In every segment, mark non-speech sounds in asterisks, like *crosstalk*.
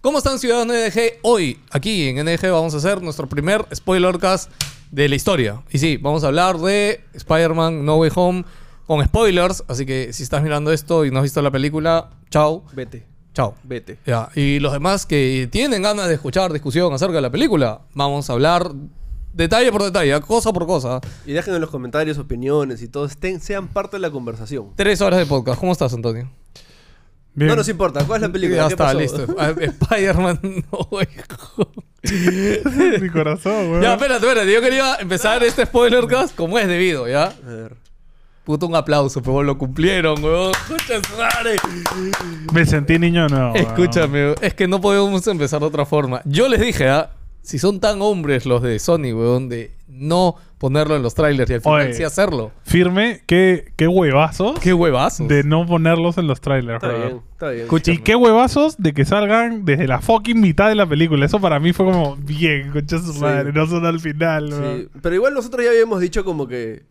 ¿Cómo están ciudadanos NDG? Hoy, aquí en NDG, vamos a hacer nuestro primer spoilercast de la historia. Y sí, vamos a hablar de Spider-Man No Way Home con spoilers. Así que si estás mirando esto y no has visto la película, chao, Vete, chao. vete. Ya, y los demás que tienen ganas de escuchar discusión acerca de la película, vamos a hablar detalle por detalle, cosa por cosa. Y dejen en los comentarios opiniones y todo. Estén, sean parte de la conversación. Tres horas de podcast. ¿Cómo estás, Antonio? Bien. No nos importa. ¿Cuál es la película? Ya ¿Qué está, pasó? listo. *laughs* Ah, Spider-Man No Way Home. *laughs* Mi corazón, weón. Ya, espérate, espérate. Yo quería empezar este spoilercast como es debido, ¿ya? A ver. Puto, un aplauso, pero lo cumplieron, weón. Escucha, su madre. Me sentí niño no. Escúchame, weón. es que no podemos empezar de otra forma. Yo les dije, ¿ah? Si son tan hombres los de Sony, weón, de no ponerlo en los trailers y al final Oye. sí hacerlo. Firme, qué, qué huevazos Qué huevazos. de no ponerlos en los trailers, Está weón. bien, Ah, está bien. Escúchame. Y qué huevazos de que salgan desde la fucking mitad de la película. Eso para mí fue como, bien, concha su Sí. madre, no son al final, weón. Sí, Pero igual nosotros ya habíamos dicho como que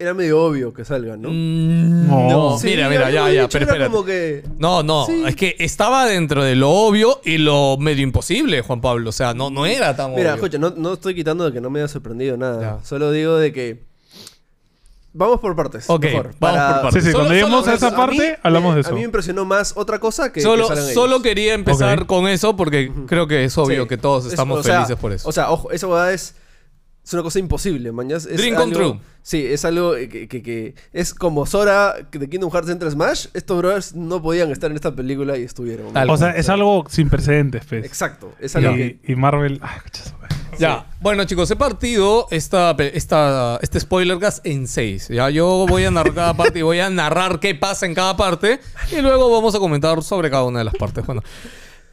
era medio obvio que salgan, ¿no? Mm, No. no, Sí, mira, mira, ya, habíamos ya, dicho, pero era espérate. como que... No, no, Sí. es que estaba dentro de lo obvio y lo medio imposible, Juan Pablo. O sea, no, no era tan obvio. Mira, escucha, no, no estoy quitando de que no me haya sorprendido nada. Ya. Solo digo de que... Vamos por partes. Ok, mejor, vamos por partes. Sí, sí, Solo- cuando lleguemos solo- a esa a mí- parte, mí, hablamos de A eso. mí me impresionó más otra cosa que solo, que salgan solo ellos. quería empezar Ok. con eso porque creo que es obvio Sí. que todos Es- estamos o sea, felices por eso. O sea, ojo, esa boda es, es una cosa imposible, mañas. Es Dream come algo- true. Sí, es algo que, que- que es como Sora de Kingdom Hearts entre Smash. Estos brothers no podían estar en esta película y estuvieron. Tal o sea, es algo sin precedentes, pues. Exacto, es algo que. Y, y Marvel... Ay, concha su madre. ya, bueno chicos, he partido esta, pe- esta, este spoiler gas en seis. Ya, yo voy a narrar cada parte y voy a narrar qué pasa en cada parte y luego vamos a comentar sobre cada una de las partes. Bueno,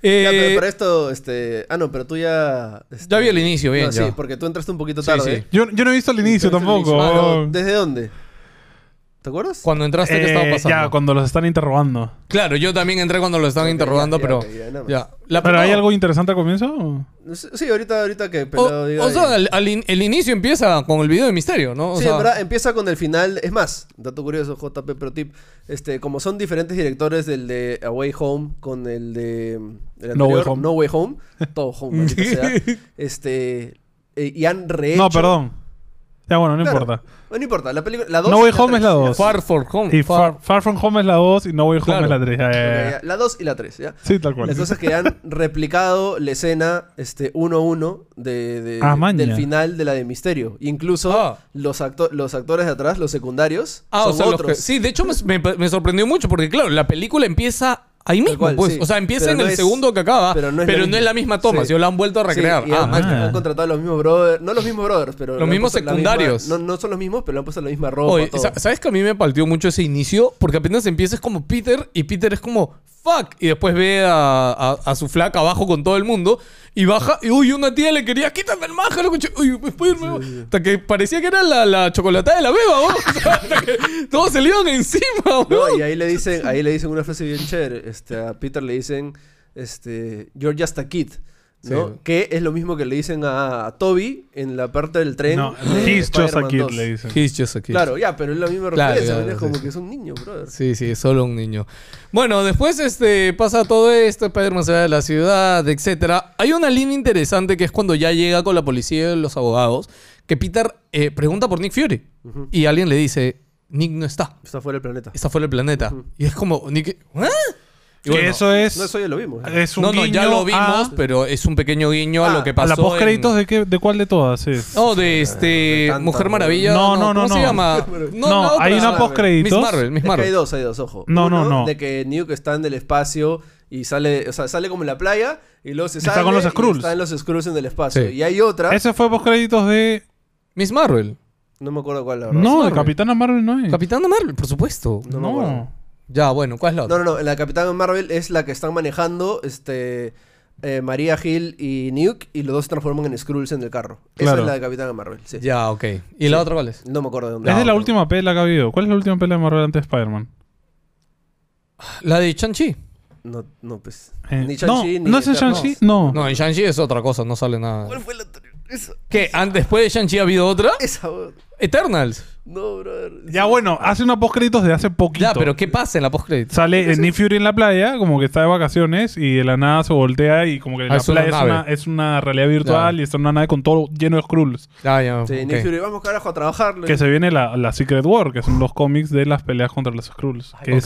eh, Ya, pero para esto, este. Ah, no, pero tú ya. este- Ya vi el inicio, bien, No, ya. Sí, porque tú entraste un poquito Sí, tarde. sí. Yo, yo no he visto el inicio Entraste al tampoco. inicio. Ah, no, weón. ¿Desde dónde? ¿Te acuerdas? cuando entraste, ¿qué Eh, estaba pasando? Ya, cuando los están interrogando. Claro, yo también entré cuando lo estaban Ok, interrogando, ya, ya, pero. ok, ya, nada más. ya. La- ¿Pero hay no. algo interesante al comienzo? o? Sí, ahorita, ahorita que O, pelado diga o ahí. sea, al- al in- el inicio empieza con el video de misterio, ¿no? O sí, sea, en verdad, empieza con el final. Es más, dato curioso, JP Pro Tip. Este, como son diferentes directores del de Away Home con el de mm, el No Way anterior, Home. No Way Home, *laughs* todo Home, maldita sea. Este, eh, y han rehecho. No, perdón. Ya, bueno, no Claro. importa. No importa, la película la 2 No Way Home es la 2. Far for Home. Y Far- Far, Far From Home es la 2 y No Way Home Claro. es la 3. Ya, ya, ya. La 2 y la 3, ¿ya? eh. Sí, tal cual. La cosa es que *laughs* han replicado la escena este 1-1 de, de- Ah, maña. del final de la de Misterio. Incluso Ah. los, acto- los actores de atrás, los secundarios, Ah, son o sea, los otros. que- sí, de hecho me, me- me sorprendió mucho porque, claro, la película empieza ahí mismo, cual, pues. sí. O sea, empieza Pero en no el es- segundo que acaba, pero no es, la, misma. toma, si Sí. lo han vuelto a Sí, recrear. y ah, además man. que han contratado a los mismos brothers. No los mismos brothers, pero. Los le han mismos puesto la misma- secundarios. no, no son los mismos, pero le han puesto la misma ropa. Oye, todo. sa- ¿sabes que a mí me partió mucho ese inicio? Porque apenas empiezas como Peter y Peter es como fuck. Y después ve a, a- a su flaca abajo con todo el mundo y baja. Y uy, una tía le quería quítame el maja, loco. ch- Uy, Spider-Man". Hasta que parecía que era la, la chocolatada de la beba, ¿no? O sea, *laughs* hasta que todos se le iban encima, weón. No, y ahí le dicen, ahí le dicen una frase bien chévere. Este, a Peter le dicen, este, You're just a kid. ¿no? Sí. Que es lo mismo que le dicen a, a Toby en la parte del tren. No, de He's just a Spider-Man kid, 2. le dicen. He's just a kid. Claro, ya, pero es la misma Claro, referencia. claro, ¿no? es sí, como sí. que es un niño, brother. Sí, sí, es solo un niño. Bueno, después este, pasa todo esto, Spider-Man se va de la ciudad, etcétera. Hay una línea interesante que es cuando ya llega con la policía y los abogados, que Peter eh, pregunta por Nick Fury. Y alguien le dice, Nick no está, Está fuera del planeta. está fuera del planeta. Y es como, Nick... ¿Ah? Y Que bueno, eso es... No, eso ya lo vimos. ¿eh? es un no, no, ya guiño lo vimos, a- pero es un pequeño guiño a Ah, lo que a pasó la post créditos en- de, qué, de cuál de todas es. No, de este... tanta, Mujer ¿no? Maravilla. No, no, no, ¿Cómo se no. llama? No, la otra. hay una postcréditos. Miss Marvel, Miss Es que hay Marvel. dos, hay dos, ojo. No, no, Uno, no. De que Nuke está en el espacio y sale, o sea, sale como en la playa y luego se Está sale. con los y Skrulls. Está en los Skrulls en el espacio. Sí. Y hay otra. Ese fue post créditos de... Miss Marvel. No me acuerdo cuál, la verdad. No, de Marvel. Capitana Marvel no es. Capitana Marvel, por supuesto. No No, me acuerdo. Ya, bueno, ¿cuál es la otra? No, no, no. La Capitana Marvel es la que están manejando este, eh, María Hill y Nuke y los dos se transforman en Skrulls en el carro. Esa Claro. es la de Capitana Marvel, sí. Ya, ok. ¿Y la otra cuál es? No me acuerdo de dónde. Es de la No, última pela que ha habido. ¿Cuál es la última pela de Marvel antes de Spider-Man? La de Shang-Chi. No, no, pues. Eh, ni no, Shang-Chi ni ¿no es en Eternals. Shang-Chi? No. No, en Shang-Chi es otra cosa, no sale nada. ¿Cuál fue la anterior? Esa, ¿Qué? ¿An- ¿Después de Shang-Chi ha habido otra? esa, weón. Eternals. No, brother. Ya bueno, hace unos postcréditos de hace poquito. Ya, pero ¿qué pasa en la postcrédito? Sale eh, Nick Fury en la playa, como que está de vacaciones, y de la nada se voltea y como que Ah, la es una playa es nave. una, es una realidad virtual Ya. y está en una nave con todo lleno de Skrulls. Ah, ya. Sí, ok. Nick Fury, vamos carajo a trabajar. le- Que se viene la, la Secret War, que son los cómics de las peleas contra los Skrulls. Que es-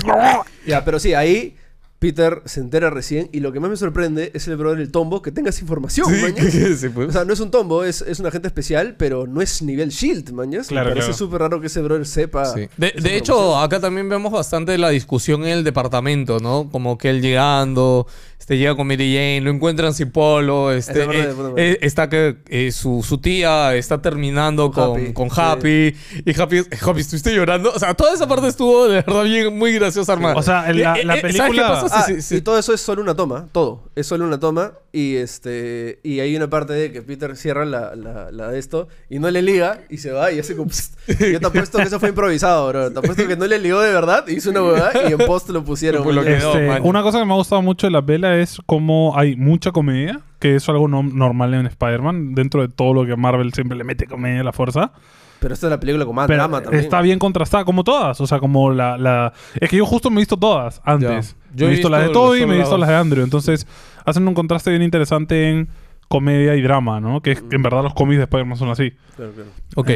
*laughs* Ok. Ya, pero sí, ahí Peter se entera recién y lo que más me sorprende es el brother del tombo que tenga esa información, mañas. Sí, O pues. sea, no es un tombo, es, es un agente especial, pero no es nivel shield, mañas. Claro, me parece claro. súper raro que ese brother sepa. Sí. De, esa de información. hecho, acá también vemos bastante la discusión en el departamento, ¿no? Como que él llegando, este llega con Mary Jane, lo encuentran sin polo, este, Esa parte eh, de puta madre. eh, está que eh, su, su tía está terminando Con con, con Happy, sí. Happy, y Happy, eh, Happy, estuviste llorando. O sea, toda esa parte estuvo de verdad bien, muy graciosa, hermano. O sea, en la- Eh, la eh, ¿sabes qué película- pasa? Sí, Ah, sí, sí. Y todo eso es solo una toma, todo. Es solo una toma. Y este y hay una parte de que Peter cierra la, la, la de esto y no le liga y se va y hace como. *laughs* "Psst". Yo te apuesto que eso fue improvisado, bro. Te apuesto que no le ligó de verdad, hizo una huevada y en post lo pusieron. Pues lo mañas. que- quedó, Este, man. una cosa que me ha gustado mucho de la pela es cómo hay mucha comedia, que es algo no- normal en Spider-Man, dentro de todo lo que Marvel siempre le mete comedia a la fuerza. Pero esta es la película con más Pero drama también. está bien contrastada, como todas. O sea, como la, la- Es que yo justo me he visto todas antes. Ya. Yo he me he visto visto, las de solo- Toby y me he solo visto las las de Andrew. Entonces, hacen un contraste bien interesante en comedia y drama, ¿no? Que es- en verdad los cómics de Spider-Man son así. Claro, claro. Ok.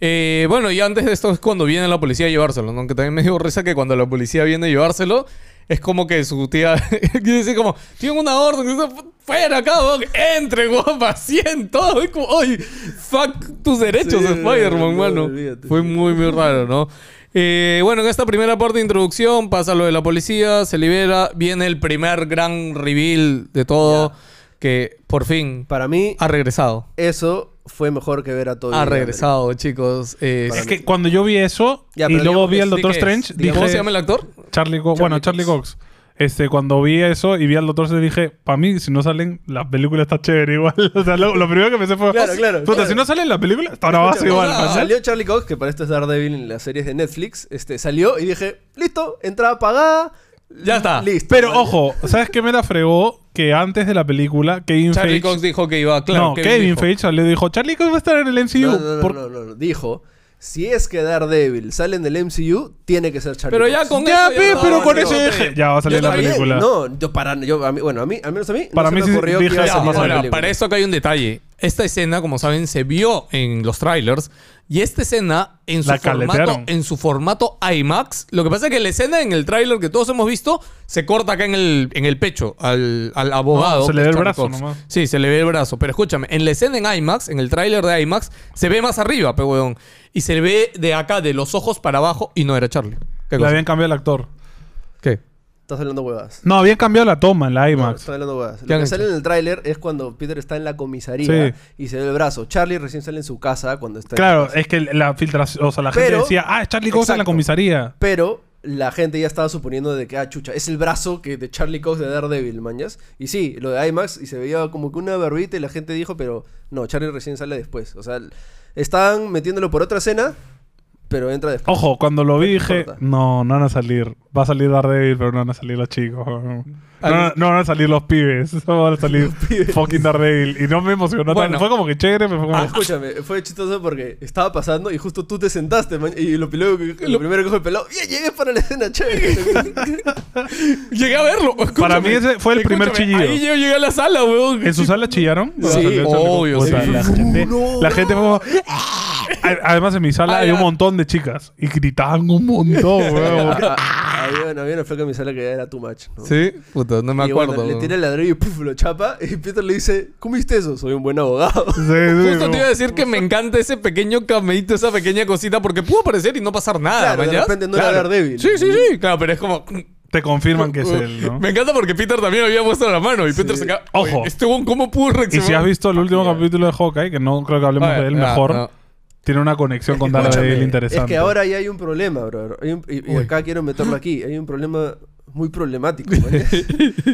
Eh, bueno, y antes de esto es cuando viene la policía a llevárselo, ¿no? Aunque también me *laughs* dio risa que cuando la policía viene a llevárselo, es como que su tía *laughs* dice como, tienen una orden, que está fuera acá, weón, entre, weón, *laughs* vacíen todo. Es como, oye, fuck tus derechos, Sí, Spider-Man, no, mano. olvídate. Fue muy, muy raro, ¿no? Eh, bueno, en esta primera parte de introducción pasa lo de la policía, se libera, viene el primer gran reveal de todo, que por fin Para mí, Ah. ha regresado. eso fue mejor que ver a todo. Ha regresado, chicos. Eh, Es que cuando yo vi eso Ya, y pero luego digamos vi que al ¿Sí Doctor qué es? Strange, Digamos, dije... ¿Cómo se llama el actor? Charlie Cox. Bueno, Charlie Cox. Este, cuando vi eso y vi al Doctor Strange dije, para mí, si no salen, la película está chévere igual. *laughs* o sea, lo, lo primero que pensé fue, Claro, "Oh, claro, puta, claro. si no salen la película, está bravazo Escucha, igual. o sea, ¿no? Salió Charlie Cox, que para esto es Daredevil en las series de Netflix. Este, salió y dije, listo, entrada pagada. Ya está. Listo. Pero Vale. ojo, ¿sabes qué me la fregó? Que antes de la película, Kevin Charlie Feige... Cox dijo que iba, claro. no, Kevin dijo. Feige salió y dijo, Charlie Cox va a estar en el MCU. No, no, no, Por- no, no, no. Dijo, si es que Daredevil salen del MCU, tiene que ser Charlie Pero ya Cox. con Ya, eso pe, está, pero no, con no, eso no, dije, no. ya va a salir Yo la también- película. No, yo para yo, a mí, bueno, a mí, al menos a mí, Para no mí se sí me ocurrió dije que iba a Ya, ya, salir esa ahora, película. para eso acá hay un detalle. Esta escena, como saben, se vio en los trailers. Y esta escena, en su, La formato, caletearon. en su formato IMAX, lo que pasa es que la escena en el tráiler que todos hemos visto se corta acá en el, en el pecho al, al abogado. No, Ah, se le que ve es el Charlie brazo nomás. Sí, se le ve el brazo. Pero escúchame, en la escena en IMAX, en el tráiler de IMAX, se ve más arriba, pe huevón. Y se ve de acá, de los ojos para abajo, y no era Charlie. ¿Qué? Le cosa? habían cambiado el actor. ¿Qué? Estás hablando huevadas. No, habían cambiado la toma en la IMAX. Estás hablando huevadas. ¿Qué Lo han que hecho? sale en el tráiler es cuando Peter está en la comisaría Sí. y se ve el brazo. Charlie recién sale en su casa cuando está en Claro, eh. es que la filtración, o sea, la gente Pero- decía, ah, es Charlie Cox en la Exacto. comisaría. Pero la gente ya estaba suponiendo de que, ah, chucha, es el brazo que de Charlie Cox de Daredevil, mañas. Y sí, lo de IMAX, y se veía como que una barbita y la gente dijo, pero no, Charlie recién sale después. O sea, l- estaban metiéndolo por otra escena, pero entra después. Ojo, cuando lo vi dije, importa. no, no van a salir. Va a salir Daredevil, pero no van a salir los chicos. No, no- no van a salir los pibes. *laughs* No van *laughs* a salir fucking Daredevil. Y no me emocionó tanto. Bueno. Fue como que chévere, pero fue como... Ah, Escúchame, fue chistoso porque estaba pasando y justo tú te sentaste, man, y lo, primero que- lo primero que dijo el pelado, ya llegué para la escena, chévere. Llegué a verlo. Para escúchame. mí ese fue el primer Escúchame, chillido. Ahí yo llegué a la sala, weón. ¿En su sala chillaron? Sí, obvio, Puta, sí. La gente, No. la gente fue como... A- Además, en mi sala Ah, hay un ya. montón de chicas. Y gritaban un montón, *laughs* weón. Ah, Había una- había una flaca en mi sala que era too much, ¿no? Sí, puta, no me Y bueno, acuerdo. le tira el ladrillo y puf, lo chapa. Y Peter le dice, ¿cómo hiciste eso? Soy un buen *laughs* abogado. Sí, sí, Justo como- te iba a decir que me encanta ese pequeño cameíto, esa pequeña cosita, porque pudo aparecer y no pasar nada, Claro, de ¿mañas? repente no era Daredevil. Sí, sí, sí. Claro, pero es como. uh, te confirman que es él, ¿no? Me encanta porque Peter también había puesto la mano y Peter se queda. Ojo. "Oye, Este weón, ¿cómo pudo Y reaccionar? si has visto el último capítulo de Hawkeye, que no creo que hablemos A ver, de él ya, mejor, no. tiene una conexión con Escúchame, Daredevil interesante. Es que ahora ya hay un problema, bro. Hay un- y, y acá quiero meterlo aquí. Hay un problema muy problemático. ¿vale?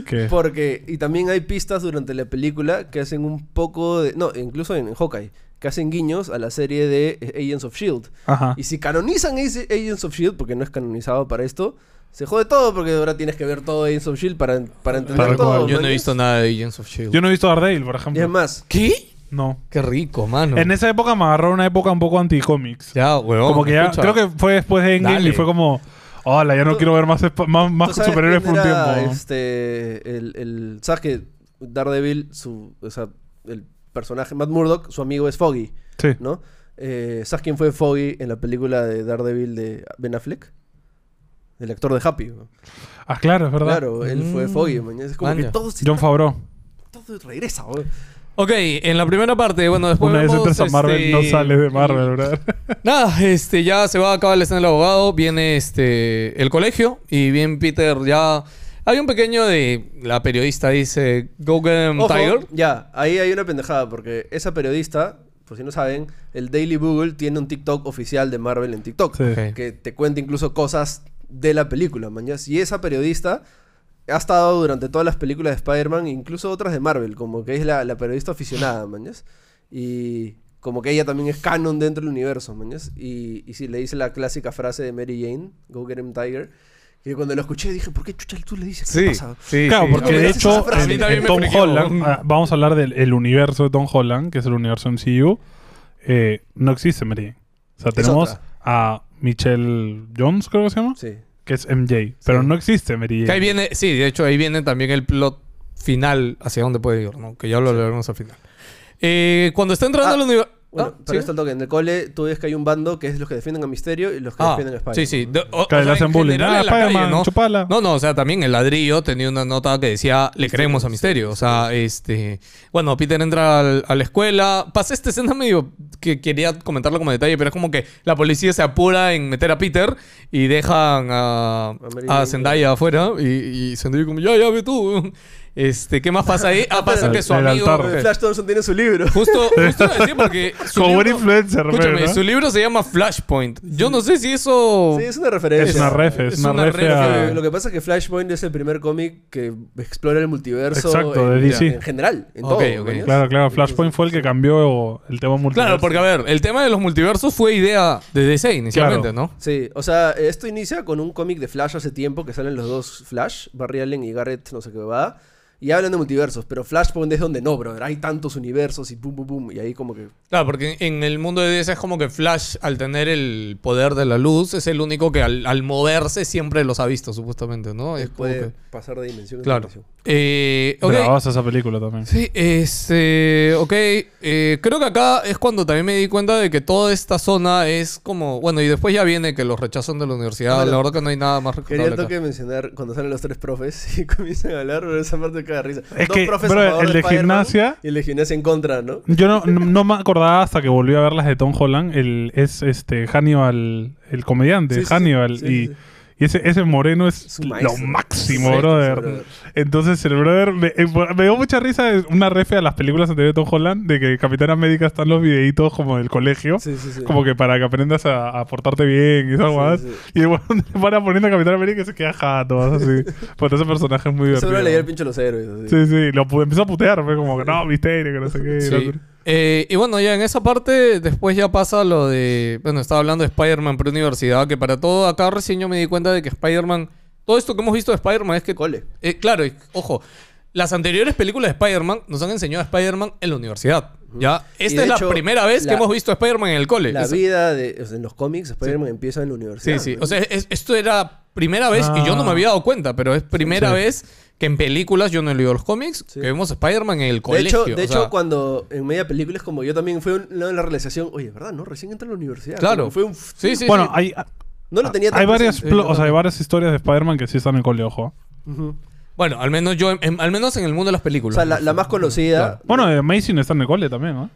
¿Qué? Porque, y también hay pistas durante la película que hacen un poco de. No, incluso en, en Hawkeye. Que hacen guiños a la serie de eh, Agents of Shield. Ajá. E Y si canonizan ese Agents of Shield, porque no es canonizado para esto, Se jode todo porque ahora tienes que ver todo de Agents of Shield E para, para entender Tal todo. cual. Yo no he ¿mañas? visto nada de Agents of Shield. Yo no he visto Daredevil, por Y es ejemplo. más, E ¿Qué? No. Qué rico, mano. En esa época me agarró una época un poco anticómics. Ya, weón. Como que ya, escucha. creo que fue después de Endgame Dale. y fue como, hola, ya no Tú- quiero ver más, espa- más, más ¿tú sabes superhéroes por quién un era, tiempo. Este, el, el, ¿Sabes que Daredevil, su, o sea, el personaje Matt Murdock, su amigo es Foggy, Sí. ¿no? Eh, ¿Sabes quién fue Foggy en la película de Daredevil de Ben Affleck? El actor de Happy. ¿no? Ah, claro, es verdad. Claro, él fue Mm. Foggy, mañas. Es como Maña. que todo, se- John Favreau. todo regresa, weón. Ok, en la primera parte, bueno, después. Una vez vemos, entras a Marvel, este, no sales de Marvel, ¿verdad? Nada, este, ya se va a acabar la escena del abogado, viene este, el colegio y bien Peter ya... Hay un pequeño de... La periodista dice, go get 'em, Ojo, Tiger. Ya, ahí hay una pendejada, porque esa periodista, por si no saben, el Daily Bugle tiene un TikTok oficial de Marvel en TikTok. Sí. Ok. Que te cuenta incluso cosas de la película, mañas. Y esa periodista ha estado durante todas las películas de Spider-Man, incluso otras de Marvel, como que es la, la periodista aficionada, mañas. Y como que ella también es canon dentro del universo, mañas. Y, y sí, le dice la clásica frase de Mary Jane, Go Get Him Tiger. Que cuando lo escuché dije, ¿por qué chucha tú le dices? ¿Qué Sí, pasa? sí, Claro, sí. porque No, de esa hecho, frase. A mí en, también en me Tom friqueó. Holland, ah, vamos a hablar del el universo de Tom Holland, que es el universo MCU, eh, no existe Mary. Jane. O sea, Es tenemos otra. a Michelle Jones, creo que se llama, Sí. que es MJ, pero no existe Mary. Que ahí Jane. viene, sí, de hecho ahí viene también el plot final hacia dónde puede ir, ¿no? Que ya lo veremos al final. Eh, cuando está entrando Ah, al universo... Bueno, pero esto al toque. En el cole tú ves que hay un bando que es los que defienden a Misterio y los que defienden a Spider-Man. Ah, sí, sí. De- o- Que o le sea, hacen en bullying. general Ah, en la calle, Spider-Man, ¿no? chupala. No, no, o sea, también el ladrillo tenía una nota que decía, le creemos a Misterio. O sea, este... Bueno, Peter entra al- a la escuela. Pasé esta escena medio que quería comentarlo como detalle, pero es como que la policía se apura en meter a Peter y dejan a, Mary a Jane. Zendaya afuera. Y, y Zendaya como, ya, ya, ve tú. Este, ¿qué más pasa ahí? Ah, pasa El- que su el amigo... altar. Pero Flash Thompson tiene su libro. Justo, justo iba a decir porque... su Como un libro- influencer, Escúchame, pero, ¿no? su libro se llama Flashpoint. Yo no sé si eso... Sí, es una referencia. Es una ref, es, es una, una ref. ref a- Eh, Lo que pasa es que Flashpoint es el primer cómic que explora el multiverso. Exacto, en, de DC. En general, en Ok, todo. ok. ¿no? Claro, claro, Flashpoint fue el que cambió el tema multiverso. Claro, porque a ver, el tema de los multiversos fue idea de DC inicialmente, Claro. ¿no? Sí, o sea, esto inicia con un cómic de Flash hace tiempo que salen los dos Flash, Barry Allen y Garrett, no sé qué va. Y hablan de multiversos, pero Flashpoint es donde no, brother. Hay tantos universos y boom, boom, boom. Y ahí como que. Claro, porque en el mundo de DC es como que Flash, al tener el poder de la luz, es el único que al, al moverse siempre los ha visto, supuestamente, ¿no? Es como puede que- pasar de dimensión en Claro. dimensión. Eh, ok. Bravazo esa película también. Sí, este, ok, eh, creo que acá es cuando también me di cuenta de que toda esta zona es como, bueno, y después ya viene que los rechazan de la universidad, Bueno, la verdad que no hay nada más Quería rescatable el acá. toque mencionar cuando salen los tres profes *laughs* y comienzan a hablar, pero esa parte caga de risa. Es Dos que, profes bro, a favor el de Spider-Man gimnasia- Y el de gimnasia en contra, ¿no? Yo no, no- no me acordaba hasta que volví a ver las de Tom Holland. El, es este Hannibal, el comediante, Sí, sí, sí. Hannibal. Sí, y sí, sí. y ese, ese moreno es Su lo maestro. máximo, Sí, brother. sí, brother. Entonces el brother me, eh, me dio mucha risa es una refe a las películas anteriores de Tom Holland de que Capitán América están los videitos como del colegio. Sí, sí, sí. Como que para que aprendas a, a portarte bien y esas Sí, guadas. sí. Y el weón *laughs* le para poniendo a Capitán América y se queda jato, *laughs* así. Porque ese personaje es muy divertido. Seguro leía el pinche los héroes. así. Sí, sí, lo pu- empezó a putear, fue como que no, misterio, que no sé qué. Sí. loco. Eh, y bueno, ya en esa parte después ya pasa lo de... Bueno, estaba hablando de Spider-Man pre-universidad, que para todo acá recién yo me di cuenta de que Spider-Man... Todo esto que hemos visto de Spider-Man es que... Cole. Eh, claro, y- ojo, las anteriores películas de Spider-Man nos han enseñado a Spider-Man en la universidad. Ya, Y esta de es hecho, la primera vez la- que hemos visto a Spider-Man en el cole. La Es- vida de, o sea, en los cómics, Spider-Man empieza en la universidad. Sí, sí. ¿no? O sea, es- esto era primera vez y yo no me Ah. había dado cuenta, pero es primera Sí. vez que en películas, yo no he leído los cómics, Sí. que vemos a Spider-Man en el de colegio. hecho, de o hecho sea, cuando en media película es como yo también fue una de la realización, oye, ¿verdad? No, recién entré a la universidad. Como Claro. que Fue un, Sí, sí, Bueno, sí. hay, no lo tenía tan hay varias, presente, plo- ¿no? o sea, hay varias historias de Spider-Man que sí están en el cole, ojo. Ujú. Bueno, al menos yo, en- en- al menos en el mundo de las O películas. sea, la, la más conocida. Bueno, eh, Amazing está en el cole también, ¿no?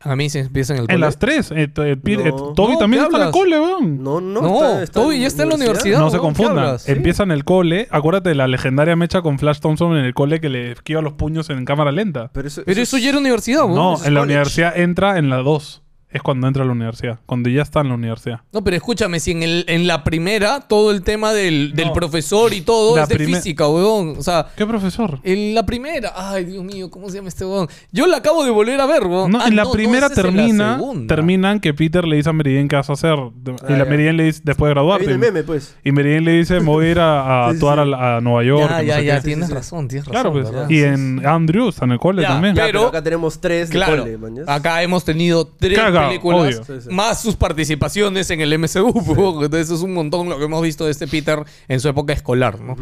A mí se empieza en el En cole. las tres. eh, t- eh, Pi- eh, No. Toby No, también ¿qué está en el hablas? cole, weón. No, no. No, Toby en ya está en la universidad. No weón, se ¿qué confundan. hablas? Sí. Empieza en el cole. Acuérdate de la legendaria mecha con Flash Thompson en el cole que le esquiva los puños en cámara lenta. Pero eso, Pero eso ya era universidad, weón. No, es en la college. universidad entra en la 2. es cuando entra a la universidad, cuando ya está en la universidad. No, pero escúchame, si en, el, en la primera todo el tema del, del No. profesor y todo La es de prime- física, weón. O sea, ¿Qué profesor? en la primera. Ay, Dios mío, ¿cómo se llama este weón? Yo la acabo de volver a ver, weón. No, Ah, en la no, primera esa es en la termina, segunda. terminan que Peter le dice a Meridian qué vas a hacer. De- Ah, y la ya. Meridian le dice, después de Ahí viene graduarte. el meme, pues. Y Meridian le dice, me voy a ir a, *laughs* Sí, a sí, actuar sí. a, a Nueva York. Ya, no ya, sé ya, qué. tienes sí, sí. razón, tienes razón. Claro, pues. ¿verdad? Y en Andrews, en el cole Ya, también. ya, Ya, pero, Pero- acá tenemos tres de Claro, cole, mañas. acá hemos tenido tres Caga, películas obvio. Sí, sí. más sus participaciones en el *laughs* MCU. po. Entonces es un montón lo que hemos visto de este Peter en su época escolar. ¿no?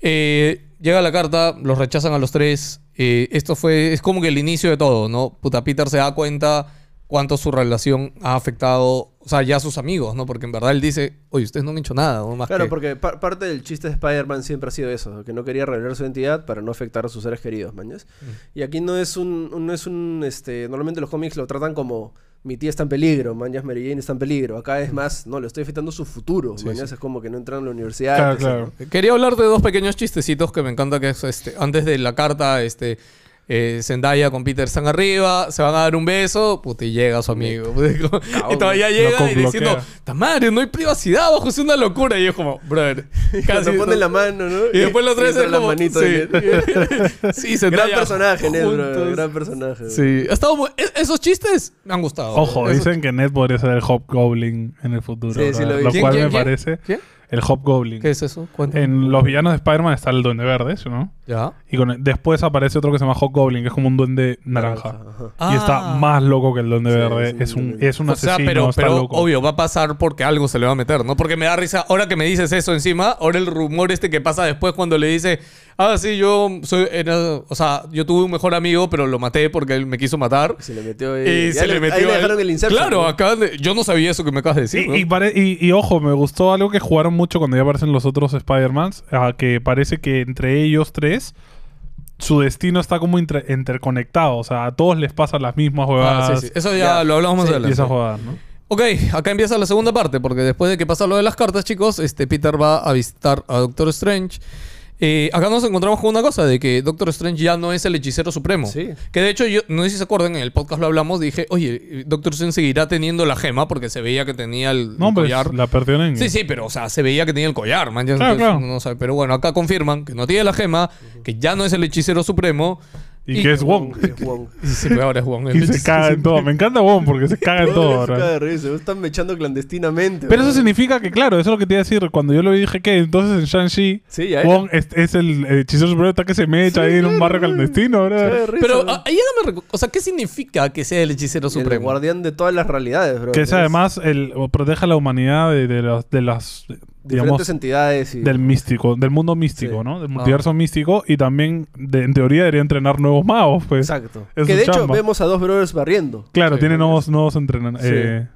Eh, llega la carta, los rechazan a los tres. eh, esto fue, es como que el inicio de todo, ¿no? Puta, Peter se da cuenta cuánto su relación ha afectado, o sea, ya a sus amigos, ¿no? Porque en verdad él dice, oye, ustedes no me han hecho nada, ¿no? Más Claro, que- porque par- parte del chiste de Spider-Man siempre ha sido eso, que no quería revelar su identidad para no afectar a sus seres queridos, mañas. Mm. Y aquí no es un, un- no es un, este, normalmente los cómics lo tratan como mi tía está en peligro, mañas Mary Jane está en peligro. Acá Mm. es más, no, le estoy afectando su futuro, mañas es como que no entran a la universidad. Claro, etcétera. claro. Quería hablar de dos pequeños chistecitos que me encanta que es este, antes de la carta, este eh, Zendaya con Peter están arriba, se van a dar un beso, puta, y llega su amigo. *laughs* y todavía llega Loco, y diciendo, bloquea. "Ta madre, no hay privacidad, bajo es una locura." Y es como, *laughs* brother, Cuando casi. ponen la mano, ¿no? Y *laughs* después los tres entra es la como, manito sí. *laughs* de- sí, Gran Zendaya personaje, Ned, bro, juntos. Gran personaje. bro. Sí, ha estado muy- es- esos chistes me han gustado. Ojo, Esos- dicen que Ned podría ser el Hobgoblin en el futuro. Sí, sí, ¿verdad? lo vi. lo ¿Quién, cual quién, me quién? parece ¿Quién? el Hobgoblin. ¿Qué es eso? Eh, Cuéntame. En los villanos de Spider-Man está el Duende Verde, ¿sí, ¿no? Ya. Y con después aparece otro que se llama Hobgoblin, que es como un duende naranja. Ajá. Y está Ah. más loco que el Duende Sí, Verde. es un Es un, duende. es un O sea, asesino, pero, está pero loco. obvio, va a pasar porque algo se le va a meter, ¿no? Porque me da risa. Ahora que me dices eso encima, ahora el rumor este que pasa después cuando le dice, ah, sí, yo soy, era- o sea, yo tuve un mejor amigo, pero lo maté porque él me quiso matar. Se le metió ahí. Y ahí se le le- metió. Ahí le a él. dejaron el inserto. Claro, acá de- yo no sabía eso que me acabas de Sí, decir. ¿no? y, pare- y- y ojo, me gustó algo que jugaron mucho cuando ya aparecen los otros Spider-Mans, a que parece que entre ellos tres su destino está como inter- interconectado, o sea, a todos les pasan las mismas Ah, huevadas sí, sí. Eso ya, Ya. lo hablamos más Sí, adelante. y esas jugadas, ¿no? Ok, acá empieza la segunda parte, porque después de que pasa lo de las cartas, chicos, este Peter va a visitar a Doctor Strange. Eh, acá nos encontramos con una cosa, de que Doctor Strange ya no es el hechicero supremo. Sí. Que de hecho, yo, no sé si se acuerdan, en el podcast lo hablamos, dije, oye, Doctor Strange seguirá teniendo la gema, porque se veía que tenía el, No, el pues, collar. la perdió en Sí, sí, pero o sea, se veía que tenía el collar, man. ya, Claro, entonces, claro. no sabe. pero bueno, acá confirman que no tiene la gema, que ya no es el hechicero supremo. Y que es Wong. Es Wong. *laughs* Y sí, pero ahora es Wong. el y se hechicero caga en todo. Me encanta Wong porque se caga en todo. Se ¿verdad? caga de risa, Están mechando clandestinamente. Pero eso bro. significa que, claro, eso es lo que te iba a decir. Cuando yo lo vi, dije que entonces en Shang-Chi, Sí, ya era. Wong es, es el eh, hechicero supremo está que se me echa ahí en un barrio clandestino, Se caga ¿verdad? de risa, Pero bro. ah, ahí ya no me recu- O sea, ¿qué significa que sea el hechicero Y el supremo? guardián de todas las realidades, bro. Que es además el o protege a la humanidad de, de las, de las Diferentes digamos, entidades y... del místico, del mundo místico, Sí. ¿no? Del multiverso místico y también, de- en teoría, debería entrenar nuevos magos, pues. Exacto. Es que su de hecho chamba. vemos a dos brothers barriendo. Claro, Sí, tiene sí. nuevos, nuevos entrenan- Sí. eh,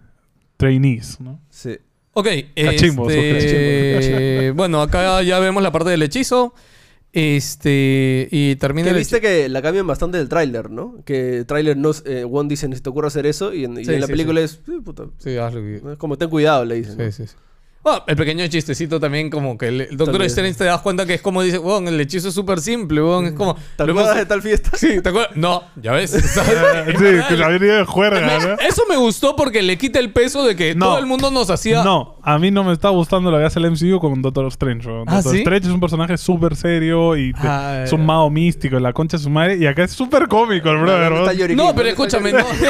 trainees, ¿no? Sí. Ok, Cachimbos, este, ok. *laughs* Cachimbos. bueno, acá ya vemos la parte del hechizo. Este, y termina Que el viste hechizo. que la cambian bastante del tráiler, ¿no? Que el tráiler no... es- eh, Wong dice, ni se te ocurre hacer eso. Y en, y Sí, en la sí, película es... "Sí, puta, Sí, hazlo que- es como ten cuidado, le dicen. ¿no? sí, sí, sí. Ah, el pequeño chistecito también, como que el, el Doctor También. Strange te das cuenta que es como dice, weón, el hechizo es súper simple, weón. Es como. ¿Te lo acuerdas Ah, hemos- de tal fiesta? *laughs* Sí, ¿te acuerdas? No, ya ves. *laughs* sí, que la había ido de juerga, ¿no? Eso *laughs* me gustó porque le quita el peso de que No. todo el mundo nos hacía. No, a mí no me está gustando lo que hace el MCU con Doctor Strange. weón. ¿Ah, Doctor sí? Strange es un personaje súper serio y te- Ah, es un ya. mago místico, la concha de su madre. Y acá es súper cómico el brother. No, *laughs* weón. está lloriquín, No, pero está *laughs* escúchame, lloriquín.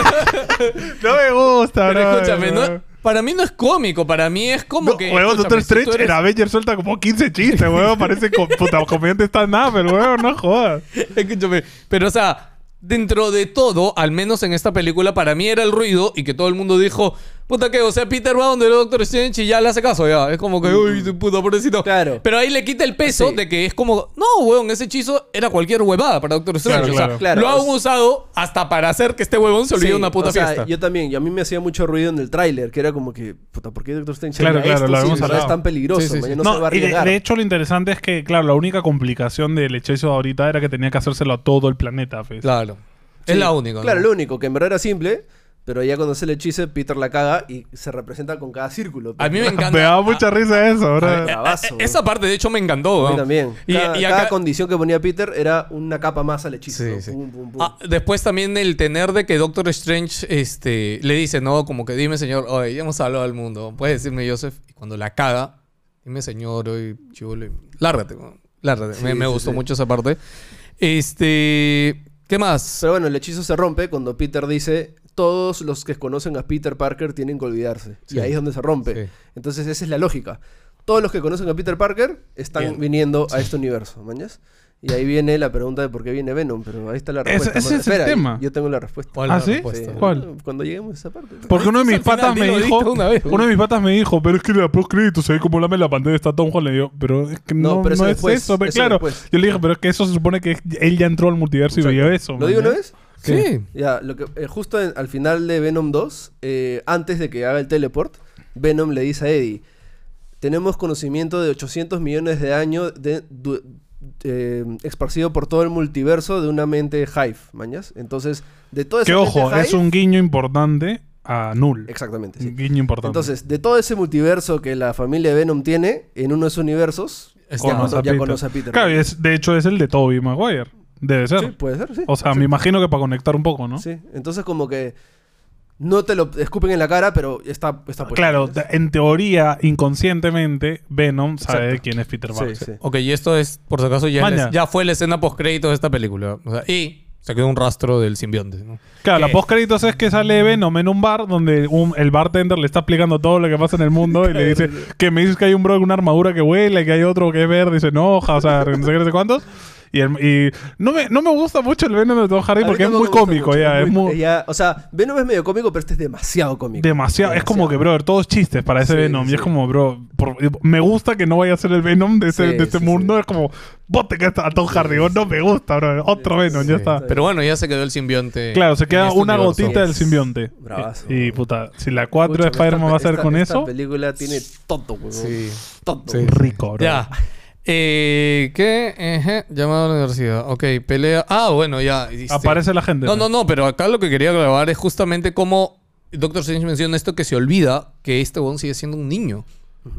no. No me gusta, Pero brother, escúchame, no- weón. para mí no es cómico, para mí es como No, que. weón, escúchame, Doctor si tú Strange eres- en Avengers suelta como 15 chistes, weón. Parece co- puta comediante stand pero weón, no jodas. *laughs* Escúchame, pero o sea, dentro de todo, al menos en esta película, para mí era el ruido y que todo el mundo dijo, puta que, o sea, Peter va donde el Doctor Strange y ya le hace caso, ya. Es como que, uy, Mm. tu puta pobrecito. Claro. Pero ahí le quita el peso Sí. de que es como, no, weón, ese hechizo era cualquier huevada para Doctor Strange. Claro, o sea, Claro, claro. lo o han sea- usado hasta para hacer que este huevón se olvide Sí, una puta o sea, fiesta. Yo también, y a mí me hacía mucho ruido en el tráiler, que era como que, puta, ¿por qué Doctor Strange Claro, haría claro, esto? lo Sí, habíamos o sea, hablado. es tan peligroso, Sí, sí, sí. mañana No, se va a y de, arriesgar. de hecho lo interesante es que, claro, la única complicación del hechizo ahorita era que tenía que hacérselo a todo el planeta. pues. Claro. Es Sí. la única. Claro, ¿no? lo único, que en verdad era simple, Pero ya cuando hace el hechizo, Peter la caga y se representa con cada círculo. A *laughs* mí me encanta. Me da mucha risa eso, bro. Bravazo, Eh, Esa parte, de hecho, me encantó. A mí ¿no? también. Y, cada, y cada acá- condición que ponía Peter era una capa más al hechizo. Sí, ¿no? sí. Pum, pum, pum. Ah, después también el tener de que Doctor Strange este, le dice, no, como que dime, señor, oye, ya hemos salvado al mundo, puedes decirme, Joseph, y cuando la caga, dime, señor, oye, chulo, y- lárgate, weón, lárgate. Sí, me me sí, gustó sí. mucho esa parte. Este, ¿qué más? Pero bueno, el hechizo se rompe cuando Peter dice, todos los que conocen a Peter Parker tienen que olvidarse. Sí. Y ahí es donde se rompe. Sí. Entonces esa es la lógica. Todos los que conocen a Peter Parker están Bien. viniendo a este universo, ¿mañas? Y ahí viene la pregunta de por qué viene Venom, pero ahí está la Ese- respuesta. ese mano. es el Espera, tema. Yo tengo la respuesta. ¿Cuál es la ¿Ah, ¿sí? respuesta? Sí. ¿Cuál? Cuando lleguemos a esa parte. Porque uno de mis Al final, patas me dilo, dilo dijo. una vez, Uno de mis patas me dijo, pero es que la post crédito se ve como lame la pantalla está Tom Holland. Y yo, pero es que no, No, pero eso no después, es eso. pero eso claro, después. yo le dije, pero es que eso se supone que él ya entró al multiverso y veía eso. ¿Lo digo ¿no? una vez? Sí. Ya, lo que, eh, justo en- al final de Venom 2, eh, antes de que haga el teleport, Venom le dice a Eddie, tenemos conocimiento de 800 millones de años de, du- eh, esparcido por todo el multiverso de una mente Hive, mañas. Entonces, de todo ese Que ojo, es un guiño importante a Null. Exactamente, sí. Un guiño importante. Entonces, de todo ese multiverso que la familia de Venom tiene, en uno de esos universos, Está- ya, Conoce cono- a ya Peter. conoce a Peter. Claro, y es- de hecho es el de Toby Maguire. Debe ser. Sí, puede ser, sí. O sea, me imagino que para conectar un poco, ¿no? Sí, entonces como que no te lo escupen en la cara, pero está, está puesto. Claro, de- en teoría, inconscientemente, Venom sabe Exacto. quién es Peter Sí, Parker. sí. Ok, y esto es, por si acaso, ya, Maña. la- ya fue la escena post-crédito de esta película. O sea, y se quedó un rastro del simbionte. ¿no? Claro, la ¿Qué? postcréditos es que sale Venom en un bar donde un- el bartender le está explicando todo lo que pasa en el mundo y le *laughs* dice que me dices que hay un bro con una armadura que huele, que hay otro que es verde y se enoja, *laughs* o sea, no sé qué, no sé cuántos. Y, el- y no, me, no me gusta mucho el Venom de Tom Hardy A mí porque es tampoco muy me gusta cómico, mucho, ya, es muy... ya, o sea, Venom es medio cómico, pero este es demasiado cómico. Demasiado, es como que, bro, todos chistes para ese Sí, Venom. sí. Y es como, bro, por- me gusta que no vaya a ser el Venom de, ese- Sí, de este sí, mundo. Es como, bote que está a Tom Hardy, digo, no me gusta, bro. Otro Venom, Pues ya Sí. está. Pero bueno, ya se quedó el simbionte. Claro, se en queda este una universo. gotita del Yes. simbionte. Bravazo. Y, y, puta, si la 4 Pucha, de Spider-Man esta- va a ser esta- con esta eso, película tiene tonto, huevón. Sí. Tonto. Sí. rico, bro. Ya. *laughs* Eh, ¿Qué? Ejé, llamado a la universidad. Ok, pelea. Ah, bueno, ya. hiciste. Aparece la gente. No, no, no, pero acá lo que quería grabar es justamente cómo Doctor Strange menciona esto que se olvida que este bon sigue siendo un niño.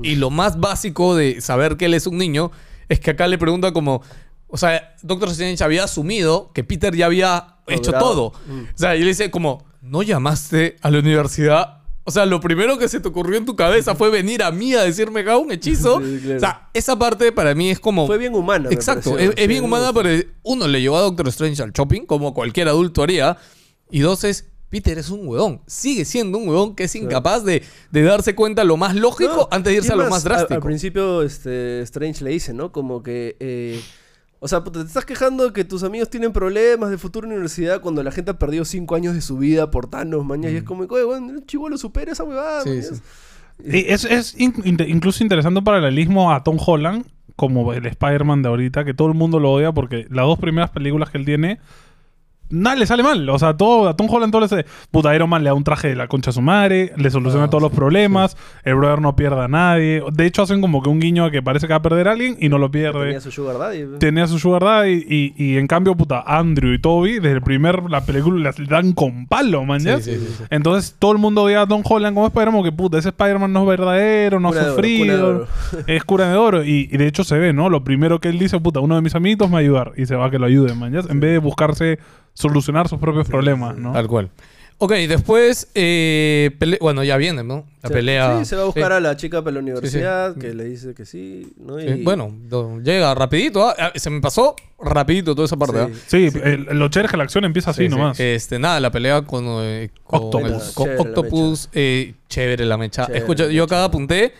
Y lo más básico de saber que él es un niño es que acá le pregunta como. O sea, Doctor Strange había asumido que Peter ya había hecho Logrado. Mm. todo. O sea, y le dice como, ¿no llamaste a la universidad? O sea, lo primero que se te ocurrió en tu cabeza fue venir a mí a decirme que haga un hechizo. Sí, claro. O sea, esa parte para mí es como... Fue bien humana. me Exacto, pareció. es, es Sí, bien me humana, gustó. pero uno le llevó a Doctor Strange al shopping, como cualquier adulto haría. Y dos es, Peter es un huevón. Sigue siendo un huevón que es incapaz de, de darse cuenta lo más lógico No, antes de irse y a lo más, más al- Al, drástico. principio, este, Strange le dice, ¿no? Como que. eh, o sea, puta, te estás quejando de que tus amigos tienen problemas de futuro universidad cuando la gente ha perdido cinco años de su vida por Thanos, mañana. Y Mm. es como, oye, bueno, chivo lo supera esa huevada. Sí, mañas". sí. Y es, es in- in- incluso interesante un paralelismo a Tom Holland, como el Spider-Man de ahorita, que todo el mundo lo odia porque las dos primeras películas que él tiene, nada le sale mal. O sea, todo, a Tom Holland todo le sale. Puta, Iron Man le da un traje de la concha a su madre, le soluciona Ah, todos los problemas, el brother no pierde a nadie. De hecho, hacen como que un guiño a que parece que va a perder a alguien y no lo pierde Tenía su sugar daddy. tenía su sugar daddy y, y en cambio, puta, Andrew y Toby, desde el primer, la película las dan con palo, man. ¿ya? Sí, sí, sí, sí. Entonces todo el mundo odia a Don Holland como Spider-Man, que puta, ese Spider-Man no es verdadero, no Cuna ha de oro, cuna de *laughs* sufrido, oro. es cura de oro. Y, y de hecho se ve, ¿no? Lo primero que él dice, puta, uno de mis amiguitos me va a ayudar y se va a que lo ayuden, man. ¿ya? En vez de buscarse solucionar sus propios problemas, ¿no? Tal cual. Ok, después, eh, pele- bueno, ya viene, ¿no? La Se- pelea. Sí, se va a buscar Sí. Mm. a la chica para la universidad que le dice que sí, ¿no? Sí, Y- Bueno, do- llega rapidito. ah, ah, se me pasó rapidito toda esa parte. Sí. ¿ah? Sí, el- lo chévere es que la acción empieza así Sí, sí. nomás. Este, nada, la pelea con, eh, con Octopus. el- con Chévere la Octopus, eh, chévere la mecha. Chévere Escucha, la yo acá apunté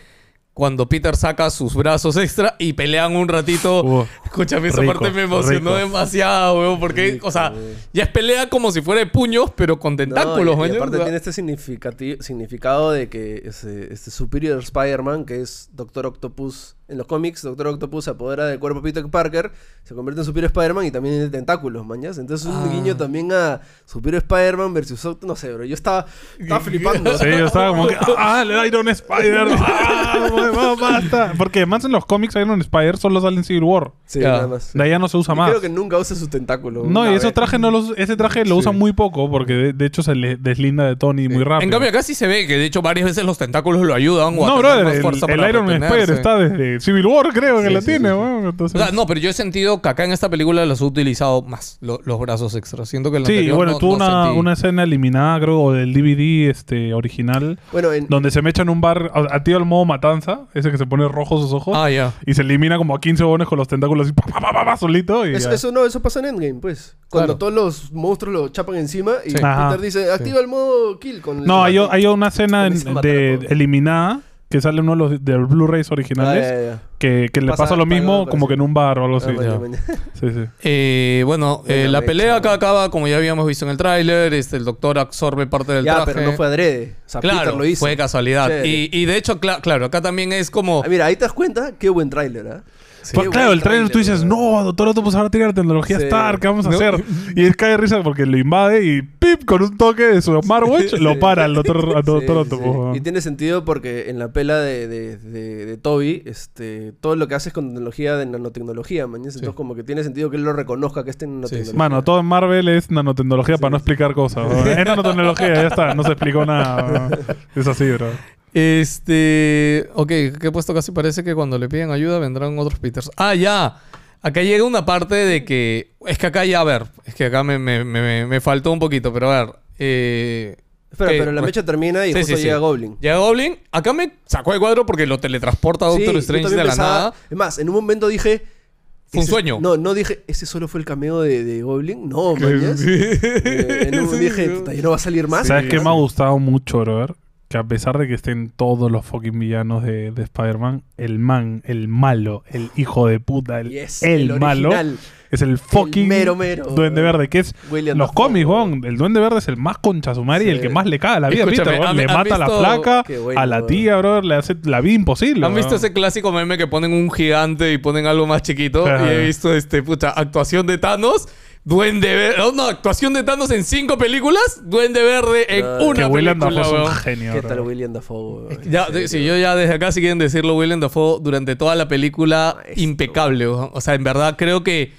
cuando Peter saca sus brazos extra y pelean un ratito. Uh, Escúchame, esa rico, parte me emocionó rico. demasiado, weón. Porque, Rico, o sea, weón. ya es pelea como si fuera de puños, pero con No, tentáculos, y- y weón. aparte O sea, tiene este significati- significado de que ese- este Superior Spider-Man, que es Doctor Octopus En los cómics, Doctor Octopus se apodera del cuerpo de Peter Parker, se convierte en Superior Spider-Man y también en tentáculos, mañas. Entonces un Ah. guiño también a Superior Spider-Man versus Octopus. No sé, bro. Yo estaba, estaba flipando. Sí, yo estaba *laughs* como que, ¡ah, el Iron Spider! *laughs* ¡Ah, huevón, basta! Porque además en los cómics Iron Spider solo sale en Civil War. *laughs* Sí, Ya. nada más. De allá no se usa Y más. Creo que nunca usa su tentáculo. No, y Una esos vez. trajes no los, ese traje lo Sí. usan muy poco porque de, de hecho se le deslinda de Tony muy rápido. En cambio, acá sí se ve que de hecho varias veces los tentáculos lo ayudan. o a no, tener brother, más el, fuerza el para Iron retenerse. Spider está desde Civil War, creo que Sí, la sí, tiene, sí, sí. weón. O Entonces, sea, no, pero yo he sentido que acá en esta película los he utilizado más, lo- los brazos extras. Siento que en la sí, y anterior bueno, no- tuvo no una, sentí. una escena eliminada, creo, o del DVD este, original, Bueno, en, donde se me echan un bar a, a tío al modo matanza, ese que se pone rojo sus ojos, Ah, ya. y se elimina como a 15 bones con los tentáculos y pa, pa, pa, pa, pa, solito. Y Eso, ya. eso no, eso pasa en Endgame, pues. Cuando Claro. todos los monstruos lo chapan encima y Sí. Ajá. Peter dice, activa el modo kill con No, hay, yo hay una escena Con en- ese matar a de, todos. eliminada que sale en uno de los, de los Blu-rays Ah, originales. Que, que le Pasa- pasa, lo pasa- mismo pasa- como que en un bar o Ah, algo así. ya. Sí, sí. Eh, bueno, eh, Buena la mecha, pelea acá güey. acaba, como ya habíamos visto en el tráiler. Este, el doctor absorbe parte del Ya, traje. pero no fue adrede. O sea, claro, Peter lo hizo. fue casualidad. Sí. Y, oh. y de hecho, cla- claro, acá también es como... Ah, mira, ahí te das cuenta, qué buen tráiler, ¿ah? Qué Pues buen claro, el trailer tú dices, bro. no, doctor Octopus ahora tiene la tecnología Sí. Star, ¿qué vamos a No. hacer? Y él cae de risa porque lo invade y ¡pip! con un toque de su smartwatch lo para el doctor, *laughs* al Sí, doctor sí. Octopus. weón. Y tiene sentido porque en la pela de, de, de- de Toby, este, todo lo que hace es con tecnología de nanotecnología, man. Entonces, como que tiene sentido que él lo reconozca que es nanotecnología. Mano, todo en Marvel es nanotecnología para no explicar cosas. weón. Es nanotecnología, ya está, no se explicó nada. weón. Es así, bro. Este. Ok, que he puesto casi parece que cuando le piden ayuda vendrán otros Peters. Ah, ya. Acá llega una parte de que. Es que acá ya, a ver. Es que acá me, me, me- me faltó un poquito, pero a ver. Eh, Espera, que- pero la mecha termina y Sí, justo sí, sí. llega Goblin. Llega Goblin. Acá me sacó de cuadro porque lo teletransporta a Doctor Sí, yo Strange de también la pensaba- nada. Es más, en un momento dije. Fue un ese- sueño. No, no dije, ese solo fue el cameo de, de *laughs* Goblin. No, mañas. Eh, en un momento dije, puta, ya no va a salir más. ¿Sabes Sí. qué me ha gustado mucho, brother? Que a pesar de que estén todos los fucking villanos de, de Spider-Man, el man, el malo, el hijo de puta, el, Yes, el, el malo, original. es el fucking mero, mero, Duende weón. Verde, que es William los Dafoe, cómics, weón. weón. El Duende Verde es el más concha su madre y Sí. el que más le cae a la vida a Peter, Escúchame, weón. ¿han- Le han mata a la visto- flaca, Qué bueno, a la weón. tía, brother, le hace la vida imposible. ¿Han visto weón. ese clásico meme que ponen un gigante y ponen algo más chiquito? Ajá. Y he visto, este, puta, actuación de Thanos, Duende Verde. No, no, actuación de Thanos en cinco películas, Duende Verde en Claro. una Que William Dafoe película, es un weón. genio, ¿Qué bro. tal William Dafoe? weón? Ya, En de- serio. si yo ya desde acá, si quieren decirlo, Willem Dafoe durante toda la película, Maestro. impecable. weón. O sea, en verdad creo que.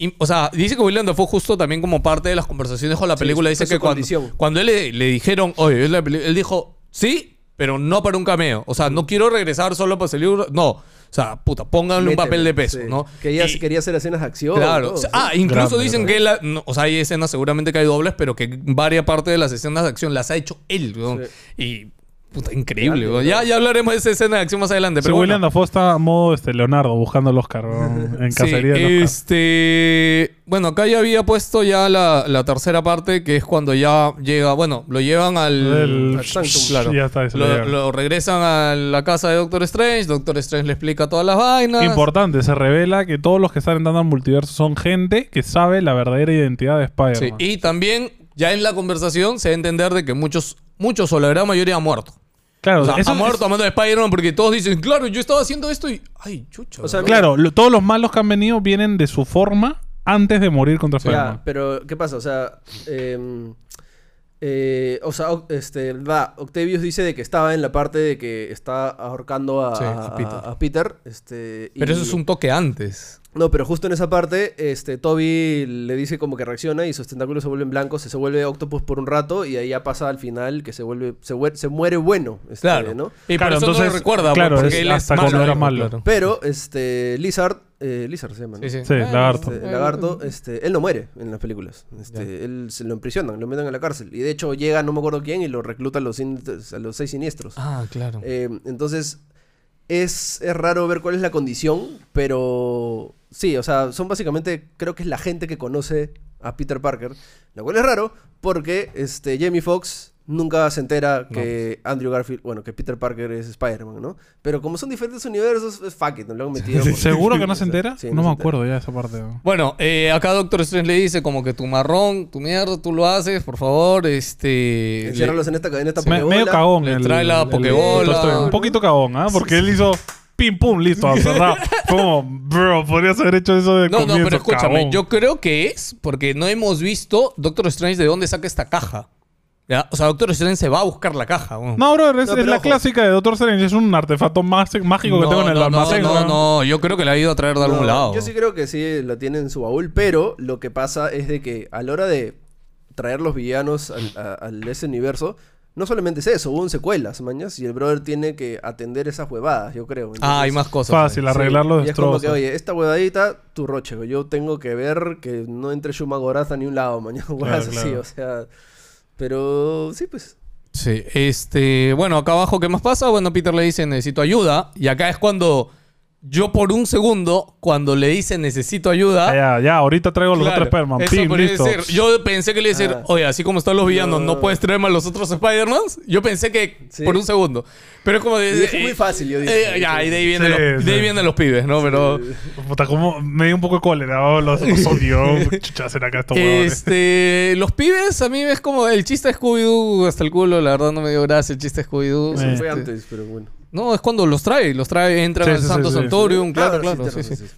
im- O sea, dice que Willem Dafoe justo también como parte de las conversaciones con la película, fue dice su que cuando, condición. cuando él le, le dijeron, oye, es la peli-", él dijo, sí, pero no para un cameo. O sea, Mm. no quiero regresar solo para salir. un- No. O sea, puta, pónganle un Métele, papel de peso, sí. ¿no? Quería, Y- quería hacer escenas de acción. Claro. todo, O sea, sí. ah, incluso Grande, dicen grande. que la, no, o sea, hay escenas seguramente que hay dobles, pero que varias partes de las escenas de acción las ha hecho él, weón. Y puta, increíble, Grande, weón. Ya, ya hablaremos de esa escena de acción más adelante, Ese pero bueno. William Dafoe está a modo este, Leonardo buscando el Oscar weón, en Sí, cacería del Oscar. este, bueno, acá ya había puesto ya la, la tercera parte, que es cuando ya llega, bueno, lo llevan al, El- al Claro. Ya está, eso lo, ya. lo regresan a la casa de Doctor Strange, Doctor Strange le explica todas las vainas. Importante, se revela que todos los que están entrando al multiverso son gente que sabe la verdadera identidad de Sí, Spider-Man. y también ya en la conversación se da a entender de que muchos, muchos o la gran mayoría han muerto. Claro, O sea, eso han es- muerto amando a Spider-Man porque todos dicen, claro, yo estaba haciendo esto y... Ay, chucha. O sea, bro". claro, lo- todos los malos que han venido vienen de su forma antes de morir contra Spider-Man. Ya, pero ¿qué pasa? O sea, eh, eh, o sea, Oc- este, va, Octavius dice de que estaba en la parte de que está ahorcando a, Sí, a a- Peter. a Peter, este, y- Pero eso es un toque antes. No, pero justo en esa parte, este, Toby le dice como que reacciona y sus tentáculos se vuelven blancos, se vuelve Octopus por un rato y ahí ya pasa al final que se vuelve, se, vuel- se muere bueno, este, Claro. ¿no? Y Claro, por eso no entonces, lo recuerda. claro, porque es él es hasta malo, cuando era ¿no? malo. Claro. Pero, este, Lizard, eh, Lizard se llama, ¿no? Sí, sí. Sí, Ah, lagarto. Este, el lagarto, este, él no muere en las películas. Este, él se lo imprisionan, lo meten a la cárcel. Y de hecho llega no me acuerdo quién y lo recluta a los, sin- a los seis siniestros. Ah, claro. Eh, entonces, es, es raro ver cuál es la condición, pero sí, o sea, son básicamente, creo que es la gente que conoce a Peter Parker. Lo cual es raro porque este, Jamie Foxx nunca se entera que pues. Andrew Garfield, bueno, que Peter Parker es Spider-Man, ¿no? Pero como son diferentes universos, es fuck it, no *laughs* lo han metido. porque- *laughs* *laughs* ¿Seguro que no se entera? Sí, no, me se entera. acuerdo ya de esa parte. ¿no? Bueno, eh, acá Doctor Strange le dice como que tu marrón, tu mierda, tú lo haces, por favor, este... le- Enciérralos en esta cadena, esta Me- pokebola. medio cagón. Le trae la el- el- pokebola. el- Un poquito cagón, ¿ah? Porque él hizo... pim, *laughs* pum, listo, cerrado. Como, bro, podrías haber hecho eso de No, comienzo, no, pero escúchame, cabrón. yo creo que es porque no hemos visto Doctor Strange de dónde saca esta caja. ¿Ya? O sea, Doctor Strange se va a buscar la caja. weón. No, bro, es, No, pero es la ojo. clásica de Doctor Strange. Es un artefacto más- mágico que tengo en el no, almacén. No, no, weón. no, yo creo que la ha ido a traer de algún No, lado. Yo sí creo que sí la tiene en su baúl, pero lo que pasa es de que a la hora de traer los villanos al, a- al ese universo, no solamente es eso, hubo un secuelas, mañas, y el brother tiene que atender esas huevadas, yo creo. ah, hay entonces- más cosas. Fácil, ahí. arreglar los Y es como que, destrozos. oye, esta huevadita, tu roche, güey. yo tengo que ver que no entre Shuma Goraza ni un lado, *laughs* mañana, huevadas Claro, así, claro. o sea... Pero sí, pues. Sí, este, bueno, acá abajo, ¿qué más pasa? Bueno, Peter le dice, necesito ayuda. Y acá es cuando yo por un segundo, cuando le dice, necesito ayuda... Ah, ya, ya, ahorita traigo los Claro, otros Spider-Man. eso Pim, podría listo. decir. Yo pensé que le iba a decir, Ah. oye, así como están los villanos, no, No. puedes traerme a los otros Spider-Mans. Yo pensé que Sí. por un segundo. Pero es como de. Y es eh, muy fácil, yo dije. eh, ya, y de ahí vienen, Sí, los, de ahí sí. vienen los pibes, ¿no? Pero. Puta, como me dio un poco de cólera. *laughs* oh, los los odio. Chucha, hacen acá estos huevones. Este, los pibes, a mí es como el chiste de Scooby-Doo hasta el culo, la verdad no me dio gracia el chiste de Scooby-Doo. Eh. Eso fue Este, antes, pero bueno. No, es cuando los trae, los trae, entran Sí, al sí, sí, Santo sí. Santorium, claro, Ah, claro, sí, tienes sí. razón, sí.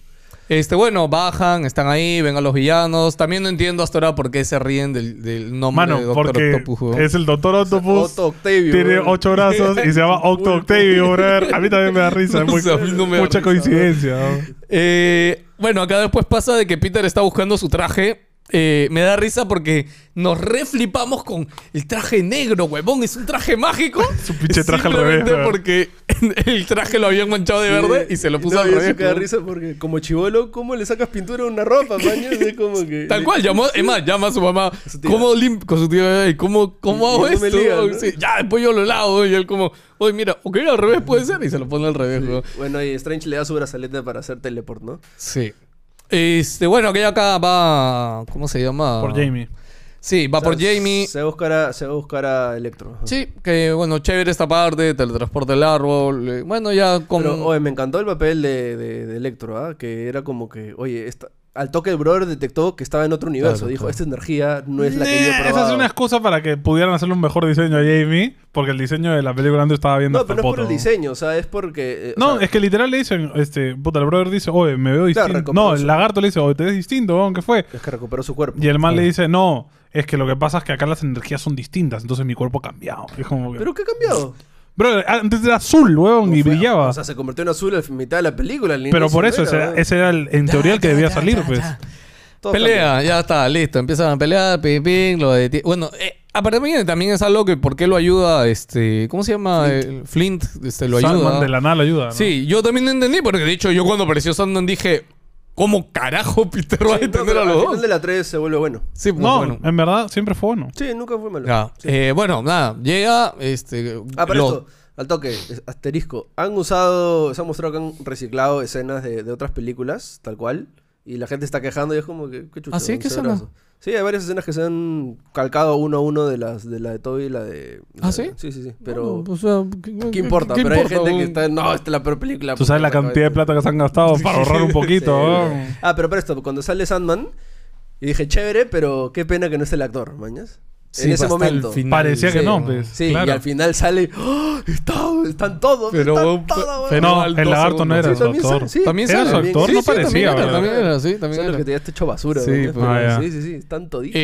Este, bueno, bajan, están ahí, ven a los villanos. También no entiendo hasta ahora por qué se ríen del, del nombre de Mano, Doctor porque Octopus. weón. es el Doctor Octopus. Otto Octavio. Tiene güey. ocho brazos y *laughs* se llama Octo Octavio, brother. A mí también me da risa. No es muy- sé, a mí no me da mucha risa, coincidencia. ¿no? Eh, bueno, acá después pasa de que Peter está buscando su traje. Eh, me da risa porque nos reflipamos con el traje negro, huevón. Es un traje mágico. *laughs* Su pinche traje al Simplemente revés, porque *laughs* el traje lo habían manchado de verde y se lo puso no, al y eso revés. que da huevón. risa porque como chivolo, ¿cómo le sacas pintura a una ropa, maño? Es como que... Tal cual, llamó, es más, llama a su mamá. su tía. ¿Cómo lim- con su tía? "Ey, ¿Cómo, cómo Y- y hago no me esto? ligan, ¿no? Sí, ya, después yo lo lavo. Y él como, oye, mira, ok, al revés puede ser. Y se lo pone al revés, huevón. Bueno, y Strange le da su brazalete para hacer teleport, ¿no? Sí. Este, bueno, que acá va. ¿Cómo se llama? oh. Ah. Por Jamie. Sí, va O sea, Ah, por Jamie. Se va a buscar a, se va a, buscar a Electro. ajá. Sí, que bueno, chévere esta parte, teletransporte del árbol. eh, Bueno, ya con. Pero, oye, me encantó el papel de, de- de Electro, ¿ah? Que era como que, oye, esta- al toque el brother detectó que estaba en otro universo. Claro, Dijo, claro. esta energía no es la que yo he Nah, probado. Esa es una excusa para que pudieran hacerle un mejor diseño a Jamie. Porque el diseño de la película Andrew estaba viendo No, hasta pero no es por el poto. diseño, o sea, es porque... eh, o No, sea, es que literal le dicen, este, puta, el brother dice, oye, me veo Claro, distinto. recuperó no, el su- lagarto le dice, oye, te ves distinto, weón, ¿qué fue? es que recuperó su cuerpo. Y el man le dice, no, es que lo que pasa es que acá las energías son distintas, entonces mi cuerpo ha cambiado. Es como que, ¿Pero qué ha cambiado? Bro, antes era azul, weón, y O sea, brillaba. O sea, se convirtió en azul a mitad de la película. al pero inicio, por ¿no eso, era, ese era, verdad? ese era el- en teoría el que debía salir, pues. Todo cambió. Pelea, ya está, listo. Empiezan a pelear, pim, pim, lo detiene. Bueno, eh, aparentemente también es algo que por qué lo ayuda, este. ¿Cómo se llama? El Flint, este, lo Sandman ayuda. de la nada lo ayuda. ¿no? Sí, yo también lo entendí, porque de hecho, yo cuando apareció Sandman dije, ¿cómo carajo *laughs* Peter va a Sí, no, detener pero a al los final dos? de la 3 se vuelve bueno. Sí, pues, No, bueno. en verdad siempre fue bueno. Sí, nunca fue malo. Ya, eh, bueno, nada, llega, este. Ah, pero lo- esto, al toque, es- asterisco. Han usado, se ha mostrado que han reciclado escenas de, de otras películas, tal cual. Y la gente está quejando y es como que, qué chucha. ¿Ah, sí? weón, ¿Qué se escena? abrazo. Sí, hay varias escenas que se han calcado uno a uno de las de la de Toby y la de. ¿Ah, la- sí? Sí, sí, sí. Pero. pues, O sea, ¿qué, ¿Qué importa? pero hay gente que weón? está. No, esta es la peor película. Tú sabes la puta, cantidad de plata que se han gastado *laughs* para ahorrar un poquito. weón. Ah, pero para esto, cuando sale Sandman, y dije, chévere, pero qué pena que no es el actor, mañas. Sí, en ese hasta el momento. final. Parecía que Sí, no, ¿no? pues. Sí, y claro. al final sale. ¡Oh, está- están todos. Pero, están weón, todos, pero- weón". No, al el dos lagarto no segundos. Sí, era el también doctor. sale, sí. También Era sale. su actor, Sí, no sí, también parecía, era, bro. también era, sí, también Son los era. que te has hecho basura. Sí, weón. pues. Ah, ya. sí, sí, sí, están toditos.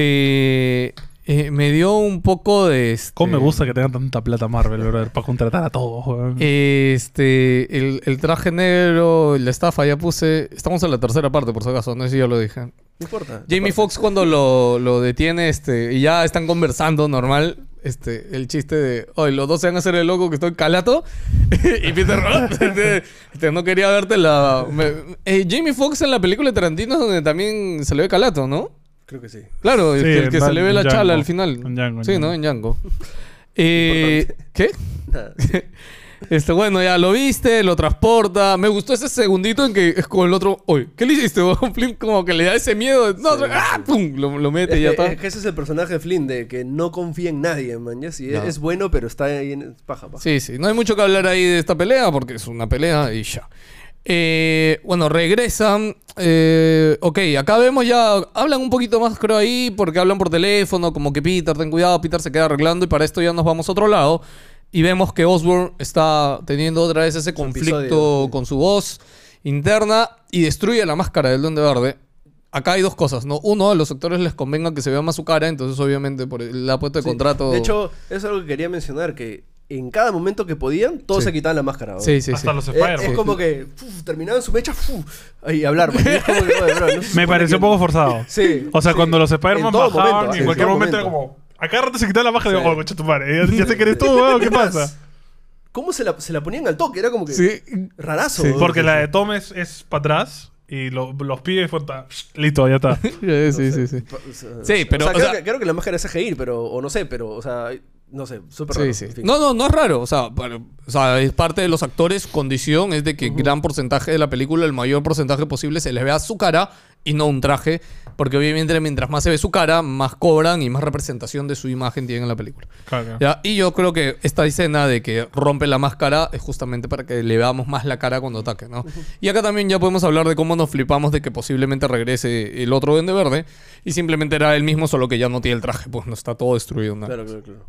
Este. eh, me dio un poco de. Este, ¿Cómo me gusta que tengan tanta plata Marvel, brother? Para contratar a todos, weón. Este. El, el traje negro, la estafa, ya puse. Estamos en la tercera parte, por si acaso, no sé si ya lo dije. No importa. Jamie Foxx, cuando lo, lo detiene, este. Y ya están conversando normal. Este, el chiste de, hoy los dos se van a hacer el loco que estoy calato. *laughs* y Peter Roth, *laughs* este, este, no quería verte la. me- eh, Jamie Foxx en la película de Tarantino, es donde también se le ve calato, ¿no? *laughs* Creo que sí. Claro, Sí, el que, el en que se Dan- le ve la en chala Django. al final. En Django, en sí, ¿no? Django. En Django. Eh, ¿Qué? Nada. Este, bueno, ya lo viste, lo transporta. Me gustó ese segundito en que es con el otro. Oye, ¿qué le hiciste? *laughs* weón?" Flip Como que le da ese miedo. de, No, Sí, ¡ah! ¡Pum! Lo, lo mete Es y ya que- está. es que ese es el personaje de Flynn, de que no confía en nadie, man. ya, sí, No. Es bueno, pero está ahí en paja, paja. Sí, sí. No hay mucho que hablar ahí de esta pelea porque es una pelea y ya. Eh, bueno, regresan. Eh, ok, acá vemos ya. Hablan un poquito más, creo, ahí porque hablan por teléfono. Como que Peter, ten cuidado, Peter se queda arreglando y para esto ya nos vamos a otro lado. Y vemos que Osborn está teniendo otra vez ese conflicto episodio, sí. con su voz interna y destruye la máscara del Duende Verde. Acá hay dos cosas, ¿no? Uno, a los actores les convenga que se vea más su cara, entonces obviamente por el- la puesta de Sí. contrato... De hecho, eso es algo que quería mencionar, que en cada momento que podían, todos Sí. se quitaban la máscara. ¿no? sí, sí, sí. Hasta los Eh, Spider-Man. Es, como que uf, terminaban su mecha uf, y hablar. man. Y es como que, oye, bro, no se supone Me pareció que- un poco forzado. *laughs* Sí. O sea, sí. cuando los Spider-Man En todo bajaban, momento, y sí, en cualquier todo momento, era como. Acá rato se quitaba la baja y digo, oh, coche tu madre, ya, ya sé que *laughs* eres tú, weón, ¿qué pasa? ¿Cómo se la, se la ponían al toque? Era como que Sí. rarazo. Sí. ¿no? Porque la de Tom es, es para atrás y lo- los pibes fue ta- listo, ya *laughs* está. Sí, sí, sí, sí. Pa- o sea, Sí, pero, O sea, o creo, sea- que, creo que la máscara es CGI, pero. O no sé, pero. O sea, no sé, súper Sí, raro. sí. en fin. No, no, no es raro. O sea, para- o sea, es parte de los actores. Condición es de que gran porcentaje de la película, el mayor porcentaje posible, se les vea su cara y no un traje. Porque obviamente mientras más se ve su cara, más cobran y más representación de su imagen tienen en la película. Ah. Claro. ¿Ya? Y yo creo que esta escena de que rompe la máscara es justamente para que le veamos más la cara cuando ataque, ¿no? Y acá también ya podemos hablar de cómo nos flipamos de que posiblemente regrese el otro Duende Verde y simplemente era el mismo, solo que ya no tiene el traje, pues no está todo destruido. ¿no? Claro, claro, claro.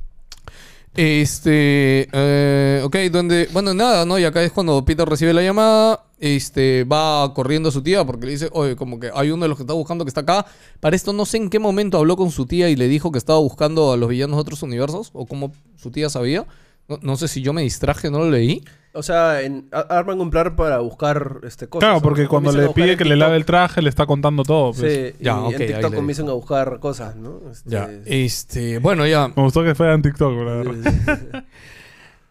Este, eh, ok, donde, bueno, nada, ¿no? Y acá es cuando Peter recibe la llamada, este, va corriendo a su tía porque le dice, oye, como que hay uno de los que está buscando que está acá. Para esto no sé en qué momento habló con su tía y le dijo que estaba buscando a los villanos de otros universos, o como su tía sabía. No, no sé si yo me distraje, no lo leí. O sea, en, a- arman un plan para buscar este, cosas. Claro, ¿no? porque cuando Comienzan a le buscar pide en que le TikTok. lave el traje, le está contando todo. pues. Sí, y Ya, ok, en ahí TikTok le- comienzan a buscar cosas, ¿no? Este, Ya. Este, bueno, ya. Me gustó que fuera en TikTok, la verdad. *laughs*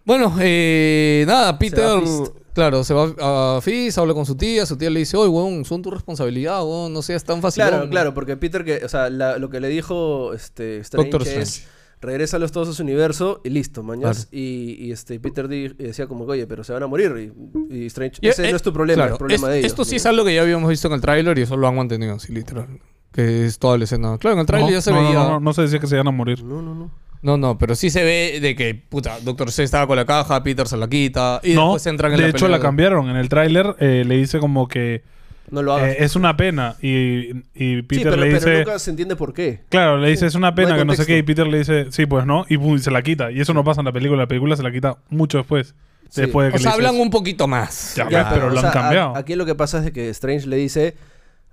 Bueno, eh, nada, Peter. a Fist. Claro, se va a Fizz, habla con su tía, su tía le dice, oye, weón, son tu responsabilidad, weón, no seas tan fácil. Claro, claro, porque Peter, que, o sea, la- lo que le dijo este, Strange Doctor es, Strange. regresa a los todos a su universo y listo, mañas. Y, y, este, Peter di- y decía como, que, oye, pero se van a morir. Y, y Strange, Y, ese eh, no es tu problema, claro, es problema es- de ellos. Esto sí ¿no? es algo que ya habíamos visto en el tráiler y eso lo han mantenido así, literal. Que es toda la escena. Claro, en el tráiler No, ya se no, veía. No, no, no se decía que se iban a morir. No, no, no. No, no, pero sí se ve de que, puta, Doctor C estaba con la caja, Peter se la quita y no, después entran en de la hecho pelea. la cambiaron. En el tráiler eh, le dice como que No lo hagas. eh, es una pena. Y, y Peter sí, pero, le pero dice... nunca se entiende por qué. Claro, le dice, es una pena hay que no sé contexto. qué. Y Peter le dice, sí, pues no. Y pum, y se la quita. Y eso no pasa en la película. La película se la quita mucho después. Sí. Después de que O sea, le dices- hablan un poquito más. Ya, ves, pero o lo han sea, a- cambiado. aquí lo que pasa es que Strange le dice,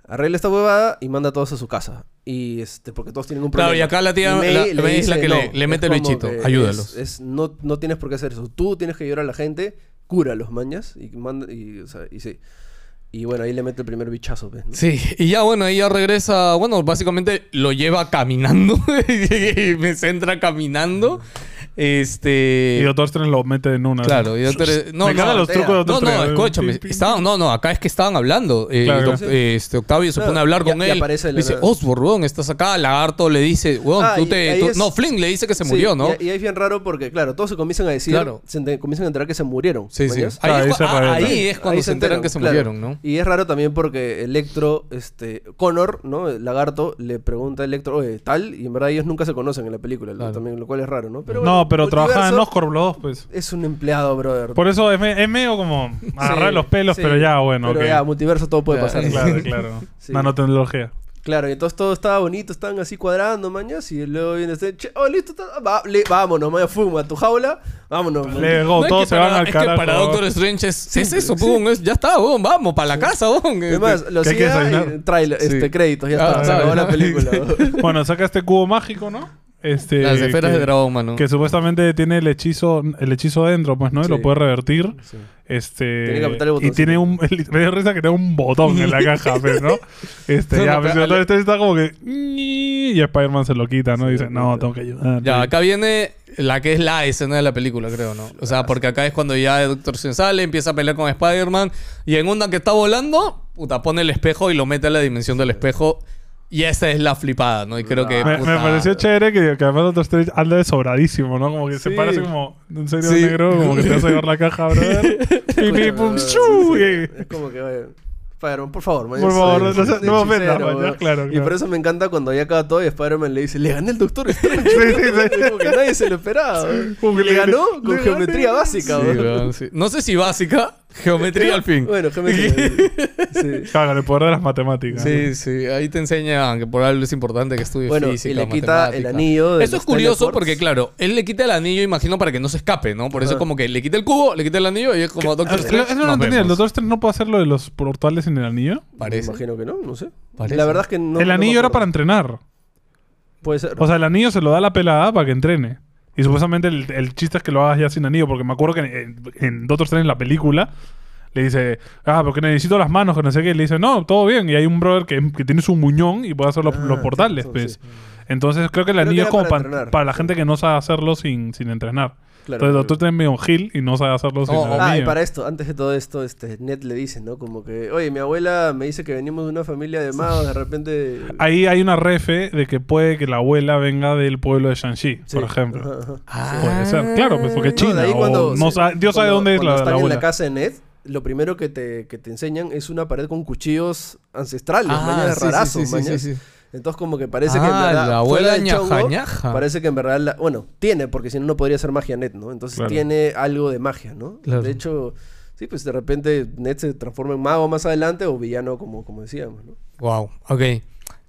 arregla esta huevada y manda a todos a su casa. Y este, porque todos tienen un Claro, problema. y acá la tía- Y May la- May es la que le- le es mete el como bichito, que ayúdalos. Es, es- no, no tienes por qué hacer eso. Tú tienes que ayudar a la gente, cura los mañas y manda, y, o sea, y sí. Y bueno, ahí le mete el primer bichazo, pues, ¿no? Sí, y ya bueno, ella regresa, bueno, básicamente lo lleva caminando *laughs* y me centra caminando. Este... Y Doctor Strange lo mete en una. Claro, y Doctor- no, me no, encantan los Ortega. trucos de Doctor No, no, Strange. ¿eh? escúchame. Pim, pim. Estaban, no, no, acá es que estaban hablando. Eh, Claro, doc- claro. eh, este, Octavio se Claro, pone a hablar y- con y él. aparece de la dice, nada. Osborne, weón, estás acá. Lagarto le dice, weón, Ah, tú y- te. ahí tú- es- No, Flynn le dice que se Sí, murió, ¿no? Y, y ahí es bien raro porque, claro, todos se comienzan a decir, Claro. se ente- comienzan a enterar que se murieron. sí, sí. Ahí, mañas. Claro, es, ahí cu- se ah, revelan. ahí es cuando Ahí se enteran que se claro. murieron, ¿no? Y es raro también porque Electro, este, Connor, ¿no? El lagarto le pregunta a Electro, oye, tal, y en verdad ellos nunca se conocen en la película, lo- Claro. también, lo cual es raro, ¿no? No, pero trabajaban en trabajan Oscorp los dos, pues. Es un empleado, brother. Por eso es, me- es medio como agarrar Sí, los pelos, sí. pero ya, bueno. Pero ok. ya, multiverso todo puede Ya, pasar. *laughs* Claro, claro. Sí. Nanotecnología. Claro, y entonces todo estaba bonito, estaban así cuadrando, mañas, y luego viene este, che, oh, listo, está- va- le- vámonos, maña, fuma, tu jaula, vámonos. maña. Le No go, es todos que se para- van al es carajo. que para Doctor Strange es, es eso, weón, es- ya está, weón, vamos, para la casa, weón. Este, Además, lo ¿Qué hay que hacía desayunar? y trailer, Sí. este, créditos, ya Ah, está, se claro, acabó la ¿no? película. *laughs* Bueno, saca este cubo mágico, ¿no? Este, Las esferas de que- dragón, mano. Que supuestamente tiene el hechizo, el hechizo dentro, pues, ¿no? Y Sí. lo puede revertir. Sí. Este. Tiene que apretar el y botoncito. tiene un. *laughs* me dio risa que tiene un botón en la caja, *laughs* pero ¿no? Este, No, ya, no, pero pero- Doctor Strange está como que. Y Spider-Man se lo quita, ¿no? Y dice, no, tengo que ayudar. Ya, acá viene la que es la escena de la película, creo, ¿no? O sea, porque acá es cuando ya el Doctor Strange sale, empieza a pelear con Spider-Man y en una que está volando, puta, pone el espejo y lo mete a la dimensión del espejo y esa es la flipada, ¿no? Y creo que... Me, me puta, pareció chévere que, que además Doctor Strange anda de sobradísimo, ¿no? Como que se Sí. para así como, en serio, Sí. negro, como que te vas a llevar la *laughs* caja, brother. Pi, pi, Bueno, pum, sí, chu, sí. y- Es como que, oye, Spider-Man, por favor, man, Por yo soy favor, no se- un no me ofendas, hechicero, man, ya, weón. claro, Y claro. por eso me encanta cuando ya acaba todo y Spider-Man le dice, le gané el Doctor Strange. Sí, sí, sí. *laughs* Como que nadie se lo esperaba. weón. Como que Y le le- ganó le con gané. geometría Sí, básica, weón. weón, sí. No sé si básica, Geometría al fin. Bueno, *laughs* geometría. sí. Claro, el poder de las matemáticas. Sí, sí, ahí te enseñan que por algo es importante que estudies Bueno, física. y le quita el matemática. anillo. de Eso los es curioso teleports. porque, claro, él le quita el anillo, imagino, para que no se escape, ¿no? Por eso es como que le quita el cubo, le quita el anillo y es como Doctor Eso Strange. eso Ah, no lo nos entendía. ¿El vemos. Doctor Strange no puede hacer lo de los portales en el anillo? Parece. Me imagino que no, no sé. Parece. La verdad es que no. no el me anillo era acuerdo. para entrenar. Puede ser. O sea, el anillo se lo da a la pelada para que entrene. Y supuestamente el, el chiste es que lo hagas ya sin anillo, porque me acuerdo que en, en Doctor Strange, en la película, le dice, ah, porque necesito las manos, que no sé qué. Y le dice, no, todo bien. Y hay un brother que, que tiene su muñón y puede hacer los, Ah, los portales, sí, pues. sí. Entonces creo que el Creo que anillo era es como para pa- para, entrenar, la sí. gente que no sabe hacerlo sin, sin entrenar. Claro. Entonces Doctor Strange es medio gil y no sabe hacerlo sin Oh, oh. anillo. Ah, y para esto, antes de todo esto, este Ned le dice, ¿no? Como que, oye, mi abuela me dice que venimos de una familia de magos, de repente. Ahí hay una refe de que puede que la abuela venga del pueblo de Shang-Chi, Sí. por ejemplo. Ajá, ajá. Ah. Puede ser, claro, pues porque No, China. de ahí o cuando- no sí, sa- Dios sabe cuando- dónde es cuando la, están la en abuela. la casa de Ned, lo primero que te, que te enseñan es una pared con cuchillos ancestrales, Ah, mañas de sí, sí, rarazo, sí, sí, mañas. sí, sí. Entonces como que parece que en Ah, verdad la fuera abuela del chongo, ñaja, ñaja. parece que en verdad la- bueno, tiene porque si no no podría ser magia Ned, ¿no? Entonces Claro. tiene algo de magia, ¿no? Claro. De hecho, sí, pues de repente Ned se transforma en mago más adelante o villano como como decíamos, ¿no? Wow, ok.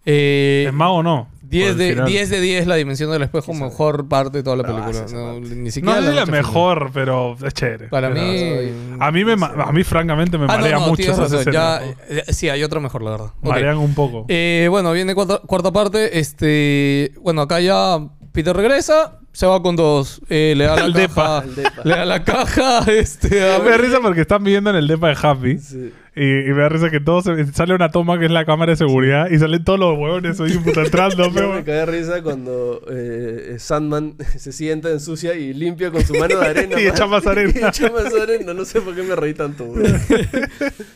Eh, ¿Es mago o no? Por 10 el de, final. 10 de 10 la dimensión del espejo, mejor parte de toda la Bravazo película. esa No, parte. ni No siquiera sé si la noche final. mejor, pero es chévere. Para Pero- mí. A mí, me, ma- a mí francamente, me Ah, no, marea no, mucho tienes esas razón, ya- escenas. eh, sí, hay otra mejor, la verdad. Ok. Marean un poco. Eh, bueno, viene cuarta, cuarta parte. Este, bueno, acá ya Peter regresa, se va con dos. Eh, le da la Al caja, al depa. le da la caja, *laughs* este, a *laughs* me da ver. risa porque están viviendo en el depa de Happy. Sí. Y, y me da risa que todo se- sale una toma que es la cámara de seguridad y salen todos los huevones ahí puta *laughs* entrando. Yo pero- me cae de risa cuando eh, Sandman *laughs* se sienta, ensucia y limpia con su mano *laughs* de arena. Y man. echa más arena. *laughs* Y echa más arena. No sé por qué me reí tanto. bro.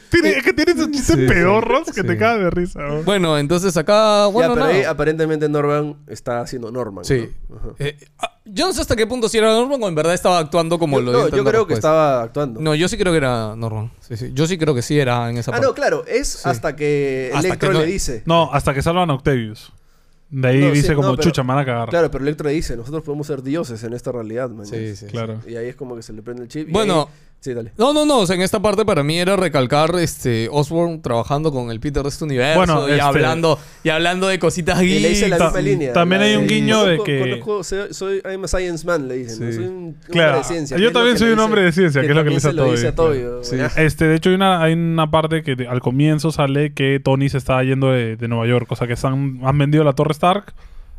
Tiene- es que tiene esos chistes Sí, sí, pedorros que te sí. cagan de risa. weón. Bueno, entonces acá. Bueno, ya, pero nada. ahí aparentemente Norman está haciendo Norman. Sí. ¿no? Ajá. Eh, ah, yo no sé hasta qué punto si era Norman o en verdad estaba actuando como Yo- lo no, intentan yo dar creo que después. estaba actuando. pues. No, yo sí creo que era Norman. Sí, sí. Yo sí creo que sí era en esa ah, parte. no, claro. Es hasta que Hasta Electro que no- le dice. No, hasta que salvan a Octavius. De ahí No, sí, dice como, no, pero- chucha, me van a cagar. Claro, pero Electro le dice, nosotros podemos ser dioses en esta realidad, man. Sí, sí. Claro. Y ahí es como que se le prende el chip. y Bueno. ahí- Sí, dale. No, no, no. O sea, en esta parte para mí era recalcar este Osborn trabajando con el Peter de este universo Bueno, y este- hablando y hablando de cositas Y le dice la geeks. misma línea. también la hay de- un guiño de que- Conozco, soy, soy- I'm a science man, le dicen. ¿no? Sí. Soy un, un Claro, hombre de ciencia. yo que es lo también que soy le un dice- hombre de ciencia, que es lo que le dice a también se Toby, lo dice a Toby. Sí. ¿verdad? Este, de hecho, hay una, hay una parte que de- al comienzo sale que Tony se está yendo de, de Nueva York. O sea, que se han, han vendido la Torre Stark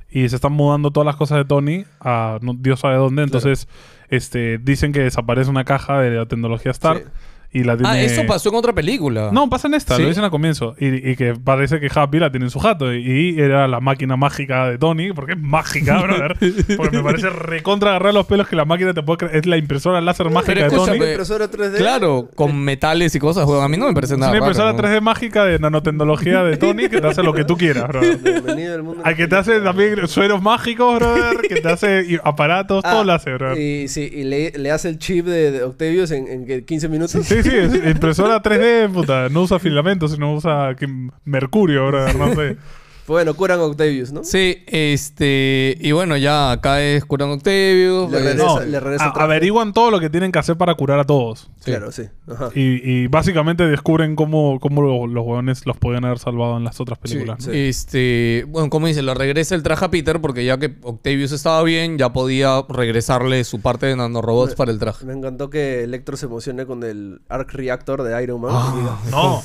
y se están mudando todas las cosas de Tony a no- Dios sabe dónde. Entonces, este, dicen que desaparece una caja de la tecnología Stark y la tiene... Ah, eso pasó en otra película. No, pasa en esta, ¿Sí? lo dicen al comienzo. Y, y que parece que Happy la tiene en su jato. Y, y era la máquina mágica de Tony, porque es mágica, brother. porque me parece recontra agarrar los pelos que la máquina te puede creer. Es la impresora láser mágica de escúchame, Tony. Una impresora 3D. Claro, con metales y cosas, weón. A mí no me parece Es nada. una raro, impresora ¿no? 3D mágica de nanotecnología de Tony que te hace lo que tú quieras, *laughs* bro. Bienvenido al mundo. *laughs* Al que te hace también sueros mágicos, brother. Que te hace y- aparatos, Ah, todo lo hace, brother. Y, sí, y le, le hace el chip de, de Octavius en, en que 15 minutos. Sí, sí, es impresora 3D, puta. No usa filamento, sino usa que- mercurio, brother. No sé. Bueno, curan a Octavius, ¿no? Sí, este. Y bueno, ya acá es Curan Octavio. Le eh, regresa- No, le regresa a- el traje. averiguan todo lo que tienen que hacer para curar a todos. sí. Claro, sí. Ajá. Y, y básicamente descubren cómo, cómo lo- los hueones los podían haber salvado en las otras Sí, películas. ¿no? sí. Este, bueno, como dice, lo regresa el traje a Peter porque ya que Octavius estaba bien, ya podía regresarle su parte de nanorobots para el traje. Me encantó que Electro se emocione con el Arc Reactor de Iron Man. Ah, y diga, No,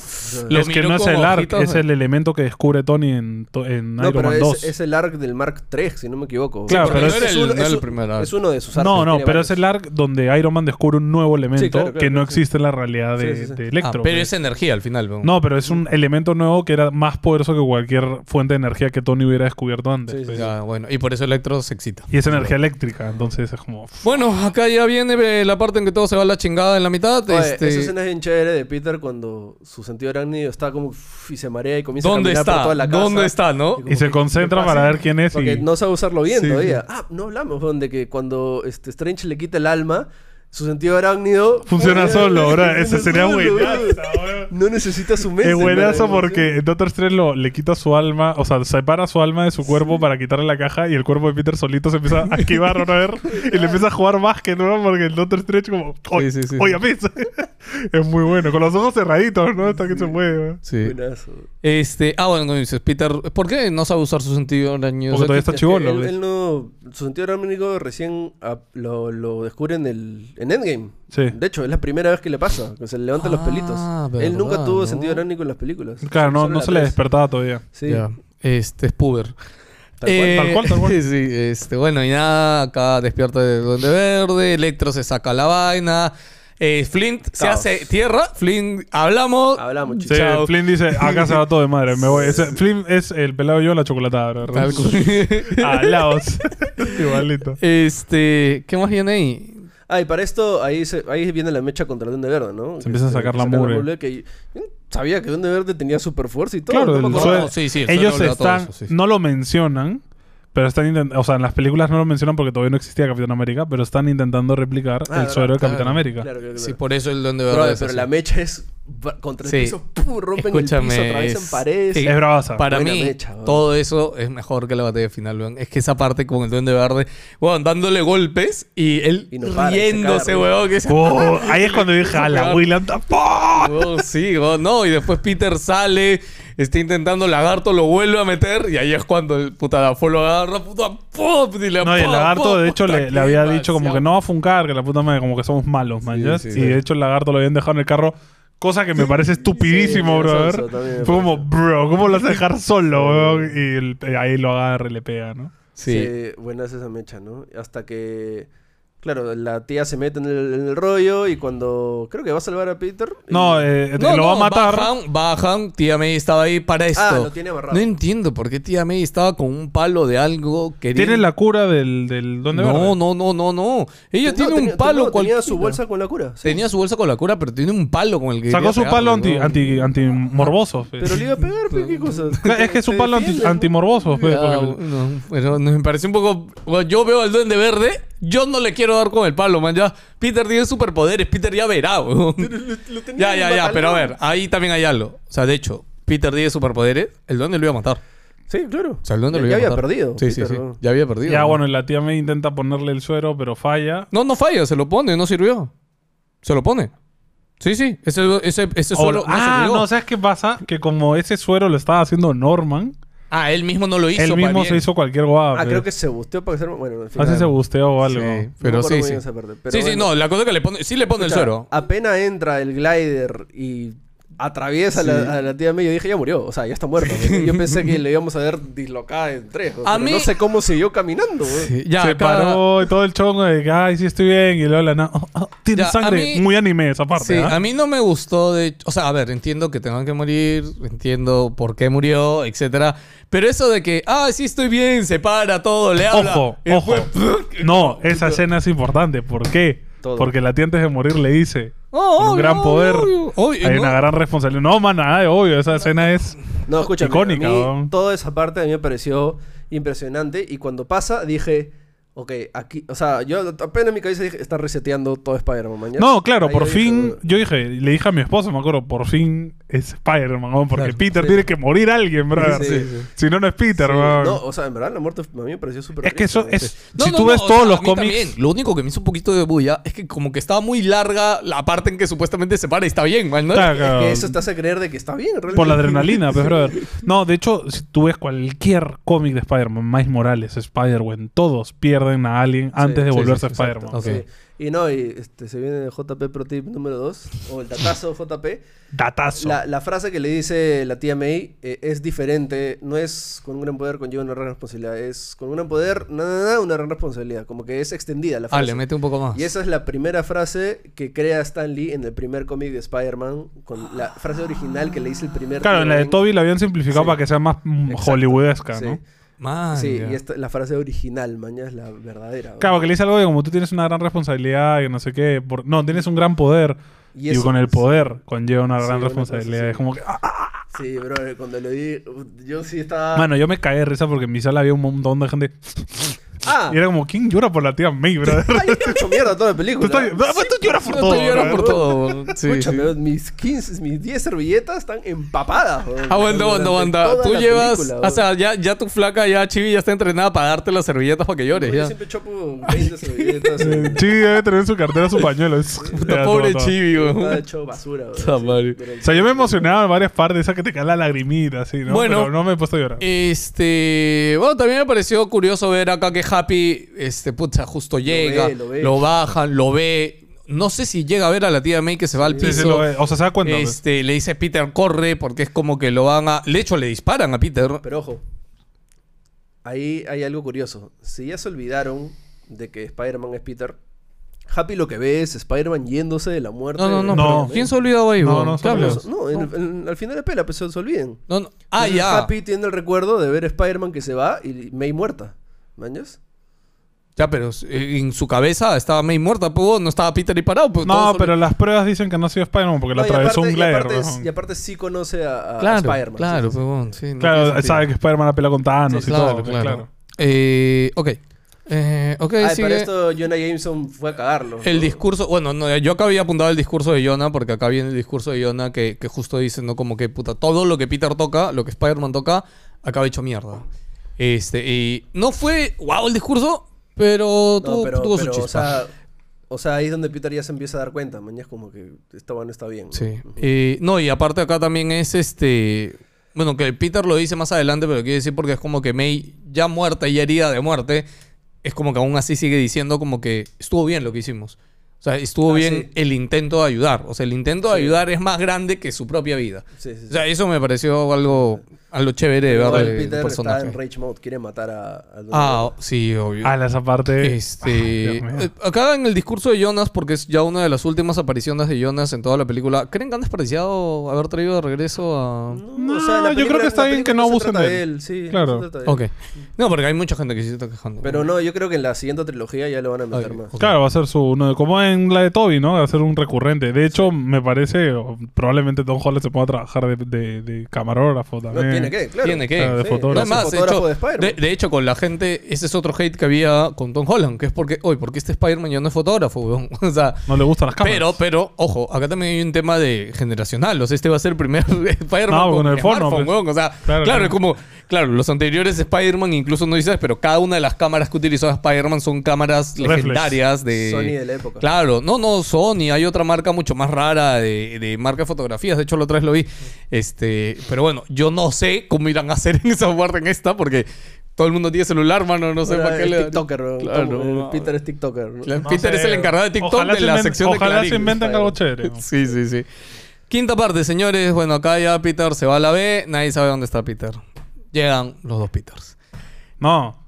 Lo es que miró no es con el arc, ojitos es de- el elemento que descubre Tony en, to- en No, Iron pero Man es, 2. es el arc del Mark III, si no me equivoco. Claro, Porque pero es, no era el- uno, no era es el un- primer arc. es uno de sus arcos. no, no, Pues, tiene pero varios. es el arc donde Iron Man descubre un nuevo elemento claro, claro, que no sí. existe en la realidad de, Sí, sí, sí. de Ah, Electro. pero que- es energía al final, weón. No, pero es un elemento nuevo que era más poderoso que cualquier fuente de energía que Tony hubiera descubierto antes. Sí, sí, pues. Ya, bueno, y por eso Electro se excita. Y es energía eléctrica, entonces es como... Bueno, acá ya viene eh, la parte en que todo se va a la chingada en la mitad. Oye, este, Esa escena es bien chévere de Peter cuando su sentido arácnido está como uff, y se marea y comienza ¿Dónde a caminar por está? toda la casa. ¿Dónde está, no? como Y se que- concentra ¿qué pasa? para ver quién es Porque y... no sabe usarlo bien Sí, todavía. Ah, no hablamos, weón, de que cuando este, Strange le quita el alma, Su sentido arácnido. Funciona solo, *laughs* ahora. Ese Funciona sería solo, buenazo, bro. weón. No necesita Pues, su mente. Es buenazo ¿verdad? porque Doctor Strange lo, le quita su alma, o sea, separa su alma de su cuerpo para quitarle la caja y el cuerpo de Peter solito *laughs* se empieza a esquivar a ver y le empieza a jugar básquet, ¿no? Porque el Doctor Strange como, oye, Sí, sí, sí, oye, pizza. *laughs* es muy bueno, con los ojos cerraditos, ¿no? Hasta que se mueve. weón. Sí. Buenazo. Este, ah, bueno, como dices, Peter, ¿por qué no sabe usar su sentido arácnido? Porque todavía está Pues. Es que chivolo. Él, ¿ves? él no. Su sentido arácnido recién ah, lo, lo descubre en, el, en Endgame. Sí. De hecho, es la primera vez que le pasa, que se le levantan los Ah, pelitos. él verdad, nunca tuvo ¿no? sentido arácnido en las películas. Claro, no, Solo no la se le tres. despertaba todavía. Sí. Ya. Este es puber. Tal Eh, tal cual, tal *laughs* cual. sí, este, bueno, y nada, acá despierta el Duende Verde, Electro se saca la vaina, eh, Flint se Caos. hace tierra, Flint, hablamos. Hablamos, Sí, chicos. Chao. Flynn dice, acá se va todo de *laughs* madre, me voy. Ese- Flynn es el pelado yo en la chocolatada, bro. Tal *laughs* cual. Ah, Laos. *laughs* Igualito. este, ¿qué más viene ahí? Ah, y para esto, ahí, se- ahí viene la mecha contra el Duende Verde, ¿no? Se empieza a Este, sacar la sacan mugre. que yo no sabía que Duende Verde tenía super fuerza y todo. Claro, no me el acordaba. suelo- sí, sí, el Ellos suelo le da todo están, eso, sí, sí. no lo mencionan, pero están intentando, o sea, en las películas no lo mencionan porque todavía no existía Capitán América, pero están intentando replicar Ah, el suero de claro, Capitán América. Claro, claro, Sí, claro. por eso el Duende Bro, Verde. es pero así. la mecha es va- contra el Sí. piso, ¡pum! rompen el piso, Escúchame, atraviesan es- paredes. sí. Es bravaza. Para Buena mí, mecha, weón. todo eso es mejor que la batalla final, weón. Es que esa parte con el Duende Verde, weón, dándole golpes y él Y no para, y se caga riéndose, de weón. Que es- Oh, ahí es cuando dije, a la Claro. Willan Weón, Oh, sí, weón, no. Y después Peter sale, está intentando, Lagarto lo vuelve a meter y ahí es cuando el puta Dafo lo agarra, puta, pop, y le No, y el pop, lagarto, pop, de hecho, puta, le, qué le había dicho como que demasiado. no va a funcar, que la puta madre, como que somos malos, man. ¿ya? sí, y sí. de hecho, el lagarto lo habían dejado en el carro, cosa que me parece estupidísimo, sí, brother. eso también me Fue parece. como, bro, ¿cómo lo vas a dejar solo, weón? Y el- eh, ahí lo agarra y le pega, ¿no? Sí. Sí, buena es esa mecha, ¿no? Hasta que. Claro, la tía se mete en el, en el rollo y cuando. Creo que va a salvar a Peter. y- Ah, No, eh, No, lo va a no, matar. Bajan, bajan. Tía May estaba ahí para esto. Ah, lo tiene amarrado. No entiendo por qué Tía May estaba con un palo de algo que Tiene la cura del, del Duende Verde. No, no, no, no, no. Ella No, tiene tenía- un palo no, cualquiera. Tenía su bolsa con la cura. sí. Tenía su bolsa con la cura, pero tiene un palo con el que. Sacó quería su pegarle, palo anti, weón. anti, anti morboso. Pero le iba a pegar, *laughs* pe, ¿qué cosa? *laughs* Es que es su Te palo anti, defienden, ¿no? antimorboso, fe, Ah, Pues, porque- no, pero me pareció un poco. bueno, Yo veo al duende verde, yo no le quiero dar con el palo, man. Ya, Peter tiene superpoderes, Peter ya verá, *laughs* weón. Lo Ya, tenía en ya, el ya, batallón. pero a ver, ahí también hay algo. O sea, de hecho, Peter tiene superpoderes, el duende lo iba a matar. Sí, claro. O sea, el duende Ya- lo ya iba a había matar. perdido. Sí, sí, Peter, sí. ¿no? Ya había perdido. Ya, ¿no? bueno, y la tía me intenta ponerle el suero, pero falla. No, no falla, se lo pone, no sirvió. Se lo pone. Sí, sí, ese, ese, ese Ahora- suelo no ah, sirvió. no, ¿sabes qué pasa? Que como ese suero lo estaba haciendo Norman, Ah, él mismo no lo hizo. él pa' mismo bien. se hizo cualquier guapa. Ah, creo que se busteó para hacer. Bueno, Ah, en fin. Así nada. se busteó o algo. Sí, No me pero acuerdo sí, muy sí. bien esa parte, pero sí, sí, bueno. no, la cosa que le pone, sí le pone Escucha, el ah, suero. Apenas entra el glider y atraviesa la- a la tía May, yo dije, ya murió. O sea, ya está muerta. yo pensé que le íbamos a ver dislocada en tres. A pero mí- No sé cómo siguió caminando. güey. Sí, ya, se acá- paró y todo el chongo de que, ay, sí estoy bien. Y luego la na- *laughs* oh, oh, tiene Ya, a sangre. mí- Muy anime esa Sí, parte. ¿ah? a mí no me gustó de, o sea, a ver, entiendo que tengan que morir, entiendo por qué murió, etcétera, pero eso de que, ah, sí estoy bien, se para todo, le habla. Eh, Ojo, y ojo. *laughs* después- No, esa escena es importante. ¿Por qué? Todo. Porque la tía antes de morir le dice: Oh, "Con un obvio, gran obvio, poder. obvio. Obvio, hay ¿no? una gran responsabilidad. No, man, nada, obvio. Esa escena es. No, escucha, Icónica, a mí ¿no? toda esa parte a mí me pareció impresionante y cuando pasa dije, ok, aquí, o sea, yo apenas en mi cabeza dije, está reseteando todo Spider-Man mañana. No, claro, Ahí por yo fin. dije, Yo dije, le dije a mi esposa, me acuerdo, por fin es Spider-Man, weón, porque Claro. Peter Sí. tiene que morir alguien, brother. Sí, sí. Si no, no es Peter, sí, weón. No, o sea, en verdad la muerte a mí me pareció súper es que eso realista, es. No, si no, tú no, ves o todos sea, los a mí también. cómics. Lo único que me hizo un poquito de bulla es que como que estaba muy larga la parte en que supuestamente se para y está bien, man, ¿no? claro, ¿no? claro, Es que eso te hace creer de que está bien, realmente. *laughs* um, Por la adrenalina, pues, brother. No, de hecho, si tú ves cualquier cómic de Spider-Man, Miles Morales, Spider-Man, todos pierden a alguien antes de sí, volverse sí, exacto. Spider-Man. Ok. Sí. Y no, y este, se viene el JP Pro Tip número 2, o el datazo JP. Datazo. La, la frase que le dice la tía May eh, es diferente, no es con un gran poder conlleva una gran responsabilidad, es con un gran poder, nada, nada, una gran responsabilidad, como que es extendida la Ah, frase. le mete un poco más. y esa es la primera frase que crea Stan Lee en el primer cómic de Spider-Man, con la frase original que le dice el primer... Claro, en la de todo Toby la habían simplificado Sí. para que sea más mm, Exacto. hollywoodesca, ¿no? Ah, Man, Sí, ya. y esta, la frase original, mañana es la verdadera. ¿no? Claro, que le dice algo de como tú tienes una gran responsabilidad y no sé qué. por- No, tienes un gran poder. Y Y, eso- con el poder conlleva una gran una cosa así. responsabilidad. Es como que. ah, ah. Sí, bro, cuando lo vi, yo sí estaba... Mano, yo me caí de risa porque en mi sala había un montón de gente. Ah, *laughs* nada. Y era como, ¿quién llora por la tía May, brother? *laughs* Ay, yo he hecho mierda toda la Tú, película. estás- Ah, pues tú lloras por No, todo. te lloras brother. por todo. weón. Sí. *laughs* Escúchame, mis 15, mis 10 servilletas están empapadas. weón. Aguanta, aguanta, Durante aguanta. toda Tú la llevas. película, o weón. sea, ya, ya tu flaca, ya Chibi, ya está entrenada para darte las servilletas para que llores. Yo Ya. siempre chopo 20 *laughs* servilletas. Eh, weón. Chibi debe tener en su cartera su pañuelo. Es- Puta, Ya, pobre todo, todo. Chibi, weón. Estaba hecho basura, weón, Puta sí, madre. durante O sea, yo me emocionaba en varias partes, esa que te cae la lagrimita, así, ¿no? Bueno. eh, Pero no me he puesto a llorar. Este. Bueno, también me pareció curioso ver acá que Happy, este, puta, justo llega, ve, lo, lo ve. bajan, lo ve. No sé si llega a ver a la tía May que se va al Sí, piso. sí, lo ve. O sea, ¿se da cuenta? pues? Este, le dice Peter, corre, porque es como que lo van a. De hecho, le disparan a Peter. Pero ojo, ahí hay algo curioso. Si ya se olvidaron de que Spider-Man es Peter, Happy lo que ve es Spider-Man yéndose de la muerte. No, no, no. de- No. pero ¿Quién se ha olvidado ahí, No, weón? no, ¿Qué hablas? No, en- en- al final de pela, pues se se olviden. No, no. Ah, Entonces, ya. Happy tiene el recuerdo de ver Spider-Man que se va y May muerta. ¿Mañas? Ya, pero eh, en su cabeza estaba May muerta, pues, weón, no estaba Peter y parado. Pues, No, todos- pero las pruebas dicen que no ha sido Spider-Man porque la No, y atravesó aparte- un y glare. aparte, ¿no? y aparte sí conoce a, a Claro, Spider-Man. claro, sí, sí, pues, weón, sí, no tiene Claro, sentido. sabe que Spider-Man la pelea con Thanos Sí, y claro, todo. pues, claro. claro. Eh, ok. Eh, ok, sí. Ay, para sigue. esto Jonah Jameson fue a cagarlo. El ¿no? discurso, bueno, no, yo acá había apuntado el discurso de Jonah, porque acá viene el discurso de Jonah que, que justo dice, ¿no? Como que puta, todo lo que Peter toca, lo que Spider-Man toca, acaba hecho mierda. Este, y no fue wow el discurso, pero, No, tuvo, pero, tuvo su pero, o, chispa. sea, o sea, ahí es donde Peter ya se empieza a dar cuenta. Mañana es como que esta no está bien. ¿no? Sí. Eh, no, y aparte acá también es este. Bueno, que Peter lo dice más adelante, pero quiero decir porque es como que May, ya muerta y herida de muerte, es como que aún así sigue diciendo como que estuvo bien lo que hicimos. O sea, estuvo Ah, bien sí. el intento de ayudar. O sea, el intento de ayudar es más grande que su propia vida. Sí, sí, sí. O sea, eso me pareció algo, algo chévere de Pero ver el del Peter está en personaje. rage mode, quiere matar a, a Don Ah, Diego. sí, obvio. Ah, esa parte. Este, Ah, Dios mío. eh, acá en el discurso de Jonas, porque es ya una de las últimas apariciones de Jonas en toda la película, ¿creen que han despreciado haber traído de regreso a...? Mm. No, en la yo creo película- que está en la bien que película no se abusen trata de él. sí, no Claro. se trata de él. Ok. No, porque hay mucha gente que sí se está quejando. Pero no, yo creo que en la siguiente trilogía ya lo van a meter Ok, más. ok. Claro, va a ser su uno de- como en la de Toby, ¿no? Va a ser un recurrente. De hecho, me parece, o probablemente Don Holland se pueda trabajar de, de- de camarógrafo No también. tiene que, claro. Eh, Tiene que. Claro, de Sí, fotógrafo. No, es es más, de fotógrafo hecho, de de, Spider-Man. de hecho, con la gente, ese es otro hate que había con Tom Holland, que es porque, oye, ¿por qué este Spider-Man ya no es fotógrafo? weón?" *laughs* O sea, No le gustan las cámaras. pero, pero, ojo, acá también hay un tema de generacional. O sea, este va a ser el primer *laughs* Spider-Man No, con con el smartphone, fono, pues. weón. O sea, claro, Claro, claro. es como, claro, los anteriores Spider-Man incluso no dices, pero cada una de las cámaras que utilizó Spider-Man son cámaras Reflex. legendarias de... Sony de la época. Claro, no, no, Sony, hay otra marca mucho más rara de, de marca de fotografías, de hecho la otra vez lo vi. Este, pero bueno, yo no sé cómo irán a hacer *laughs* en esa guarda en esta, porque todo el mundo tiene celular, mano, no sé Ahora para qué es le... TikToker, weón. Claro, Tom- no. el Peter es TikToker. ¿no? Claro, No Peter sé, es el encargado de TikTok ojalá de se la inven- sección de Ojalá Clarín. se inventen algo chévere. Sí, sí, sí. Quinta parte, señores. Bueno, acá ya Peter se va a la B. Nadie sabe dónde está Peter. Llegan los dos Peters. No.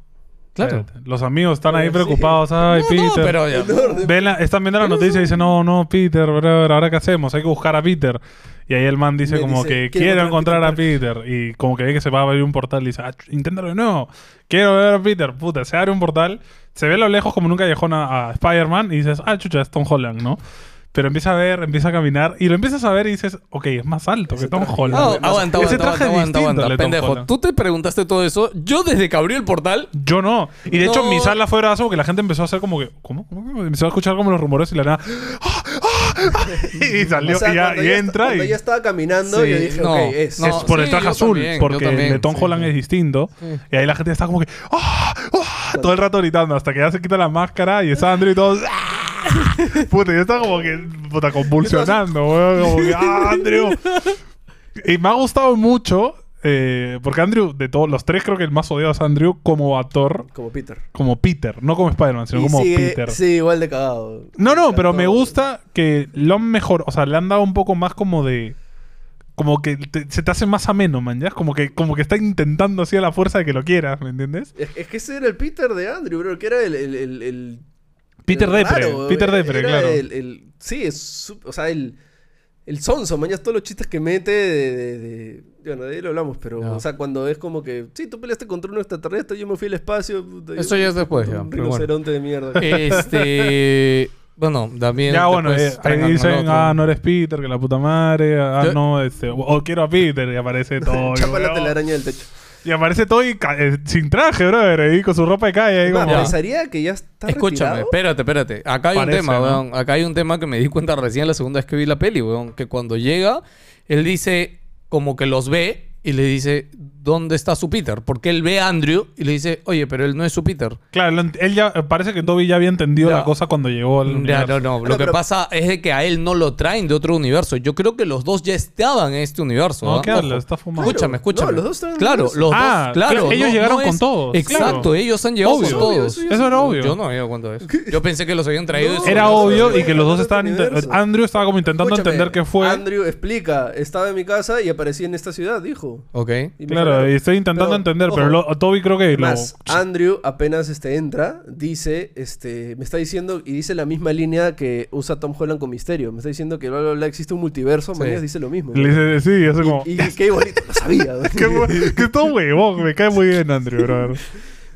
Claro. Espérate, Los amigos están ahí Sí. preocupados. Ay, No, Peter. no, pero ya. Ven la- están viendo la noticia y dicen, no, no, Peter, brother, ¿ahora qué hacemos? Hay que buscar a Peter. Y ahí el man dice Me como dice, que "Quiero quiero encontrar encontrar a a Peter. Y como que ve que se va a abrir un portal y dice, ah, ch- inténtalo de nuevo. Quiero ver a Peter. Puta, se abre un portal. Se ve a lo lejos como nunca callejón a, a Spider-Man y dices, ah, chucha, es Tom Holland, ¿no? Pero empieza a ver, empieza a caminar y lo empiezas a ver y dices, ok, es más alto que Tom Holland. No, aguanta, aguanta, Ese aguanta, traje es aguanta, distinto aguanta. al de Tom Pendejo, Holland. tú te preguntaste todo eso. Yo desde que abrió el portal... Yo no. Y de hecho, No. mi sala fue brazo porque la gente empezó a hacer como que. ¿Cómo? ¿Cómo? Empezó a escuchar como los rumores y la nada. *laughs* ¡Ah! ¡Ah! ¡Ah! y salió O sea, y, ya- cuando y ya- entra. Cuando Y ya es estaba caminando, Sí, yo dije, no, ok, es. no. por el Sí, traje yo azul. también, yo porque el de también, Tom sí, Holland sí. es distinto. Y ahí la gente está como que. ¡Ah! ¡Ah! Todo el rato gritando. Hasta que ya se quita la máscara y está Andrew y todos. ¡Ah! *laughs* Puta, yo estaba como que. Puta, convulsionando, weón. Como que. *laughs* ¡Ah, Andrew! Y me ha gustado mucho. eh, porque Andrew, de todos los tres, creo que el más odiado es Andrew como actor. Como Peter. como Peter, no como Spider-Man, sino Y como sigue- Peter. Sí, igual de cagado. No, no, pero me Todo. gusta que lo han mejor, o sea, le han dado un poco más como de como que te- se te hace más ameno, man, ya, como que como que está intentando así a la fuerza de que lo quieras, ¿me entiendes? Es, es que ese era el Peter de Andrew, bro, que era el... el, el, el- Peter el Depre, raro, Peter eh, era Depre, claro. el- el- sí, es su- o sea, el, el sonso, mañas todos los chistes que mete de... de, de- bueno, de ahí lo hablamos, pero... No. O sea, cuando es como que... Sí, tú peleaste contra un extraterrestre, yo me fui al espacio... puta, yo- Eso ya es después, ya. Un pero bueno. rinoceronte de *laughs* mierda. Eh, *laughs* Este... Bueno, también... Ya bueno, después eh, ahí traen al dicen, otro. ah, no eres Peter, que la puta madre, ah, Yo- *laughs* no, este, o, o quiero a Peter y aparece todo. y Chapa la weón. telaraña del techo. Y aparece Toy ca- eh, sin traje, brother. Ahí con su ropa de calle. Ahí Es más, Eh, como, Ya. pensaría que ya está Escúchame, retirado. espérate, espérate. Acá hay Parece, un tema, ¿no? weón. Acá hay un tema que me di cuenta recién la segunda vez que vi la peli, weón. Que cuando llega, él dice, como que los ve y le dice, ¿dónde está su Peter? Porque él ve a Andrew y le dice, oye, pero él no es su Peter. Claro, lo ent- él ya parece que Toby ya había entendido Ya. la cosa cuando llegó al Ya, universo. no, no. Lo Bueno, que pero- pasa es de que a él no lo traen de otro universo. Yo creo que los dos ya estaban en este universo. No, ¿ah? ¿qué hablas? Ojo. Está fumado. Escúchame, Claro. escúchame. No, los dos estaban en el Claro, universo. los Ah, dos. Claro, claro, ellos no- llegaron no con es- todos, Exacto, claro. ellos han llegado Obvio. con todos. Obvio, Eso era obvio. Yo no había cuánto es. Yo pensé que los habían traído. de su Era universo. obvio y Universo, que los dos otro estaban... inte- universo. Andrew estaba como intentando Escúchame, entender qué fue. Andrew explica, estaba en mi casa y aparecí en esta ciudad, dijo. Ok. Y me Claro, jalaron. y estoy intentando Pero, entender, pero ojo, lo- Toby creo que lo... Más, Andrew apenas este, entra, dice, este, me está diciendo, y dice la misma línea que usa Tom Holland con Misterio. Me está diciendo que bla, bla, bla, existe un multiverso, Sí. manías dice lo mismo. Le dice, sí, hace como... Y qué bonito, lo *laughs* sabía. güey. Qué, bu- qué todo huevón, me cae muy bien Andrew, brother.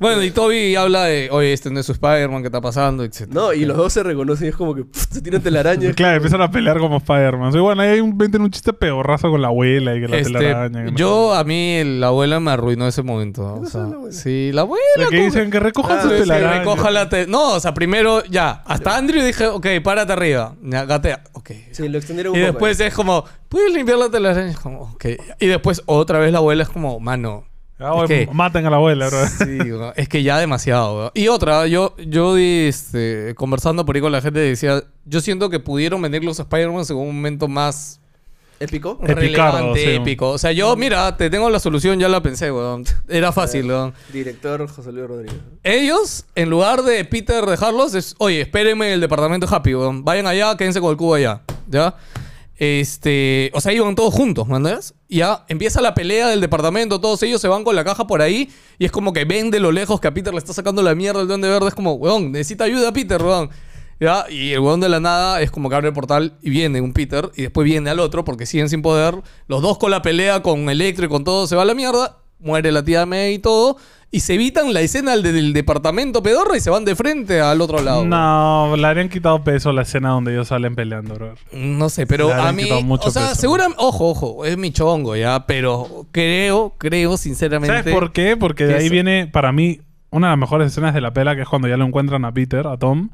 Bueno, y Toby habla de, oye, este no es su Spider-Man, ¿qué está pasando? Etcétera. *laughs* No, y los dos se reconocen y es como que pf, se tiran *laughs* telaraña. Claro, empiezan a pelear como Spider-Man. O sea, bueno, ahí hay un, venden un chiste pedorrazo con la abuela y que la Este, telaraña. que no- yo, a mí, el- la abuela me arruinó ese momento. o sea, sí, la abuela. La que como- dicen que recojan Ah, sus sí, Sí, telarañas. recoja la te- No, o sea, primero ya. Hasta Andrew dije, ok, párate arriba. Ya, gatea. Ok. Sí, lo extendieron un Y poco. después es como, ¿puedes limpiar la telaraña? Es como, ok. Y después otra vez la abuela es como, mano. Ah, oye, es que- Matan a la *laughs* abuela, brother. Sí, weón. es que ya demasiado. weón. Y otra, yo, yo di, este, conversando por ahí con la gente decía, yo siento que pudieron venir los Spider-Man en un momento más ¿Épico? Epicardo, relevante, sí, weón. épico. O sea, yo, mira, te tengo la solución, ya la pensé, weón. Era fácil, weón. Director José Luis Rodríguez. Ellos, en lugar de Peter dejarlos, es, oye, espérenme en el departamento Happy, weón. Vayan allá, quédense con el cubo allá, ¿ya? Este, o sea, iban todos juntos, ¿me entiendes? Y Ya empieza la pelea del departamento, todos ellos se van con la caja por ahí y es como que ven de lo lejos que a Peter le está sacando la mierda el duende verde, es como, weón, necesita ayuda Peter, weón. ¿Ya? Y el weón de la nada es como que abre el portal y viene un Peter y después viene al otro porque siguen sin poder. Los dos con la pelea, con Electro y con todo, se va a la mierda. Muere la tía May y todo. Y se evitan la escena del, del departamento pedorra y se van de frente al otro lado. No, le habrían quitado peso a la escena donde ellos salen peleando, brother. No sé, pero Le habrán a mí. quitado mucho O sea, peso. seguramente. Ojo, ojo, es mi chongo ya, pero creo, creo sinceramente. ¿Sabes por qué? Porque de que ahí es- viene, para mí, una de las mejores escenas de la pela, que es cuando ya lo encuentran a Peter, a Tom,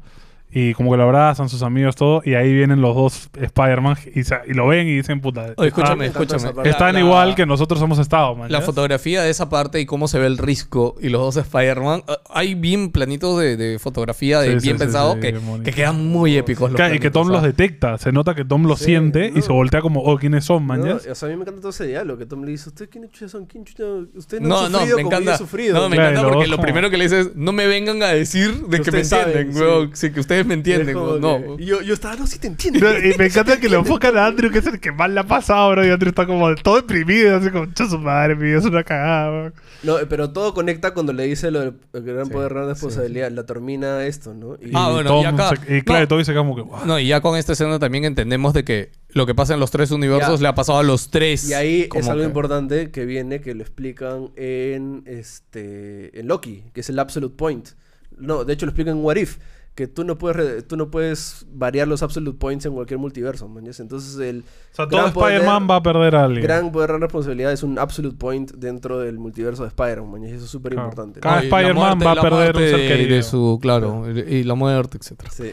y como que lo abrazan sus amigos, todo, y ahí vienen los dos Spider-Man y, sa- y lo ven y dicen, puta, Oye, escúchame, Ah, escúchame. están están La- igual que nosotros hemos estado, man. La ¿ya? fotografía de esa parte y cómo se ve el risco y los dos Spider-Man. ah, Hay bien planitos de, de fotografía, de Sí, sí, bien sí, pensados, sí, bien que, bonito. que quedan muy épicos. los Claro, y que Tom los planitos, detecta, se nota que Tom lo Sí, siente y no. se voltea como, oh, ¿quiénes son, man? No, ya? o sea, a mí me encanta todo ese diálogo que Tom le dice, ¿ustedes quiénes chucha son? ¿Quién chucha? Ustedes no, No, han no, sufrido me como yo he encanta. sufrido. No, me Claro, encanta porque lo ojo. primero que le dices es no me vengan a decir de que, me ustedes saben, entienden, sí. weón. Sí, que ustedes me Y es entienden, como weón. No. que- y yo, yo estaba, no, sí te entiendo. *laughs* No, y me encanta que lo enfocan a Andrew, que es el que más la ha pasado, bro. Y Andrew está como todo deprimido, así como, "Chu, su madre, mi vida es una cagada, bro". No, pero todo conecta cuando le dice lo del el gran Sí, poder, gran responsabilidad. La termina esto, ¿no? Y, Ah, y bueno, Tom y acá- se- y claro, no. todo dice como que, "Wow". No, y ya con esta escena también entendemos de que lo que pasa en los tres universos Ya. le ha pasado a los tres. y ahí es como algo que- importante que viene, que lo explican en, este, en Loki, que es el Absolute Point. No, de hecho lo explican en What If, que tú no puedes, re- tú no puedes variar los Absolute Points en cualquier multiverso, ¿me entiendes? Entonces el O sea, todo gran poder- Spider-Man va a perder a alguien. gran poder, gran responsabilidad es un Absolute Point dentro del multiverso de Spider-Man, ¿me entiendes? Eso es súper Claro. importante. Cada No, y la Spider-Man muerte- va a la perder un muerte ser de- querido. de su, claro, y la muerte, etcétera. Sí.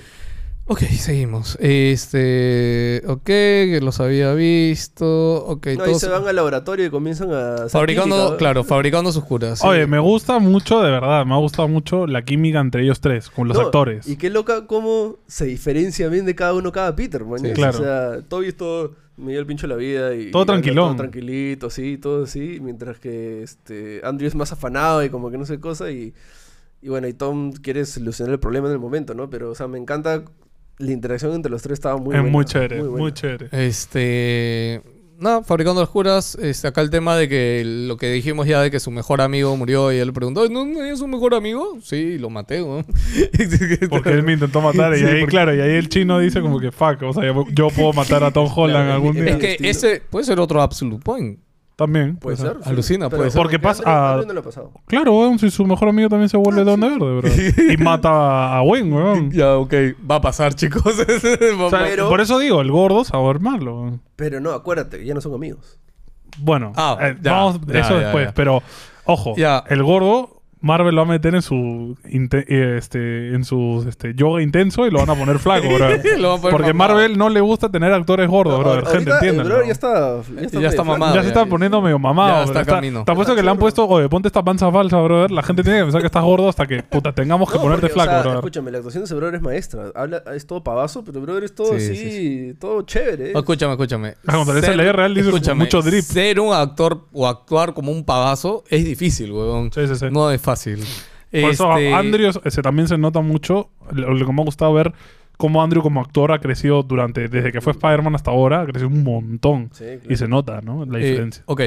Ok, seguimos. Este, ok, que los había visto. Ok, No, ahí todos se van al laboratorio y comienzan a... hacer fabricando, química. claro, fabricando sus curas. sí. Oye, me gusta mucho, de verdad, me ha gustado mucho la química entre ellos tres, con los No, actores. Y qué loca cómo se diferencia bien de cada uno cada Peter, man. Sí, claro. O sea, Toby es todo medio el pincho de la vida y y Todo anda tranquilón. todo tranquilito, así, todo así, mientras que este Andrew es más afanado y como que no sé cosa y y bueno, y Tom quiere solucionar el problema en el momento, ¿no? Pero o sea, me encanta la interacción entre los tres estaba muy es buena, muy chévere, muy, buena. *laughs* chévere. Este. No, fabricando las curas. Este, acá el tema de que lo que dijimos ya de que su mejor amigo murió y él preguntó, ¿no no es su mejor amigo? Sí, lo maté, ¿no? *laughs* Porque él me intentó matar y Sí, ahí, porque- claro, y ahí el chino dice como que, fuck, o sea, yo, yo puedo matar a Tom Holland *laughs* Claro, eh, algún es día. Es que ese puede ser otro absolute point. También. Puede ser. sí. Alucina, Pero- puede ser. Porque pasa- Andrew- ah. Andrew no lo ha pasado. Claro, weón, si su mejor amigo también se Ah, vuelve Don Verde, bro. Y mata a Gwen, *laughs* weón. Ya, ok. Va a pasar, chicos. *laughs* Mm. O sea, Pero- Por eso digo, el gordo sabe armarlo. weón. Pero no, acuérdate, ya no son amigos. Bueno, Ah, eh, ya, vamos, ya, eso ya, después, ya. pero Ojo, Ya. el gordo, Marvel lo va a meter en su inte- eh, este, en su este, yoga intenso y lo van a *laughs* poner flaco, bro. Lo van a poner Porque mamado. eh, Marvel no le gusta tener actores gordos, bro. Ahorita Oh, Gente, el entiendan. brother bro. ya está. Ya está, Ya medio está flaco. mamado, Ya se está poniendo medio mamado. Ya bro. está Está- camino. Te apuesto que le han puesto, oye, ponte esta panza falsa, brother. La gente tiene que pensar que estás gordo hasta que, puta, tengamos que No, ponerte porque, o flaco, sea, brother. Escúchame, la actuación de ese brother es maestra. Habla, es todo pavazo, pero brother es todo Sí, así, sí, todo chévere. Oh, Escúchame, escúchame. Ah, cuando lees Ser- el ley real dice escúchame, mucho drip. Ser un actor o actuar como un pavazo es difícil, huevón. Sí, sí, sí. No es fácil. Por eso Este, a Andrew se- también se nota mucho. Lo lo que me ha gustado ver cómo Andrew como actor ha crecido durante, desde que fue Spider-Man hasta ahora, ha crecido un montón. Sí, claro. Y se nota, ¿no? La eh, diferencia. ok.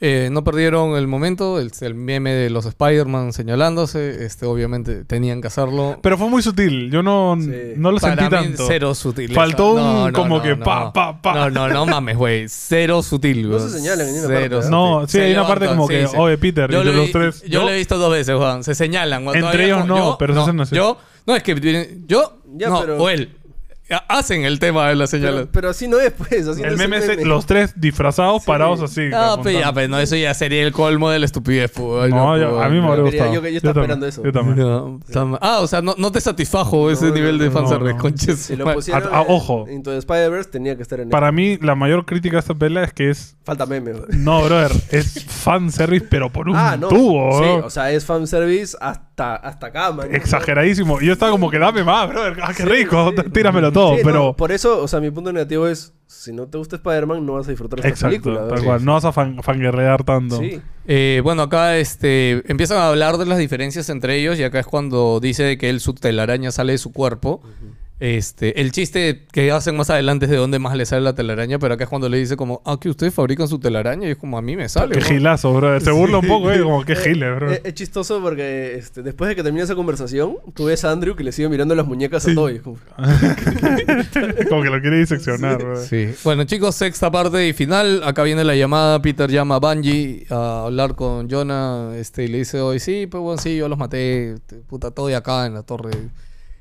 Eh, no perdieron el momento, el, el meme de los Spider-Man señalándose. Este, obviamente tenían que hacerlo. Pero fue muy sutil. Yo no, Sí. no lo Para sentí mí, tanto. cero sutil. Faltó un como que pa, pa, pa. No, no, no mames, güey. Cero sutil, No se weón. señalan en ninguna Cero parte, ¿eh? No, sutil. sí, hay Se una parte levantan, como sí, que, sí. oye, Peter, Yo y de lo, los he- tres. yo yo- lo he visto dos veces, Juan. Se señalan. Juan. Entre Todavía ellos como- no, yo- pero se hacen así. Yo, no, es que vienen- yo, Ya, no, pero- o él. Ha- Hacen el tema de las señales. pero, pero así no es, pues. Así no El es meme es los tres disfrazados, parados así. no, apuntando. pero ya, pues, no, eso ya sería el colmo de la estupidez, pues. No, yo- a mí me habría Yo quería- gustado. yo que- yo estaba también, esperando eso. Yo también. *laughs* No, está mal. Ah, o sea, no, no te satisfajo ese No, nivel de no, fanservice, no. conches. Si lo Bueno, pusieran a- a- ojo. en tu Spider-Verse tenía que estar en Para mí, la mayor crítica a esta pelea es que es. Falta meme. güey. No, brother, *laughs* es fanservice, pero por un Ah, no. tubo, sí, bro. o sea, es fanservice hasta, hasta acá, man. Exageradísimo. Y yo estaba como que dame más, brother. Ah, qué rico. sí. Tíramelo todo. Sí, no, pero. por eso, o sea, mi punto negativo es: si no te gusta Spider-Man, no vas a disfrutar esta Exacto, película. tal ¿verdad? cual. No vas a fan- fanguerrear tanto. Sí. Eh, bueno, acá este, empiezan a hablar de las diferencias entre ellos y acá es cuando dice que el su telaraña sale de su cuerpo. Este, el chiste que hacen más adelante es de dónde más le sale la telaraña, pero acá es cuando le dice como, ah, que ustedes fabrican su telaraña y es como, a mí me sale. Qué ¿no?". gilazo, brother. Se burla *laughs* un poco, eh. *laughs* Como qué giles, bro. Es, es chistoso porque este, después de que termina esa conversación, tú ves a Andrew que le sigue mirando las muñecas a Toby. como- *laughs* "Ah, como que lo quiere diseccionar, bro. *laughs* Sí. Bueno, chicos, sexta parte y final. Acá viene la llamada. Peter llama a Bungie a hablar con Jonah. Este, y le dice hoy, sí, pues bueno, sí, yo los maté. Este, Puta, estoy acá en la torre.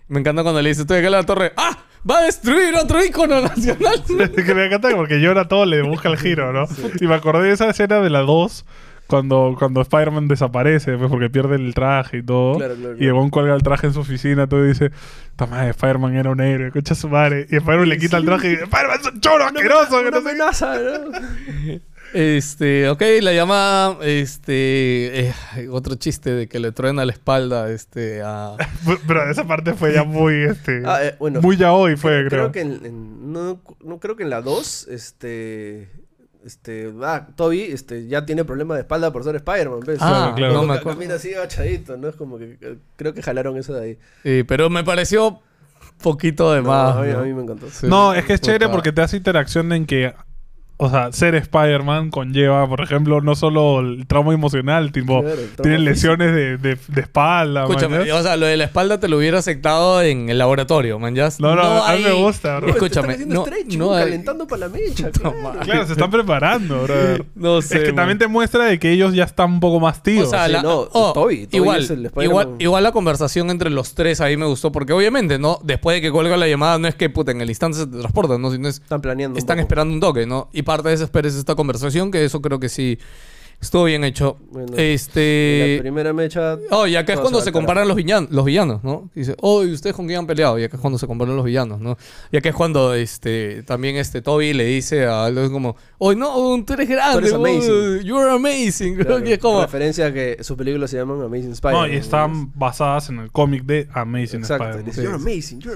Me encanta cuando le dice, estoy acá en la torre. ¡Ah! ¡Va a destruir otro icono *laughs* nacional! que me encanta porque llora todo, le busca el giro, ¿no? Y me acordé de esa escena de la 2 cuando, cuando Spider-Man desaparece, pues porque pierde el traje y todo. Claro, claro, Y claro. Egon cuelga el traje en su oficina, todo y dice, esta madre, Spider-Man era un héroe, escucha su madre. Y Spider-Man le quita el traje y dice, Spider-Man es un choro asqueroso, que Una no sé qué". amenaza, ¿no? *laughs* Este, ok, la llama, este, eh, otro chiste de que le truena la espalda, este, a... Pero esa parte fue ya muy, este... Ah, eh, bueno. muy ya hoy fue, Creo creo. que en, en- no, no creo que en la 2, este. Este. Ah, Toby este, ya tiene problemas de espalda por ser Spider-Man. ¿ves? Ah, Claro, claro. no me Ca- acuerdo. Camina así agachadito, ¿no? Es como que. eh, Creo que jalaron eso de ahí. Sí, eh, pero me pareció poquito de No, más. a, mí, ¿no? a mí me encantó. Sí. No, es que es Puta. chévere porque te hace interacción en que, o sea, ser Spider-Man conlleva, por ejemplo, no solo el trauma emocional, tipo, Claro, el trauma tienen lesiones de, de- de espalda. Escúchame, mañas. o sea, lo de la espalda te lo hubiera aceptado en el laboratorio, man. ya. No, no, a mí me gusta, bro. Pero te Escúchame, están haciendo no, stretch, no, uh, hay- calentando para *laughs* la mecha. claro. Claro, se están preparando, brother. no sé. es que man. también te muestra de que ellos ya están un poco más O tíos. sea, Sí, la- no, oh, Toby, Toby igual, es el Spider-Man. igual, igual la conversación entre los tres ahí me gustó, porque obviamente, ¿no? Después de que cuelga la llamada, no es que puta, en el instante se te transportan, ¿no? Sino es, Están planeando. un están poco. esperando un toque, ¿no? Y parte de eso es esta conversación, que eso creo que sí estuvo bien hecho. Bueno, este. En La primera mecha. Oh, y acá es todo cuando va se al carajo. comparan los, villan- los villanos, ¿no? Dice, oh, ¿y ustedes con quién han peleado? Y acá es cuando se comparan los villanos, ¿no? Y acá es cuando este, también este Toby le dice a Aldo como, oh, no, tú eres grande, Tú eres bro. amazing." you're amazing. Creo Claro, que es como... Referencia a que sus películas se llaman Amazing Spider-Man. no, y están basadas en el cómic de Amazing Exacto. Spider-Man. Dice, You're amazing, you're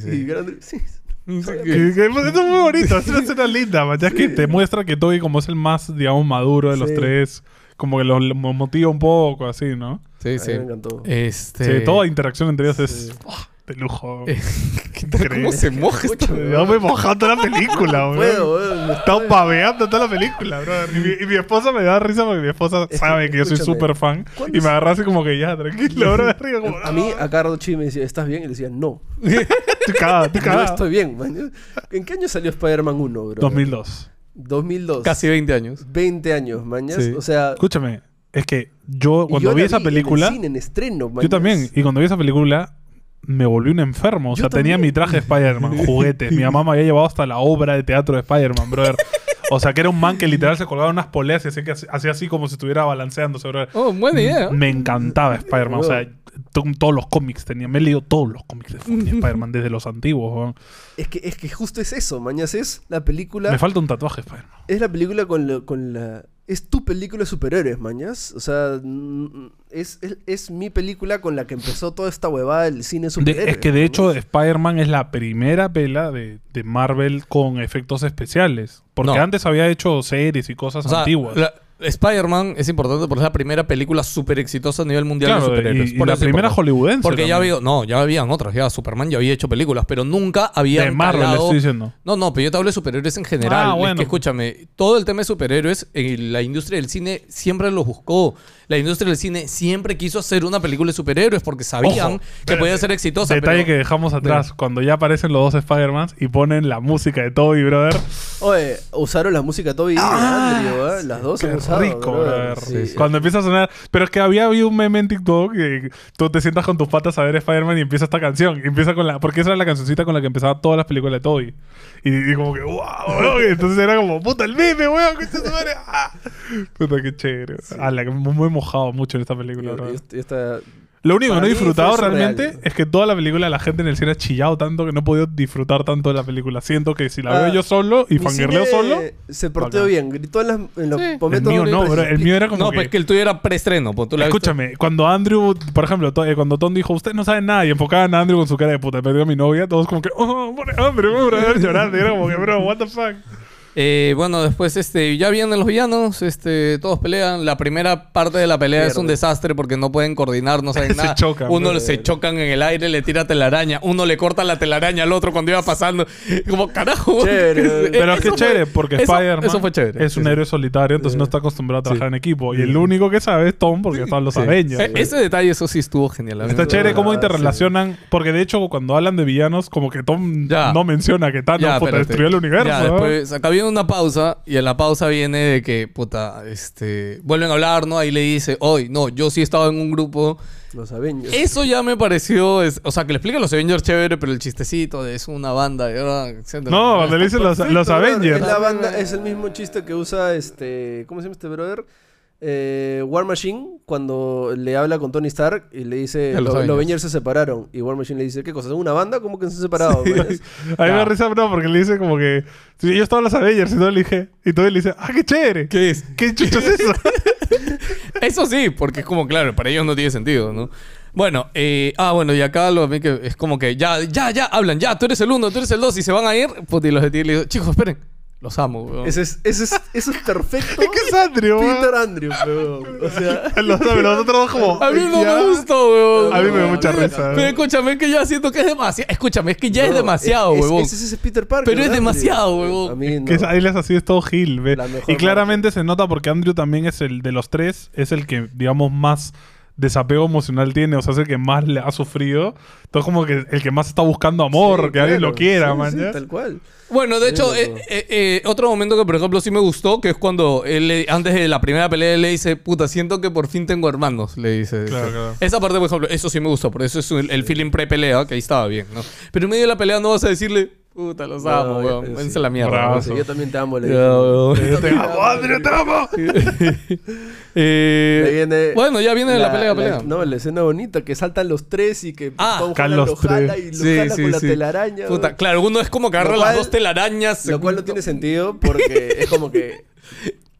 Sí, sí. Y grande- sí. Que- que- pues, Eso es muy *laughs* bonito, es una escena linda, man, ya que te muestra que Toby como es el más, digamos, maduro de los Sí. tres, como que lo lo motiva un poco, así, ¿no? Sí, A mí sí. me encantó. Este... Sí, toda interacción entre ellos es ¡ah! de lujo. Eh, *laughs* ¿Cómo *laughs* Increíble. se moja esta- Escúchame, Yo me he mojado toda la *laughs* película, Puedo, weón. weón, me Estaba paveando toda la película, bro. Y mi, y mi esposa me da risa porque mi esposa sabe que yo soy escúchame. súper fan. ¿Cuándo Y se- me agarra así como que ya, *laughs* tranquilo, bro. De arriba, como, "Ah, A mí, a Carlos Chi me decía, ¿estás bien? Y le decía, no, Te cagas, *laughs* te no cagas. estoy bien, man. ¿En qué año salió Spider-Man 1, bro? 2002. 2002. Casi 20 años. 20 años, mañas. Sí. O sea, Escúchame, es que yo y cuando yo vi la esa en el película, cine, en estreno, Yo mañas. también. Y cuando vi esa película, me volví un enfermo. O Yo sea, tenía *laughs* también. mi traje de Spider-Man, juguetes. Mi mamá me había llevado hasta la obra de teatro de Spider-Man, brother. O sea, que era un man que literal se colgaba unas poleas y hacía, que- hacía así como si estuviera balanceándose. bro. Oh, buena idea. Me encantaba Spider-Man. O sea, to- todos los cómics tenía. Me he leído todos los cómics de *laughs* fucking Spider-Man, desde los antiguos. weón. Es que, es que justo es eso, mañas. Es la película. Me falta un tatuaje, Spider-Man. Es la película con la, con la. Es tu película de superhéroes, mañas. O sea, mm, es, es, es mi película con la que empezó toda esta huevada del cine De- superhéroes. es que de ¿no? hecho, Spider-Man es la primera pela de, de Marvel con efectos especiales. Porque No. antes había hecho series y cosas O sea, antiguas. la- Spider-Man es importante porque es la primera película súper exitosa a nivel mundial de Claro, y- superhéroes. y Por la eso es primera importante. hollywoodense. Porque ya también. había, no, ya habían otras, ya Superman ya había hecho películas, pero nunca había De Marvel, le estoy diciendo. No, no, pero yo te hablo de superhéroes en general. Ah, Es bueno. que escúchame, todo el tema de superhéroes, eh, la industria del cine siempre lo buscó. La industria del cine siempre quiso hacer una película de superhéroes porque sabían Ojo, que espérate. podía ser exitosa. Detalle pero- que dejamos atrás. Cuando ya aparecen los dos Spider-Mans y ponen la música de Toby, brother. Oye, usaron la música Toby y Andrew, ¿eh? Las dos Ah, Qué han usado, rico, brother. brother. Sí. Cuando empieza a sonar. Pero es que había habido un meme en TikTok que tú te sientas con tus patas a ver Spider-Man y empieza esta canción. Y empieza con la. Porque esa era la cancioncita con la que empezaba todas las películas de Toby. Y, y como que, wow, weón". Y Entonces era como, puta el meme, weón, concha de su madre. *laughs* Ah. Puta, qué chévere. A la que me me he mojado mucho en esta película, Y- brother. y- y esta- Lo único que Para no he mí fue disfrutado surreal. realmente es que toda la película la gente en el cine ha chillado tanto que no he podido disfrutar tanto de la película. Siento que si la Ah, veo yo solo y mi fanguerleo cine solo, Se porteó bacán. bien, gritó en, las- en los Sí. el momentos mío donde no, preciso- bro. El mío era como No, que, pues que el tuyo era preestreno. pues, tú la viste. Escúchame, cuando Andrew, por ejemplo, to- eh, cuando Tom dijo, usted no sabe nada, y enfocaban a Andrew con su cara de puta, perdió a mi novia, todos como que, oh, pobre Andrew, bro, llorando, y era como que, bro, what the fuck. Eh, bueno, después este, ya vienen los villanos, este, todos pelean. La primera parte de la pelea es un Pierde. desastre porque no pueden coordinar, no saben *laughs* Se nada. chocan, uno brother. se chocan en el aire, le tira telaraña, uno le corta la telaraña al otro cuando iba pasando. *laughs* Como carajo. *laughs* Chévere, brother. Pero es Eh, Eso que fue- chévere, porque eso- Spider-Man eso fue chévere. es un héroe solitario, entonces no está acostumbrado a trabajar en equipo. Y el único que sabe es Tom, porque están los Avengers. Eh, ese detalle, eso sí estuvo genial. A mí Está me- chévere cómo Ah, interrelacionan, porque de hecho cuando hablan de villanos, como que Tom Ya. no menciona que Thanos Ya, puta, espérate. destruyó el universo. Ya, ¿no? después, acá viene una pausa y en la pausa viene de que, puta, este, vuelven a hablar, ¿no? Ahí le dice, hoy, no, yo sí estaba en un grupo Los Avengers. Eso ya me pareció. es- o sea, que le explican los Avengers chévere, pero el chistecito de es una banda, y ahora, etcétera. No, cuando le dicen los, los Perfecto, brother. Avengers. Es la banda, es el mismo chiste que usa este. ¿Cómo se llama este brother? Eh, War Machine, cuando le habla con Tony Stark y le dice: A los "Lo- Los Avengers". Avengers se separaron. Y War Machine le dice: ¿Qué cosa? ¿Son una banda? ¿Cómo que se han separado? *laughs* manes?" A mí me Ya. da risa, bro, porque le dice como que. sí, yo estaba en los Avengers y todo le dije. Y todo le dice, ah, qué chévere. ¿Qué, ¿Qué es? chucho *laughs* es eso? Eso sí, porque es como, claro, para ellos no tiene sentido, ¿no? Bueno, eh, ah, bueno, y acá lo a mí que es como que ya, ya, ya, hablan, ya, tú eres el uno, tú eres el dos, y se van a ir. Puta, y los de ti le digo, chicos, esperen, los amo, weón. Ese es, ese es, eso es perfecto. *laughs* es que es Andrew, Peter weón. Andrew, weón. O sea, Los, pero los otros dos como. A mí no "Ya". me gustó, weón. A mí me da No, mucha mira, risa. Pero escúchame, es que ya siento que es demasiado. Escúchame, es que ya es no, demasiado, es- huevón. Ese es ese Peter Parker. Pero es Andrew. demasiado, huevón. A mí no. Que es- ahí les así es todo Gil, ve. La mejor Y claramente se nota porque Andrew también es el de los tres, es el que, digamos, más desapego emocional tiene, o sea, es el que más le ha sufrido. Entonces, como que el que más está buscando amor, Sí, que alguien lo claro. quiera, Sí, man. sí, ¿ya? Tal cual. Bueno, de hecho, loco. eh, eh, eh, otro momento que, por ejemplo, sí me gustó, que es cuando él, le- antes de la primera pelea, él le dice, puta, siento que por fin tengo hermanos, le dice. Claro, Sí. claro. Esa parte, por ejemplo, eso sí me gustó, por eso es el, el feeling pre-pelea, que ahí estaba bien, ¿no? Pero en medio de la pelea no vas a decirle, puta, los No, amo, ya- weón, sí. váyanse a la mierda. Bravo. weón". O sea, yo también te amo, le Ya, dije. weón. Yo te amo, Andrew, *laughs* te amo. *laughs* Eh, Ahí viene bueno, ya viene la, pelea, pelea. no, la escena bonita, que saltan los tres y que Ah, Tom Carlos Holland lo jala tres. y lo jala con la telaraña. Puta, bro. claro, uno es como que agarra Lo las cual- dos telarañas. Lo cual no tiene sentido porque es como que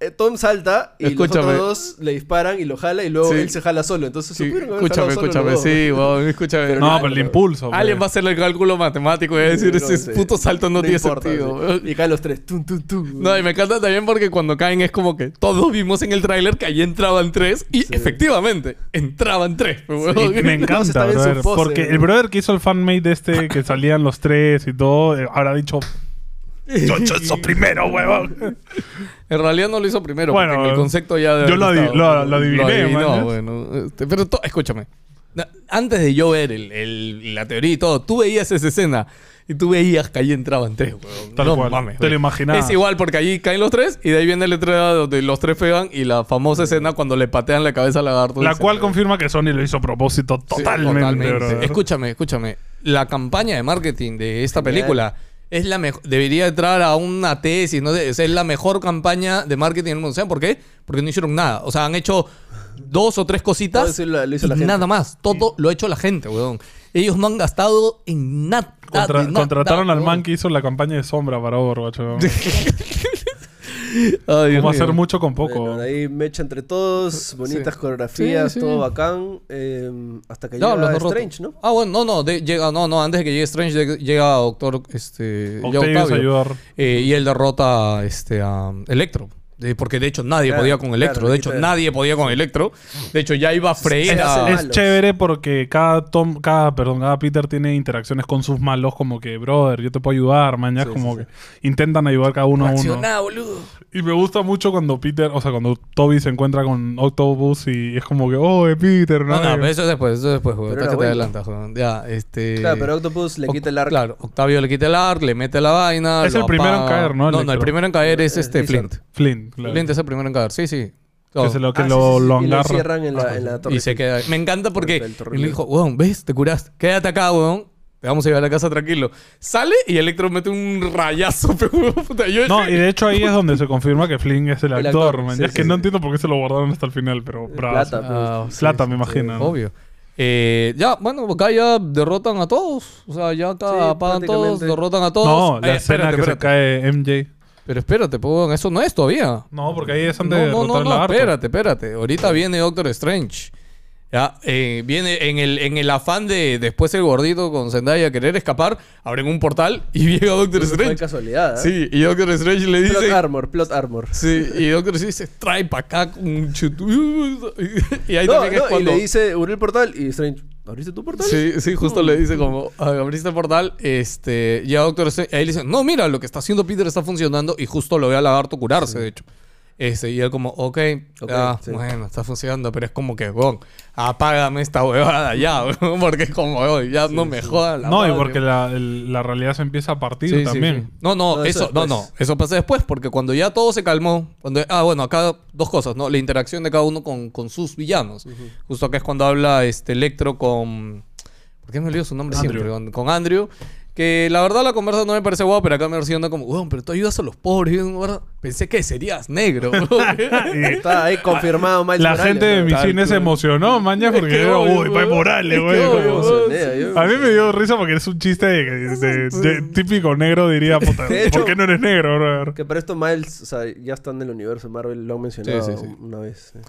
eh, Tom salta y Escúchame. los otros dos le disparan y lo jala y luego Sí. él se jala solo. Entonces Sí, supieron que haber escúchame, jalado solo escúchame, los dos. sí, weón, escúchame. No, pero el impulso. pues. Alguien va a hacer el cálculo matemático y va a decir, Sí, no, ese sí. puto salto no, tiene importa, sentido. sí. weón". Y caen los tres. Tum, tum, tum. *laughs* No, y me encanta también porque cuando caen es como que todos vimos en el tráiler que ahí entraban tres y efectivamente entraban tres. pues, weón. Y Carlos me encanta, *laughs* está bien brother, su pose, porque bro. el brother que hizo el fanmate de *laughs* este, que salían los tres y todo, eh, habrá dicho... Yo he hecho eso *laughs* primero, huevón. En realidad no lo hizo primero, Bueno, porque en el concepto ya de yo lo adi- lo- lo adiviné, mañas. bueno, este, pero to- escúchame. Na- Antes de yo ver el- el- la teoría y todo, tú veías esa escena y tú veías que ahí entraban tres, weón. Tal cual. Te lo weón. imaginabas. Es igual porque allí caen los tres y de ahí viene la entrada donde los tres pegan y la famosa escena cuando le patean la cabeza al lagarto. La Dicen, cual weón. confirma que Sony lo hizo a propósito Sí, totalmente, brother. Escúchame, escúchame. La campaña de marketing de esta película es la mejor. Debería entrar a una tesis, ¿no? sé, o sea, es la mejor campaña de marketing del mundo. ¿Saben por qué? Porque no hicieron nada. O sea, han hecho dos o tres cositas. Todo eso lo- lo hizo y la gente. Nada más. Todo lo ha hecho la gente, weón. Ellos no han gastado en nada. de Ah, Contra- nada, contrataron al weón. man que hizo la campaña de sombra para *laughs* Overwatch. ¿no? Ay, Dios Cómo hacer mío. mucho con poco. Bueno, de ahí mecha entre todos, bonitas coreografías, Sí, sí. todo bacán. eh, hasta que No, los llega dos rotos. Strange, ¿no? Ah, bueno, no, no, de- llega, no, no, antes de que llegue Strange lleg- llega Doctor este, ya Octavius Octavio. ayudar. Eh, y él derrota este, a Electro. Eh, porque de hecho nadie Claro, podía con Electro. claro, de le hecho, quita- nadie podía con Electro. De hecho, ya iba a freír se a. hace Es malos. chévere porque cada Tom, cada, perdón, cada Peter tiene interacciones con sus malos, como que, brother, yo te puedo ayudar, mañana, Sí, como sí, que intentan ayudar cada uno a uno. Reaccioná, boludo. Y me gusta mucho cuando Peter, o sea, cuando Toby se encuentra con Octopus y es como que, oh, Peter, No, no, ¿no? pues, pero eso es después, eso es después, weón. Estás Pero era que te bueno. adelantas, weón. Ya, este. Claro, pero Octopus le Oc- quita el arco. Claro, Octavio le quita el arc, le mete la vaina. Es lo el primero en apaga. caer, ¿no? No, no, el Electro. primero en caer es Eh, este Lizard. Flint. Flint, claro. Flint es el primero en caer, sí, sí. Que Oh. se lo, que Ah, sí, lo, sí, sí, lo y lo agarra. cierran en la, en la torre. Y se queda. ahí. Me encanta porque Torre, el torre y le Leo. dijo, weón, ¿ves? Te curaste. Quédate acá, weón. Te vamos a llevar a la casa tranquilo. Sale y Electro mete un rayazo, *laughs* pero weón, puta. Yo No, y de hecho ahí es donde se confirma que Flynn es el El actor, actor, man. sí, Ya es sí, que sí. no entiendo por qué se lo guardaron hasta el final, pero bravo. Plata. Ah, sí, Plata, sí, me sí, imagino, ¿no? Obvio. Eh, ya, bueno, acá ya derrotan a todos. O sea, ya acá Sí, apagan todos, prácticamente. derrotan a todos. No, Ay, la escena espérate, que espérate. se cae MJ. Pero espérate, pues, weón, eso no es todavía. No, porque ahí es No, antes de no, derrotar no, al no, lagarto. espérate, espérate. Ahorita viene Doctor Strange. Ya, eh, viene en el, en el afán de después el gordito con Zendaya querer escapar, abren un portal y *laughs* llega Doctor Eso fue Strange. casualidad. ¿eh? Sí, y Doctor Strange le Plot dice... armor, plot armor. Sí, y Doctor Strange dice, trae para acá un chutu. *laughs* Y ahí No, también es no, y cuando... le dice, abrí el portal y Strange, ¿abriste tu portal? Sí, sí, justo Mm. le dice como, "Ah, abriste el portal, este, ya Doctor Strange, ahí le dice, no, mira, lo que está haciendo Peter está funcionando y justo lo ve a Lagarto curarse, de hecho. Este, y él como, ok, Ok, ah, sí. bueno, está funcionando, pero es como que, weón, apágame esta huevada ya, *laughs* weón, porque es como, weón, ya no me jodas la No, y madre". porque la, el- la realidad se empieza a partir Sí, sí, también. sí. No, no, No, eso eso, no, no, después. eso pasa después, porque cuando ya todo se calmó, cuando, ah, bueno, acá dos cosas, ¿no? La interacción de cada uno con, con sus villanos. Justo acá es cuando habla este Electro con... ¿Por qué me olvido su nombre Andrew. siempre? Con, con Andrew. Que la verdad la conversa no me parece guau, pero acá me anda como, weón, pero tú ayudas a los pobres. y yo, "Verdad, Pensé que serías *laughs* negro. Ah, *laughs* Y Está ahí Ah, confirmado Miles la Morales, gente de ¿no? mi Tal cine se cual. emocionó, maña, porque que era, obvio, uy, Miles weón. Morales, Es que güey. obvio, como- weón. Emocioné, yo- A mí me dio risa porque es un chiste de, de- de típico *laughs* negro, diría, puta, De hecho- ¿por qué no eres negro, brother? Que para esto Miles, o sea, ya está en el universo Marvel, lo han mencionado Sí, sí, sí. una vez. eh.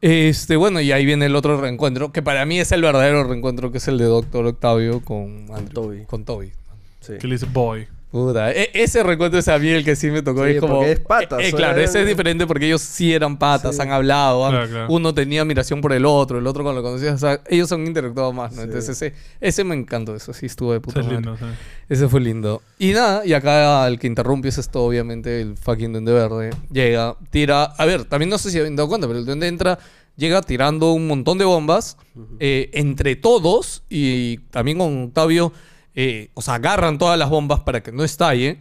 este, bueno, y ahí viene el otro reencuentro, que para mí es el verdadero reencuentro, que es el de Doctor Octavio con Andrew. Toby. Con Toby. Sí. Que le dice, boy. Puta, e- ese recuento es a mí el que sí me tocó. Sí, es como, porque es patas, Eh, eh, o claro, sea, ese es eh. diferente porque ellos sí eran patas, Sí. han hablado. han- Claro, claro. Uno tenía admiración por el otro, el otro cuando lo conocía. o sea, ellos han interactuado más, ¿no? Sí. Entonces ese, ese me encantó, eso sí estuvo de Eso puta es madre. lindo, sí. Ese fue lindo. Y nada, y acá el que interrumpe es esto, obviamente, el fucking Duende Verde. Llega, tira. A ver, también no sé si habían dado cuenta, pero el Duende entra, llega tirando un montón de bombas eh, entre todos y también con Octavio. eh, o sea, agarran todas las bombas para que no estalle.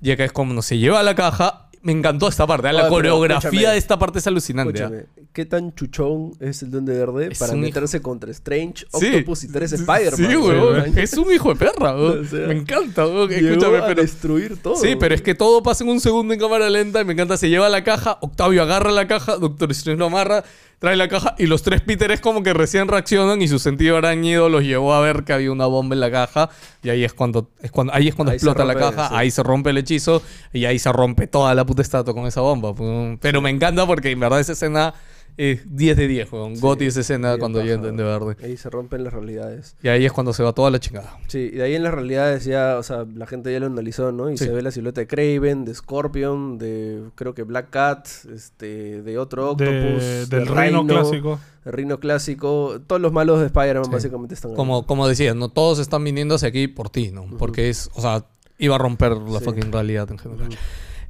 Y acá es como no se lleva a la caja. Me encantó esta parte. ¿eh? Ah, La pero coreografía escúchame. de esta parte es alucinante. ¿eh? Escúchame, ¿qué tan chuchón es el Duende Verde Es para un meterse contra Strange, Sí. Octopus y tres Spider-Man? Sí, weón? weón. *laughs* Es un hijo de perra, weón. O sea, Me encanta, weón. Llegó Escúchame, a pero. destruir todo. Sí, pero es que todo pasa en un segundo en cámara lenta y me encanta. Se lleva la caja, Octavio agarra la caja, Doctor Strange lo amarra, trae la caja y los tres Peteres como que recién reaccionan y su sentido arañido los llevó a ver que había una bomba en la caja y ahí es cuando, es cuando, ahí es cuando Ahí se explota la rompe, caja, sí. ahí se rompe el hechizo y ahí se rompe toda la puta estatua con esa bomba. Pum. Pero me encanta porque en verdad esa escena es 10 de 10, weón. Gotti esa escena Bien cuando paja, llega el Duende weón. Verde. Ahí se rompen las realidades. Y ahí es cuando se va toda la chingada. Sí, y de ahí en las realidades ya, o sea, la gente ya lo analizó, ¿no? Y Sí. se ve la silueta de Craven, de Scorpion, de creo que Black Cat, este, de otro De- Octopus, de del reino Rhino, clásico. El Rhino clásico, todos los malos de Spider-Man Sí. básicamente están ahí. Como, como decía, no todos están viniendo hacia aquí por ti, ¿no? Porque es, o sea, iba a romper la Sí. fucking realidad en general.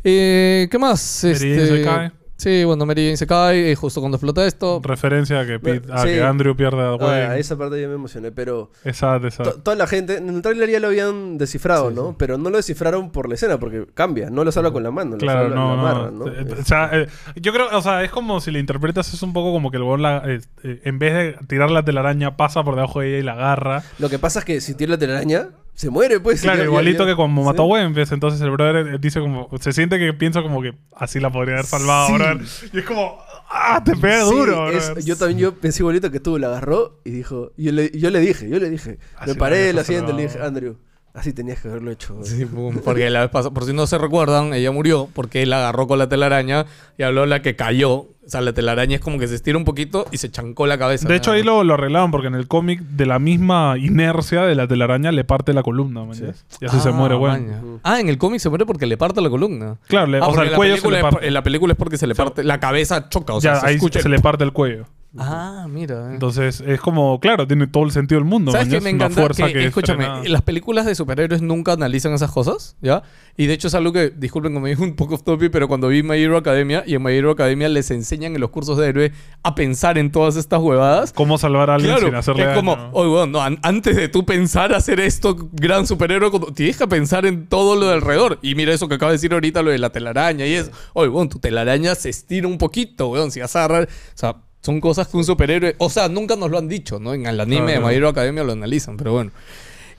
Eh, ¿Qué más? Este, Mary Jane se cae. Sí, bueno, Mary Jane se cae eh, justo cuando explota esto. Referencia a que, Pete- a Sí. que Andrew pierde a Ah, Wayne. esa parte ya me emocioné, pero Esa, esa. to- toda la gente, en el trailer ya lo habían descifrado, Sí, ¿no? Pero no lo descifraron por la escena, porque cambia, no lo salva con la mano, lo Claro, salva- lo no, no. amarra, ¿no? Eh, Eh, O sea, eh, yo creo, o sea, es como si le interpretas, es un poco como que el weón la- eh, eh, en vez de tirar la telaraña, pasa por debajo de ella y la agarra. Lo que pasa es que si tiene la telaraña, Se muere, pues. Claro, ya- ya- igualito ya- que cuando mató a sí. Gwen, ¿ves? entonces el brother eh, dice como, se siente que piensa como que así la podría haber salvado, Sí. brother. Y es como, ah, te pega Sí, duro, es- brother. yo también yo pensé igualito que tú, la agarró y dijo, yo le, yo le dije, yo le dije, Así me lo paré del habías asiento y le dije, observado. Andrew, así tenías que haberlo hecho. Sí, pum, porque la vez pasada, por si no se recuerdan, ella murió porque él la agarró con la telaraña y habló la que cayó. O sea, la telaraña es como que se estira un poquito y se chancó la cabeza. De hecho, ahí lo, lo arreglaron porque en el cómic, de la misma inercia de la telaraña, le parte la columna, ¿me entiendes? Y así Ah, se muere Gwen. bueno. Ah, en el cómic se muere porque le parte la columna. Claro, le- Ah, o sea, porque el la cuello se película le es por- parte. en la película es porque se le parte. La cabeza choca, o sea, ya, se ahí escucha. se le parte el cuello. Ah, mira. eh. Entonces, es como, claro, tiene todo el sentido del mundo. ¿Sabes man, ya qué es me una encanta? fuerza Que, es escúchame, frenada. las películas de superhéroes nunca analizan esas cosas, ¿ya? Y de hecho es algo que, disculpen *laughs* como dijo un poco off topic, pero cuando vi My Hero Academia, y en My Hero Academia les enseñan en los cursos de héroe a pensar en todas estas huevadas. ¿Cómo salvar a alguien Claro, sin hacerle es como, daño? oye, bueno, an- antes de tú pensar hacer esto, gran superhéroe, como- tienes que pensar en todo lo de alrededor. Y mira eso que acaba de decir ahorita, lo de la telaraña y eso. Oye, bueno, tu telaraña se estira un poquito, weón, si vas a agarrar... O sea, son cosas que un superhéroe... O sea, nunca nos lo han dicho, ¿no? En el anime de Claro. My Hero Academia lo analizan, pero bueno.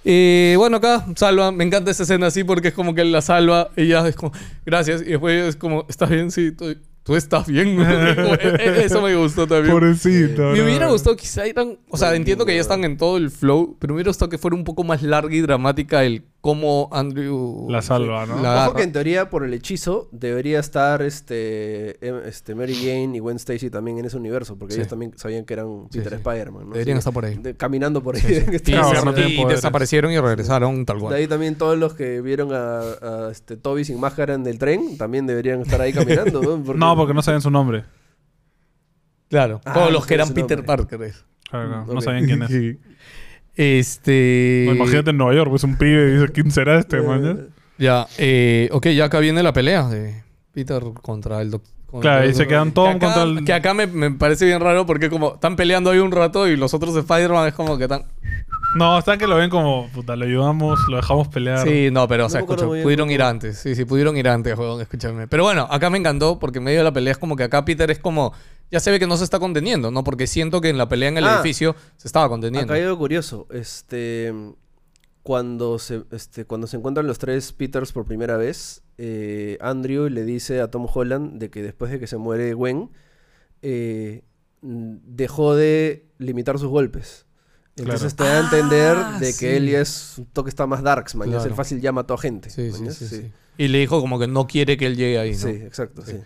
Eh, bueno, acá salva. Me encanta esa escena así porque es como que él la salva. Ella es como, gracias. Y después es como, ¿estás bien? Sí, tú, tú estás bien. *laughs* Eso me gustó también. Pobrecito. Me no. hubiera gustado quizá eran, o sea, Bueno, entiendo que ya están en todo el flow, pero me hubiera gustado que fuera un poco más larga y dramática el cómo Andrew La salva, ¿no? La Ojo que agarra. en teoría por el hechizo debería estar este, em- este Mary Jane y Gwen Stacy también en ese universo, porque Sí. ellos también sabían que eran Sí, Peter sí. Spider-Man. ¿no? Deberían Así estar por ahí. de- caminando por ahí. *laughs* en Y, esta- Claro, se- no tienen y poderes. desaparecieron y regresaron tal cual. De ahí también todos los que vieron a, a, este, Toby sin máscara en el tren también deberían estar ahí caminando. *laughs* No, No, porque no saben su nombre. Claro, Ah, todos no los que sé eran su Peter nombre. Parker. es. Claro, no, no Ok. saben quién *laughs* es. Este. No, imagínate en Nueva York, pues un pibe y dice, ¿quién será eh, este, man? Ya, eh, ok, ya acá viene la pelea de Peter contra el doctor. Claro, y se quedan todos que acá, contra el- Que acá me, me parece bien raro porque como están peleando ahí un rato y los otros Spider-Man es como que están... No, hasta que lo ven como, puta, lo ayudamos, lo dejamos pelear. Sí, no, pero, o sea, No me acuerdo escucho, muy bien pudieron ir antes. Sí, sí, pudieron ir antes, weón, escúchame. Pero bueno, acá me encantó porque en medio de la pelea es como que acá Peter es como... Ya se ve que no se está conteniendo, ¿no? Porque siento que en la pelea en el Ah. edificio se estaba Acá conteniendo. hay algo curioso. Este, cuando, se, este, cuando se encuentran los tres Peters por primera vez, eh, Andrew le dice a Tom Holland de que después de que se muere Gwen, eh, mm, dejó de limitar sus golpes. Entonces te da a entender Ah, de que sí. él ya es un toque está más darks, man. Ya es el Claro. fácil ya mató a gente. Sí, sí, mañas, sí, sí. Y le dijo como que no quiere que él llegue ahí, ¿no? Sí, exacto, sí.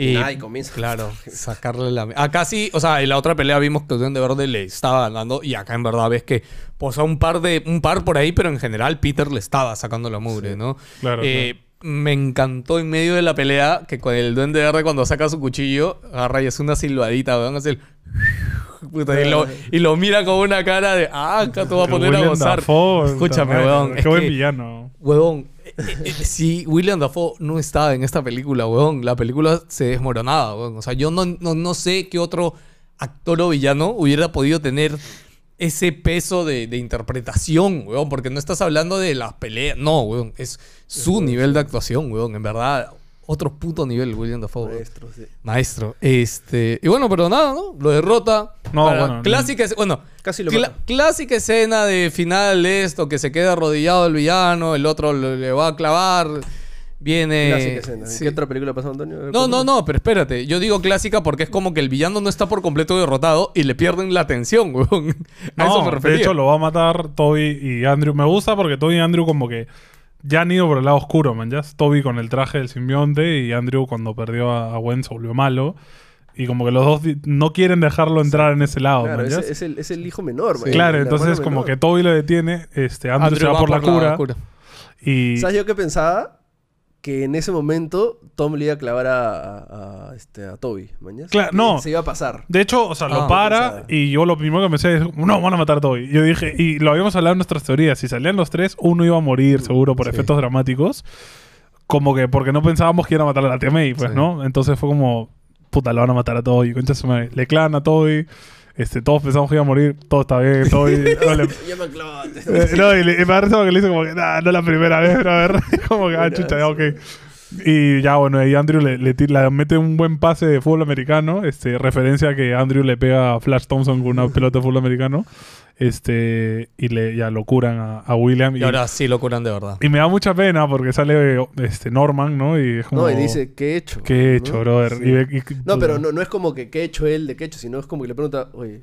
Y, Nada, y comienza. *laughs* Claro, sacarle la. Acá sí, o sea, en la otra pelea vimos que Duende Verde le estaba ganando. Y acá en verdad ves que posa un par de. un par por ahí, pero en general Peter le estaba sacando la mugre, ¿no? claro, Eh, Me encantó en medio de la pelea que con el Duende Verde cuando saca su cuchillo, agarra y hace una silbadita, weón, hace el. *laughs* Puta, y, lo, y lo mira con una cara de. Ah, acá te voy a Que poner a William gozar. Dafoe, Escúchame, puta madre, weón. Qué es buen que- villano. Huevón, eh, eh, eh, si William Dafoe no estaba en esta película, huevón, la película se desmoronaba, huevón. O sea, yo no, no, no sé qué otro actor o villano hubiera podido tener ese peso de, de interpretación, huevón, porque no estás hablando de las peleas, no, huevón, es su nivel de actuación, huevón, en verdad, otro puto nivel William Dafoe. huevón. Maestro, sí. Maestro, este. Y bueno, pero nada, ¿no? Lo derrota. No, Para- bueno, Clásica, es- bueno. Casi lo cla- mata. clásica escena de final de esto, que se queda arrodillado el villano, el otro lo- le va a clavar. Viene. Clásica escena. eh, sí. ¿Qué otra película pasó, Antonio? A ver, No, no, cuéntame. no, pero espérate. Yo digo clásica porque es como que el villano no está por completo derrotado y le pierden la atención, *laughs* weón. A eso me No, refería. de hecho lo va a matar Toby y Andrew. Me gusta porque Toby y Andrew como que ya han ido por el lado oscuro, man. Ya es Toby con el traje del simbionte y Andrew cuando perdió a, a Gwen se volvió malo. Y como que los dos di- no quieren dejarlo entrar en ese lado, Claro, man. es, ya. es el, es el hijo menor, man. Claro, el entonces hermano como menor. que Toby lo detiene, este, Andrew, se va, por, la, cura, y... ¿Sabes yo qué pensaba? Que en ese momento Tom le iba a clavar a, a- a, este, a Toby, ¿mañas? Claro, Que no. Se iba a pasar. De hecho, o sea, Ah, lo para pensaba. y yo lo primero que pensé es, no, van a matar a Toby. Yo dije, y lo habíamos hablado en nuestras teorías, si salían los tres, uno iba a morir seguro por Sí. efectos dramáticos, como que porque no pensábamos que iban a matar a la tía May, pues, Sí. ¿no? Entonces fue como, puta, lo van a matar a Toby, concha su madre. Le clavan a Toby, este, todos pensamos que iba a morir, todo está bien, Toby... *laughs* no, le- Ya me han clavado antes. *laughs* eh, no, y, le, y me da risa porque le hizo como que, nah, no es la primera vez, brother. como que, ah, chucha, ya, ok. Y ya, bueno, ahí Andrew le, le tira- le mete un buen pase de fútbol americano. Este, referencia a que Andrew le pega a Flash Thompson con una pelota de fútbol americano. Este, y le, ya lo curan a, a William. Y, Y ahora sí lo curan de verdad. y me da mucha pena porque sale este, Norman, ¿no? Y es como. No, y dice, ¿qué he hecho? ¿Qué he hecho, ¿no? brother? Sí. Y ve- y- No, pero no, no es como que qué he hecho él, de qué he hecho, sino es como que le pregunta, oye,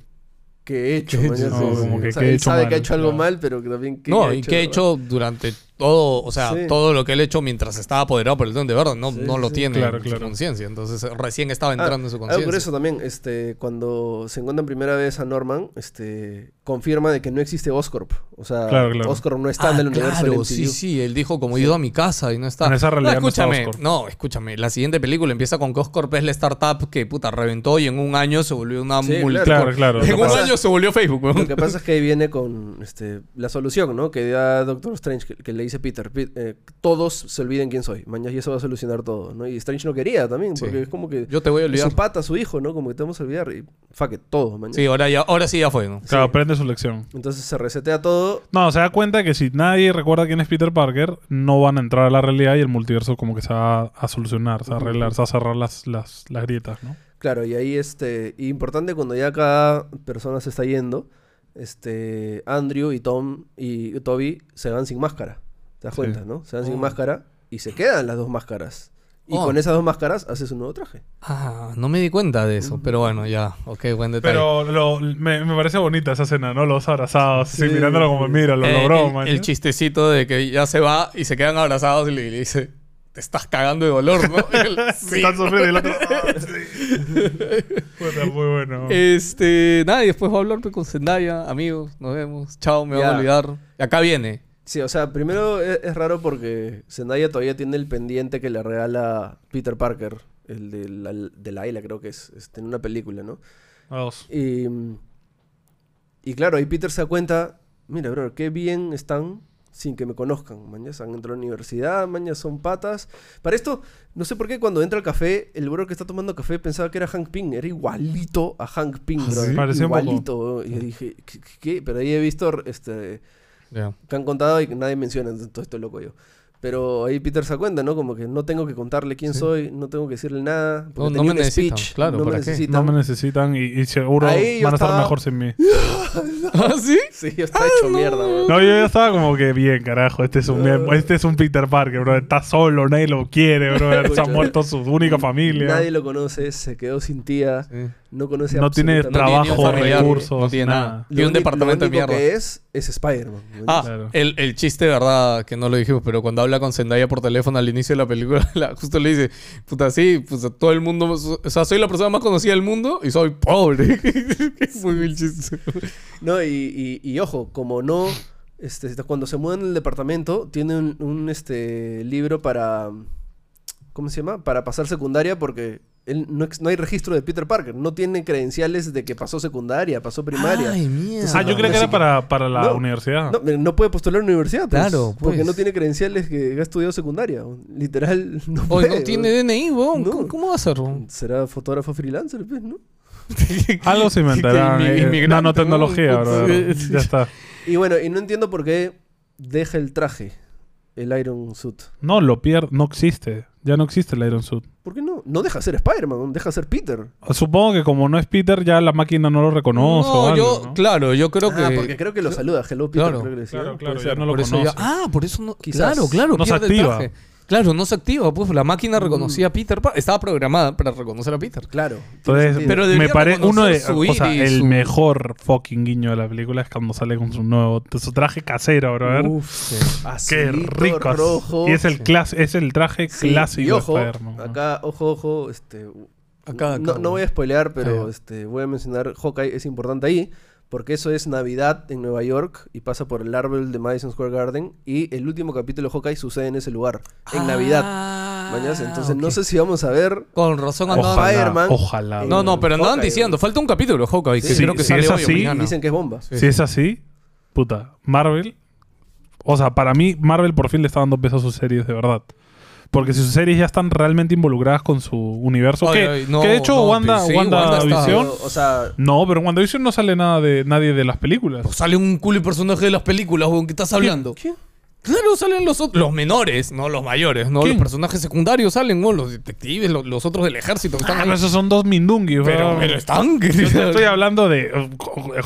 ¿qué he hecho? ¿Qué he mañana?" hecho? Sí, No, sí, como sí. que O sea, qué he él hecho sabe mal, que ha hecho algo claro. mal, pero que también ¿qué no, ha y que ha hecho durante todo, o sea, Sí. todo lo que él ha hecho mientras estaba apoderado por el don de verdad, no, Sí, no lo sí. tiene Claro, en su claro. conciencia. Entonces eh, recién estaba entrando en su Ah, por conciencia. eso también, este, cuando se encuentran primera vez a Norman, este, confirma de que no existe Oscorp. O sea, Claro, claro. Oscorp no está en el Ah, universo claro, del MCU. sí, sí. Él dijo como he ido a mi casa y no está. En esa realidad no, no está escúchame, Oscorp. no, escúchame. La siguiente película empieza con que Oscorp es la startup que puta reventó y en un año se volvió una Sí, multi- *laughs* Claro, claro. En Lo que un pasa- año se volvió Facebook, weón. Lo que pasa es que ahí viene con este, la solución, ¿no? Que da Doctor Strange, que, que le dice Peter, "Pit- eh, todos se olviden quién soy, mañana y eso va a solucionar todo, ¿no? Y Strange no quería también, Sí. porque es como que *laughs* Yo te voy a olvidar. su pata, su hijo, ¿no? Como que te vamos a olvidar y fuck it, todo, mañana. Sí, ahora, ya, ahora sí ya fue, ¿no? Claro, Sí. aprende su lección. Entonces se resetea todo. No, se da cuenta que si nadie recuerda quién es Peter Parker, no van a entrar a la realidad y el multiverso como que se va a solucionar, se va a arreglar, se va a cerrar las, las, las grietas, ¿no? Claro, y ahí este. y importante cuando ya cada persona se está yendo, este. Andrew y Tom y Toby se van sin máscara. ¿Te das Sí. cuenta, no? Se van sin Oh. máscara y se quedan las dos máscaras. Y Oh. con esas dos máscaras haces un nuevo traje. Ah, no me di cuenta de eso, pero bueno, ya. Ok, buen detalle. Pero lo- me, me parece bonita esa escena, ¿no? Los abrazados, así, Sí. mirándolo como, mira, lo Eh, logró, el- man. el, chistecito de que ya se va y se quedan abrazados y le, le dice, te estás cagando de dolor, *laughs* ¿no? *laughs* Y él, "Sí". *laughs* Están sufriendo *laughs* y el otro. *laughs* "Ah, sí". Puta, muy bueno. Eh, Este, nada, y después va a hablar pues, con Zendaya, amigos, nos vemos, chao, me van a Ya. olvidar. Y acá viene. Sí, o sea, primero es, es raro porque Zendaya todavía tiene el pendiente que le regala Peter Parker, el de la, de la isla, creo que es, este, en una película, ¿no? A dos. Y, mm, y claro, ahí Peter se da cuenta, mira, bro, qué bien están sin que me conozcan. Mañana han entrado a la universidad, mañana son patas. Para esto, no sé por qué cuando entra al café, el bro que está tomando café pensaba que era Hank Pym. Era igualito a Hank Pym, Ah, bro. sí, parecía un poco. igualito. bro. Y yo dije, ¿qué? qué- qué? Pero ahí he visto este, que han contado y que nadie menciona, entonces todo esto loco yo. Pero ahí Peter se da cuenta, ¿no? Como que no tengo que contarle quién Sí. soy, no tengo que decirle nada. porque No, no tenía me un necesitan, speech, claro, no me ¿para qué? No necesitan. me necesitan y, y seguro van a Ahí yo estar estaba- mejor sin mí. *laughs* ¿Ah, sí? Sí, yo estaba hecho mierda, bro. No, yo ya estaba como que bien, carajo. Este es *laughs* un, mier- este es un Peter Parker, bro. Está solo, nadie lo quiere, *laughs* bro. Se ha Escucha. muerto *laughs* su única familia. Nadie lo conoce, se quedó sin tía, no conoce No tiene absolutamente- trabajo, no tiene familiar. recursos, no tiene nada. nada. Lo Y un único- departamento de lo único mierda. que es, es Spider-Man. Ah, Claro. el, el chiste, ¿verdad? Que no lo dijimos, pero cuando habla con Zendaya por teléfono al inicio de la película, *laughs* la- justo le dice, puta, sí, pues a todo el mundo, o sea, soy la persona más conocida del mundo y soy pobre. *laughs* Fue el chiste. No, y, y- y ojo, como no... Este, cuando se mudan el departamento, tiene un, un, este, libro para... ¿Cómo se llama? Para pasar secundaria porque él no, ex- no hay registro de Peter Parker. No tiene credenciales de que pasó secundaria, pasó primaria. mierda. Ah, yo creo creía que era para, para la No. universidad. No, pero no puede postular a la universidad. pues, Claro, Porque pues. no tiene credenciales que ha estudiado secundaria. Literal, *laughs* no Oye, puede, no tiene weón. DNI, weón. No. ¿Cómo, cómo va a ser, weón? Será fotógrafo freelancer, pues, ¿no? *laughs* Algo se inventará. eh, Que inmi- inmigrante, nanotecnología, weón. bro. Sí. Ya está. Y bueno, y no entiendo por qué deja el traje, el Iron Suit. No, lo pierde. No existe. Ya no existe el Iron Suit. ¿Por qué no? No deja ser Spider-Man, deja ser Peter. Supongo que como no es Peter, ya la máquina no lo reconoce. o algo, yo, ¿no? claro, yo creo Ah, que. porque creo que lo saluda. Hello, Peter. Claro, creo que le decía. claro, claro, Puede ya ser. no lo por eso ya- conoce. Ah, por eso no. Quizás. Claro, claro, No se pierde el activa. traje. Claro, no se activa, pues la Mm. máquina reconocía a Peter. Pa- Estaba programada para reconocer a Peter. Claro. tiene Entonces, sentido. pero me debería parece uno de reconocer su o sea, iris, el su- mejor fucking guiño de la película es cuando sale con su nuevo su traje casero, brother. Uf, Qué azulito, rico. rojo. Y es el clas- es el traje Sí, clásico y ojo, de Spider-Man. ¿no? acá, ojo, ojo, este... Acá, no, acá, no voy a spoilear, Ah, pero ya. este, voy a mencionar Hawkeye, es importante ahí, porque eso es Navidad en Nueva York y pasa por el árbol de Madison Square Garden y el último capítulo de Hawkeye sucede en ese lugar, en Ah, Navidad. Mañas, entonces no sé si vamos a ver... Con razón andaban. Ojalá. Spider-Man. ojalá. Eh, No, no, pero andaban Hawkeye, diciendo. bro. Falta un capítulo, Hawkeye. que Sí, creo que si sale es hoy o así, mañana. Dicen que es bomba. Sí. Si es así, puta, Marvel. O sea, para mí, Marvel por fin le está dando peso a sus series, de verdad. Porque si sus series ya están realmente involucradas con su universo. Ay, que, ay, no, que de hecho, no, Wanda, sí, Wanda Wanda está- Visión. Pero, o sea, No, pero en WandaVision no sale nada de nadie de las películas. Sale un culo y personaje de las películas, weón. ¿Qué estás hablando? ¿qué? Claro, salen los otros. Los menores, no los mayores, ¿no? ¿Quién? Los personajes secundarios salen, ¿no? Los detectives, lo- los, otros del ejército que Ah, están pero ahí. esos son dos mindungis, Pero, weón. pero están. que- Yo te estoy hablando de eh,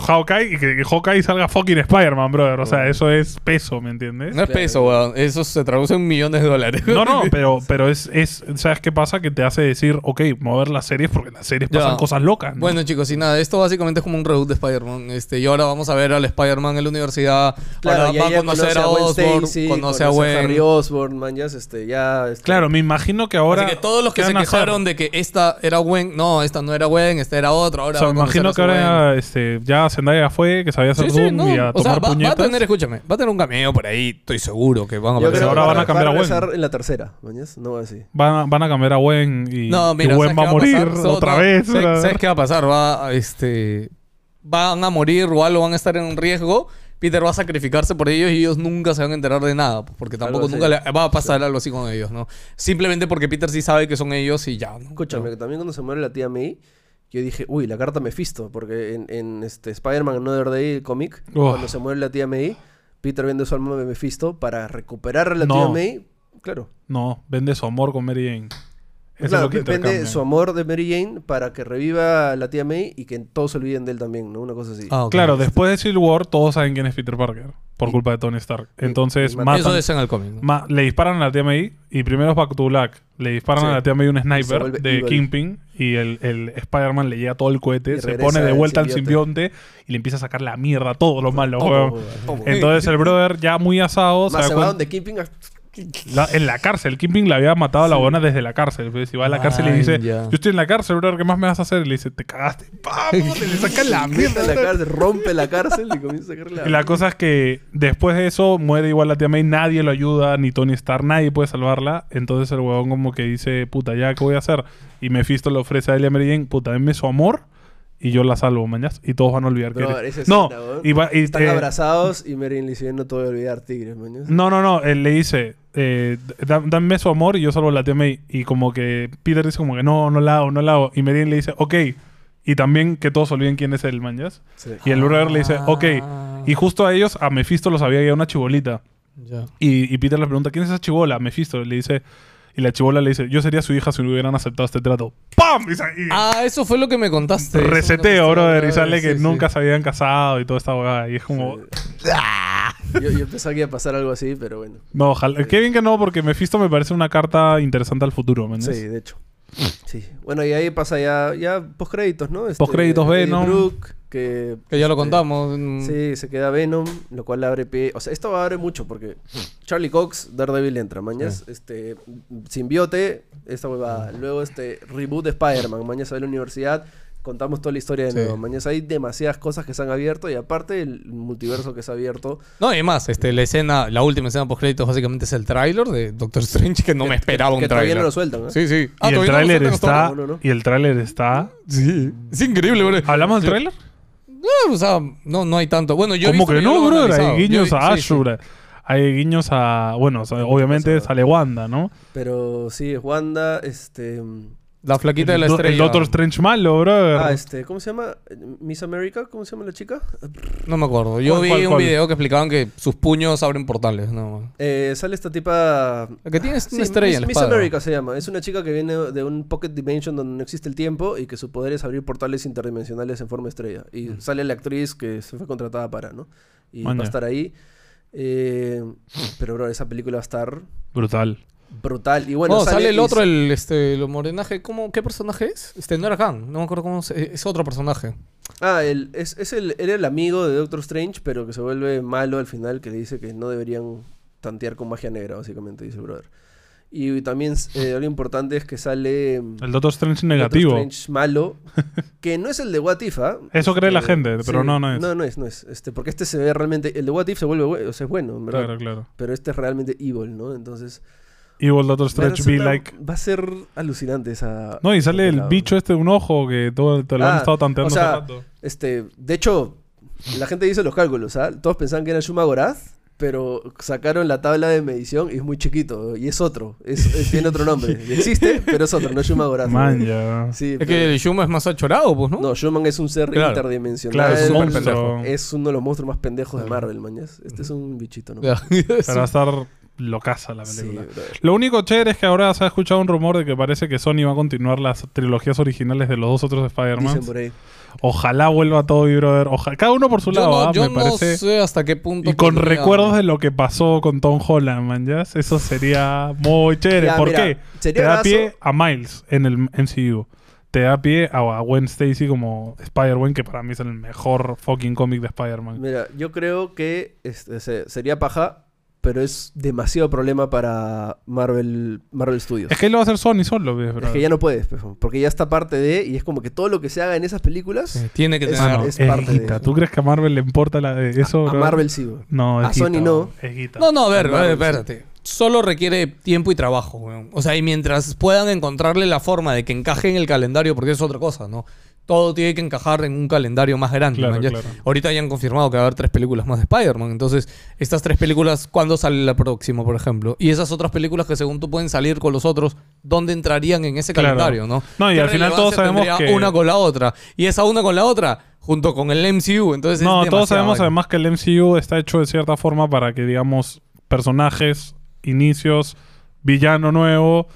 Hawkeye y que que Hawkeye salga fucking Spider-Man, brother. O sea, eso es peso, ¿me entiendes? No es peso, weón. Eso se traduce en millones de *laughs* dólares. No, no, pero, pero es, es. ¿Sabes qué pasa? Que te hace decir, ok, mover las series porque en las series Ya. pasan cosas locas. ¿no? Bueno, chicos, y nada, esto básicamente es como un reboot de Spider-Man. Este, y ahora vamos a ver al Spider-Man en la universidad. Claro, ahora ya- va a ya conocer a Gwen Osborn, Stacy, conoce a Harry Gwen. Osborn, man, ya, este, ya... este, claro, me imagino que ahora. Así que todos los que ¿qué se van a hacer? quejaron de que esta era Gwen, no, esta no era Gwen, esta era otra. Ahora O sea, va me a conocer imagino a que su Gwen. ahora este, ya Zendaya fue, que sabía hacer Sí, sí, Doom no. y a O sea, tomar va, va a puñetas. tener, escúchame, va a tener un cameo por ahí, estoy seguro que van a Yo aparecer. creo ahora que van a va- cambiar va a Gwen. regresar en la tercera, mañas, no así. Van, a, van a cambiar a Gwen y, No, mira, y Gwen ¿sabes va a qué morir pasar? Solo otra no- vez. ¿sabes, ¿verdad? sabes qué va a pasar? Va, este, van a morir o algo, van a estar en un riesgo. Peter va a sacrificarse por ellos y ellos nunca se van a enterar de nada. pues, Porque tampoco así. nunca le va a pasar algo así con ellos, ¿no? Simplemente porque Peter sí sabe que son ellos y ya, ¿no? Escúchame, Pero- que también cuando se muere la tía May, yo dije, uy, la carta Mephisto, porque en, en este Spider-Man Another Day, el cómic, Oh. cuando se muere la tía May, Peter vende su alma de Mephisto para recuperar a la No. tía May. Claro, No, vende su amor con Mary Jane. Eso claro es lo que vende intercambian. su amor de Mary Jane para que reviva a la tía May y que todos se olviden de él también, ¿no? Una cosa así. Ah, ok. Claro, después de Civil War todos saben quién es Peter Parker por culpa de Tony Stark. Entonces y matan- matan- Eso es en el cómic. ¿no? ma- le disparan a la tía May y primero es Back to Black. Le disparan Sí. a la tía May un Se sniper vuelve de evil. Kingpin y el, el Spider-Man le llega todo el Y cohete, se regresa pone de el vuelta al simbionte. simbionte y le empieza a sacar la mierda a todos los malos. Todo, weón. weón. Entonces el brother ya muy asado se Más da se va cuenta- donde Kingpin ah, a- La- en la cárcel. Kingpin le había matado a la buena desde la cárcel. Pues, Si va a la cárcel y Ay, dice, ya. yo estoy en la cárcel, brother, ¿qué más me vas a hacer? Y le dice, te cagaste. ¡Pam! *laughs* Le *laughs* sacan la grita mierda. en la cárcel, rompe la cárcel y comienza a sacarle Y la cosa es que después de eso muere igual la tía May, nadie lo ayuda, ni Tony Stark, nadie puede salvarla. Entonces el huevón como que dice, puta, ¿ya qué voy a hacer? Y Mephisto le ofrece a Elia Mary Jane, puta, denme su amor y yo la salvo, mañas. Y todos van a olvidar que... Brother, eres- esa No, escena, weón. y va- y, Están eh, abrazados y Mary Jane le dice, "Yo no te voy a olvidar, tigres, mañas. No, no, no. Él le dice, eh, da- dame su amor y yo salvo la tía May. Y como que Peter dice como que no, no la hago, no la hago. Y Merian le dice, ok. Y también que todos olviden quién es el manjas. Sí. Y el brother le dice, ok. Y justo a ellos, a Mephisto los había guiado una chibolita. Ya. Y, y Peter le pregunta, ¿quién es esa chibola? Mephisto le dice... Y la chibola le dice, yo sería su hija si no hubieran aceptado este trato. ¡Pam! Y, sa- y Ah, eso fue lo que me contaste. Eso me reseteo, contaste, brother. Y sale sí, que sí. nunca se habían casado y toda esta huevada. Y es como... "Ah". Yo, yo pensaba que iba a pasar algo así, pero bueno. No, ojalá. Qué bien que no, porque Mephisto me parece una carta interesante al futuro, ¿me entiendes? Sí, de hecho. Sí. Bueno, y ahí pasa ya, ya postcréditos, ¿no? Este, Postcréditos, Eddie Venom. Brooke, que Que ya lo contamos. mm. sí, se queda Venom, lo cual abre pie. O sea, esto abre mucho *clears throat* porque Charlie Cox, Daredevil entra, mañas. Este, simbiote, esta huevada. Luego este reboot de Spider-Man, mañas de la universidad. Contamos toda la historia de Sí. nuevo. Mañas hay demasiadas cosas que se han abierto y aparte el multiverso que se ha abierto. No, y más, este, la escena, la última escena post créditos básicamente es el tráiler de Doctor Strange que no me esperaba un que todavía tráiler. no lo sueltan, ¿eh? Sí, sí. Ah, y el todavía no lo tráiler sueltan hasta está. ahora. no, no, no. Y el tráiler está. Sí. Es increíble, bro. ¿Hablamos del tráiler? No, o sea, no, no hay tanto. Bueno, yo he Como visto que yo lo no, he brother. analizado. Hay guiños Yo vi- a sí, sí. Ashura. Hay guiños a. Bueno, o sea, obviamente sale Wanda, ¿no? Pero sí, es Wanda, este. mm, La flaquita de el, la do- estrella. el Doctor Strange malo, brother. Ah, este, ¿cómo se llama? Miss America, ¿cómo se llama la chica? No me acuerdo. Yo ¿Cuál, vi cuál, un cuál? video que explicaban que sus puños abren portales. No. Eh, sale esta tipa. La que tiene es una Sí, estrella Miss, en la Miss espalda. America se llama. Es una chica que viene de un pocket dimension donde no existe el tiempo y que su poder es abrir portales interdimensionales en forma estrella. Y Mm. sale la actriz que se fue contratada para, ¿no? Y va Maña. a estar ahí. Eh, pero, bro, esa película va a estar Brutal. brutal. Y bueno, no, sale, el y- otro, el, este, el morenaje. ¿Cómo, ¿Qué personaje es? Este, no era Khan. No me acuerdo cómo se- es otro personaje. Ah, el, es, es el, era el amigo de Doctor Strange, pero que se vuelve malo al final, que le dice que no deberían tantear con magia negra, básicamente, dice el brother. Y, también eh, algo importante es que sale... mm, El Doctor Strange negativo. Doctor Strange *laughs* malo, que no es el de What If, ¿ah? Eso cree la Eh, gente, pero sí, no, no es. No, no es, no es. Este, porque este se ve realmente... El de What If se vuelve bue- o sea, es bueno, en ¿verdad? claro, claro. Pero este es realmente evil, ¿no? Entonces... Evil va Doctor a Strange be resultar- like. Va a ser alucinante esa... No, y sale el pelada. bicho este de un ojo que todo, te lo han Ah, estado tanteando o sea, hace rato. Este, de hecho, la gente hizo los cálculos, ¿ah? Todos pensaban que era Shuma Gorath, pero sacaron la tabla de medición y es muy chiquito. Y es otro. Es, es- tiene otro *laughs* nombre. Y existe, pero es otro. No es Shuma Gorazo. Man, ya. Sí, Es pero- que el Shuma es más achorado, pues, ¿no? No, Schumann es un ser Claro. interdimensional. Claro, es es, un un- pendejo. es uno de los monstruos más pendejos de Marvel, mañas. Este es un *laughs* bichito, ¿no? Pero va a estar locaza la Sí, película. brother. Lo único chévere es que ahora se ha escuchado un rumor de que parece que Sony va a continuar las trilogías originales de los dos otros Spider-Man. Dicen por ahí. Ojalá vuelva Toby, brother. Ojalá, cada uno por su yo lado, no, ah, yo me no parece. sé hasta qué punto. Y con podría- recuerdos de lo que pasó con Tom Holland, man, ¿ya? Eso sería muy chévere. Ya, ¿Por mira, qué? Te sería da brazo- pie a Miles en el MCU. Te da pie a, a Gwen Stacy como Spider-Man, que para mí es el mejor fucking cómic de Spider-Man. Mira, yo creo que este, se- sería paja, pero es demasiado problema para Marvel, Marvel Studios. Es que ahí lo va a hacer Sony solo, ¿ves, Es brother? que ya no puedes, pues, porque ya está parte de, y es como que todo lo que se haga en esas películas, Sí, Tiene que Es- tener. Mano, es Ah, es, parte de guita. eso. ¿Tú crees que a Marvel le importa la- eh, eso, a brother? Marvel sí. güey. No, es A Sony guita, no. bro. Es guita. No, no, a ver, Claro, a ver, sí. espérate. Solo requiere tiempo y trabajo, weón. O sea, y mientras puedan encontrarle la forma de que encaje en el calendario, porque es otra cosa, ¿no? Todo tiene que encajar en un calendario más grande. Claro, man. Ya- claro. Ahorita ya han confirmado que va a haber tres películas más de Spider-Man. Entonces, estas tres películas, ¿cuándo sale la próxima, por ejemplo? Y esas otras películas que según tú pueden salir con los otros, ¿dónde entrarían en ese Claro. calendario, no? No, y ¿Qué al final relevancia todos sabemos tendría que- Una con la otra. Y esa una con la otra, junto con el MCU. Entonces, es No, todos demasiada sabemos vaina. además que el MCU está hecho de cierta forma para que, digamos, personajes, inicios, villano nuevo,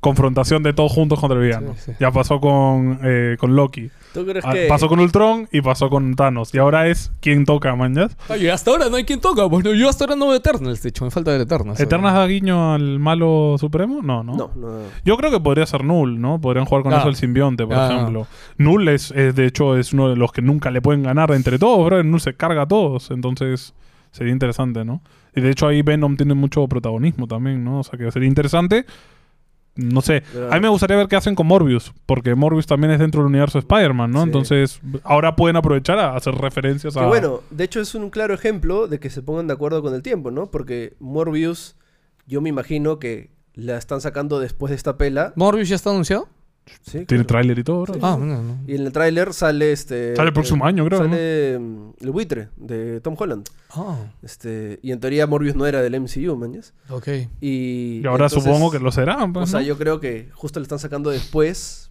confrontación de todos juntos contra el villano. Sí, sí. Ya pasó con, eh, con Loki, ¿Tú crees Ah, que pasó con Ultron y pasó con Thanos. Y ahora es quién toca, manjas. Oye, hasta ahora no hay quien toca. Bueno, yo hasta ahora no veo Eternals, de hecho. Me falta ver Eternals. ¿Eternas da guiño al malo supremo? No, no. No, no, no. Yo creo que podría ser Null, ¿no? Podrían jugar con Ah. eso el simbionte, por Ah. ejemplo. Null es, es, de hecho, es uno de los que nunca le pueden ganar entre todos, bro. Null se carga a todos. Entonces, sería interesante, ¿no? Y de hecho, ahí Venom tiene mucho protagonismo también, ¿no? O sea, que sería interesante. No sé. A mí me gustaría ver qué hacen con Morbius, porque Morbius también es dentro del universo Spider-Man, ¿no? Sí. Entonces, ahora pueden aprovechar a hacer referencias Que a. bueno, de hecho es un claro ejemplo de que se pongan de acuerdo con el tiempo, ¿no? Porque Morbius, yo me imagino que la están sacando después de esta pela. ¿Morbius ya está anunciado? Sí, Tiene claro. tráiler y todo, bro. Ah, no, no. Y en el tráiler sale este. Sale el próximo año, creo, Sale mm, el buitre de Tom Holland. Ah, Este, y en teoría Morbius no era del MCU, mañas. ok. Y, Y ahora entonces, supongo que lo serán, pues, o sea, ¿no? yo creo que justo lo están sacando después.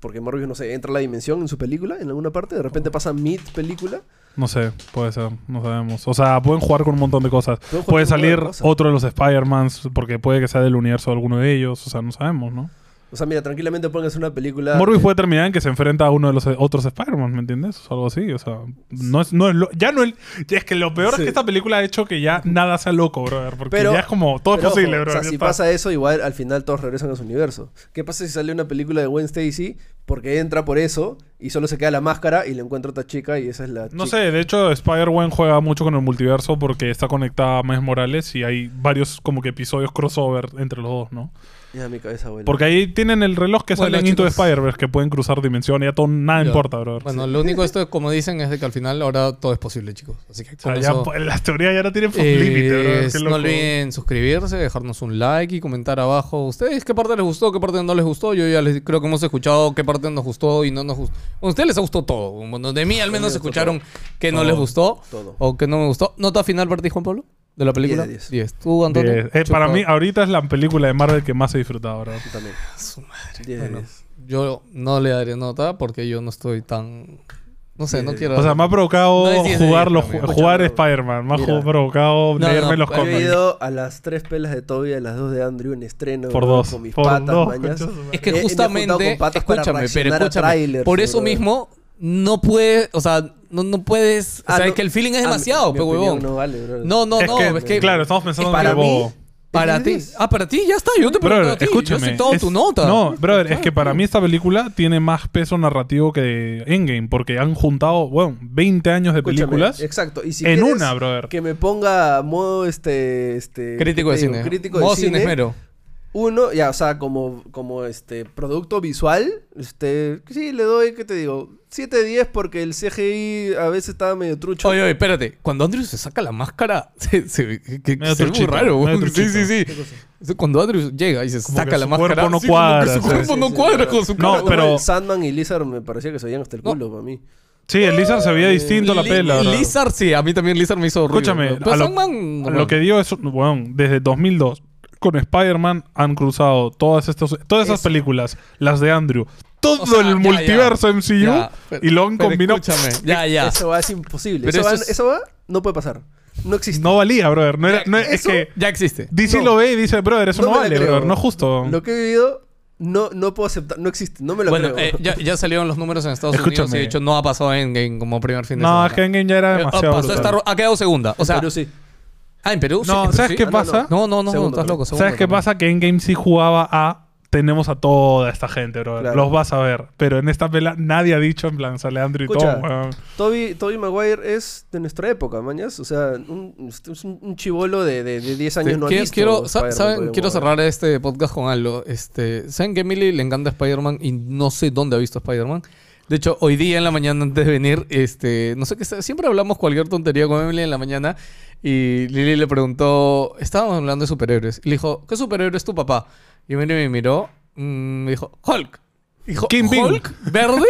Porque Morbius, no sé, entra a la dimensión en su película, en alguna parte. De repente pasa mid película. No sé, puede ser, no sabemos. O sea, pueden jugar con un montón de cosas. Pueden jugar con Puede un montón de salir cosas. otro de los Spider-Mans, porque puede que sea del universo de alguno de ellos, o sea, no sabemos, ¿no? O sea, mira, tranquilamente pueden hacer una película. Morbius puede terminar en que se enfrenta a uno de los eh, otros Spider-Man, ¿me entiendes? O algo así, o sea, no es, no es lo- ya no es, ya es que lo peor Sí. es que esta película ha hecho que ya nada sea loco, brother, porque Pero- ya es como, todo es Pero ojo, posible, O brother. sea, ya si está. pasa eso, igual al final todos regresan a su universo. ¿Qué pasa si sale una película de Gwen Stacy? Porque entra por eso y solo se queda la máscara y le encuentra otra chica y esa es la No chica. sé, de hecho Spider-Man juega mucho con el multiverso porque está conectada a Miles Morales y hay varios como que episodios crossover entre los dos, ¿no? Ya mi cabeza vuela. Porque ahí tienen el reloj que Bueno, sale en Into the chicos. Spider-Verse que pueden cruzar dimensiones, ya todo, nada Ya. importa, brother. Bueno, lo único esto, es, como dicen, es de que al final ahora todo es posible, chicos. Así que O sea, con ya eso, po- las teorías ya no tienen eh, límite, brother. Qué no loco. olviden suscribirse, dejarnos un like y comentar abajo. ¿Ustedes qué parte les gustó, qué parte no les gustó? Yo ya les creo que hemos escuchado qué parte nos gustó y no nos gustó. A ustedes les gustó todo. Bueno, de mí al menos gustó escucharon que no les gustó todo. o que no me gustó. ¿Nota final para ti, Juan Pablo? ¿De la película? de diez. 10. ¿Tú, Antonio? Bien. Eh, para Chupa. mí, ahorita es la película de Marvel que más he disfrutado, brother. Yo también. Su madre. Diez de Bueno, diez. yo no le daré nota porque yo no estoy tan. No sé, Diez no de quiero. O sea, me ha provocado No es 10 de 10 jugar, los para mí, ju- escucha, jugar bro. Spider-Man. Me ha Mira. ju- provocado No, leerme no, los pues, Yo he cómics. ido a las tres pelas de Toby, a las dos de Andrew en estreno. Por ¿no? dos. Con mis Por patas, dos, mañas. conchazo, madre. Es que Me he- me he juntado justamente. con patas para escúchame, pero reaccionar a escúchame. trailers, por eso bro. mismo, no puedes. O sea, no, no puedes. Ah, o sea, no. es que el feeling es Ah, mi- demasiado, mi pe opinión huevón. No vale, bro. No, no, es no. que, es que. claro, estamos pensando para que mí- bobo. Para Es ti. diez. Ah, para ti, ya está. Yo te pregunto. a Brother, ti. escúchame. Yo soy todo es- tu nota. Ah. No, brother, es que para mí esta película tiene más peso narrativo que Endgame, porque han juntado, bueno, 20 años de Escúchame, películas. Exacto. Y si en quieres una, brother. Que me ponga modo este. este Crítico de ¿qué te digo? cine. Crítico de Modo cine. cinesmero. Uno, ya, o sea, como, como este producto visual, este, sí, le doy, ¿qué te digo? 7 de 10 porque el CGI a veces estaba medio trucho. Oye, oye, espérate. Cuando Andrew se saca la máscara, *laughs* se, se- que- que- Medio se ve muy truchito, raro. medio weón. Sí, sí, sí. Cuando Andrew llega y se Como saca que la su máscara, cuerpo no sí, como que cuadra, su sí, cuerpo sí, no sí, cuadra sí. con su No, cara. Como pero- el Sandman y Lizard me parecía que se oían hasta el No. culo para mí. Sí, el Lizard se veía distinto a la Li- pela, ¿verdad? Lizard, sí, a mí también Lizard me hizo Pues horrible. Escúchame, Pero a lo- Sandman, A Lo que digo es, bueno, desde 2002, con Spider-Man han cruzado todas, estos, todas esas Eso. películas, las de Andrew, todo O sea, el ya, multiverso ya. MCU, Ya, pero- y lo han pero combinado. Escúchame, ya, ya. Eso va, es imposible. Pero Eso, eso va, es- eso va, no puede pasar. No existe. No valía, brother. No era, no era- es Eso- que Ya existe. DC no. lo ve y dice, brother, eso No no, me la vale, creo. brother, no es justo. Lo que he vivido, no, no puedo aceptar. No existe. No me lo Bueno, creo. eh, ya, ya salieron los números en Estados Unidos y Escúchame. de hecho no ha pasado Endgame como primer fin de No, semana. es que Endgame ya era Eh, demasiado. pasó brutal. Star Wars- ha quedado segunda. O sea, Pero sí. ah, en Perú. No, sí, en Perú ¿sabes sí. qué Ah, pasa? No, no, no, Segundo estás loco. ¿Sabes segundo qué también. pasa? Que Endgame sí jugaba a tenemos a toda esta gente, brother. Claro. Los vas a ver. Pero en esta pela nadie ha dicho en plan sale Andrew y Escucha. todo, weón. Toby, Toby Maguire es de nuestra época, mañas. O sea, un, es un- un chivolo de, de, de 10 años Sí, no ha quiero, visto quiero- sa- Spider-Man, saben, Toby quiero Maguire. cerrar este podcast con algo. Este, ¿Saben que a Emily le encanta Spider-Man y no sé dónde ha visto Spider-Man? De hecho, hoy día en la mañana antes de venir, este, no sé qué, está- siempre hablamos cualquier tontería con Emily en la mañana y Lily le preguntó, estábamos hablando de superhéroes. Y le dijo, ¿qué superhéroe es tu papá? Y Emily me miró, mm, me dijo, Hulk. Y Dijo, Kingpin. ¿Hulk? ¿Verde?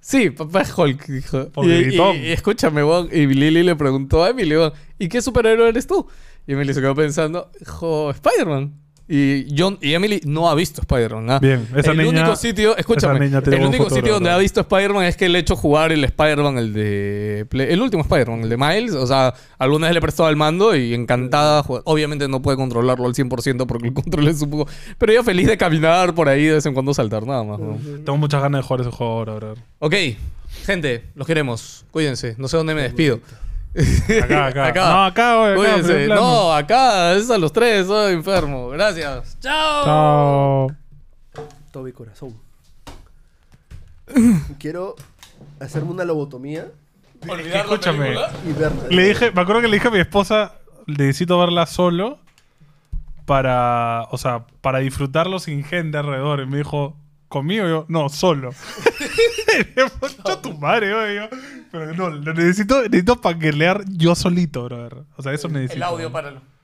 Sí, papá es Hulk, dijo. Y, Pobre y- gritón. y escúchame, weón. Y Lily le preguntó a Emily, weón, ¿y qué superhéroe eres tú? Y Emily se quedó pensando, jo, Spider-Man. Y, John, y Emily no ha visto Spider-Man. ¿ah? Bien, esa el niña- único sitio, escúchame, niña tiene el buen único futuro, sitio donde ¿verdad? ha visto Spider-Man es que le he hecho jugar el Spider-Man, el de. Play- el último Spider-Man, el de Miles. O sea, alguna vez le prestaba el mando y encantada. jugaba. Obviamente no puede controlarlo al 100% porque el *laughs* control es un poco. Pero ella feliz de caminar por ahí de vez en cuando saltar, nada más. weón. Tengo muchas ganas de jugar ese juego ahora, *laughs* brother. Ok, gente, los queremos. Cuídense. No sé dónde me despido. Acá, acá. *laughs* No, acá, güey, acá, pero Cuídense. en plano. no, acá. Es a los tres. Soy enfermo. Gracias. Chao. Chao. Toby Corazón. quiero hacerme una lobotomía Olvidar la Escúchame. película. y verla. Le dije, me acuerdo que le dije a mi esposa, necesito verla solo para, o sea, para disfrutarlo sin gente alrededor. Y me dijo, ¿conmigo? Y yo, no, solo. *laughs* Y me puso tu madre, güey. Yo, Pero no, lo necesito, necesito panguelear yo solito, brother. O sea, eso necesito. El audio, páralo.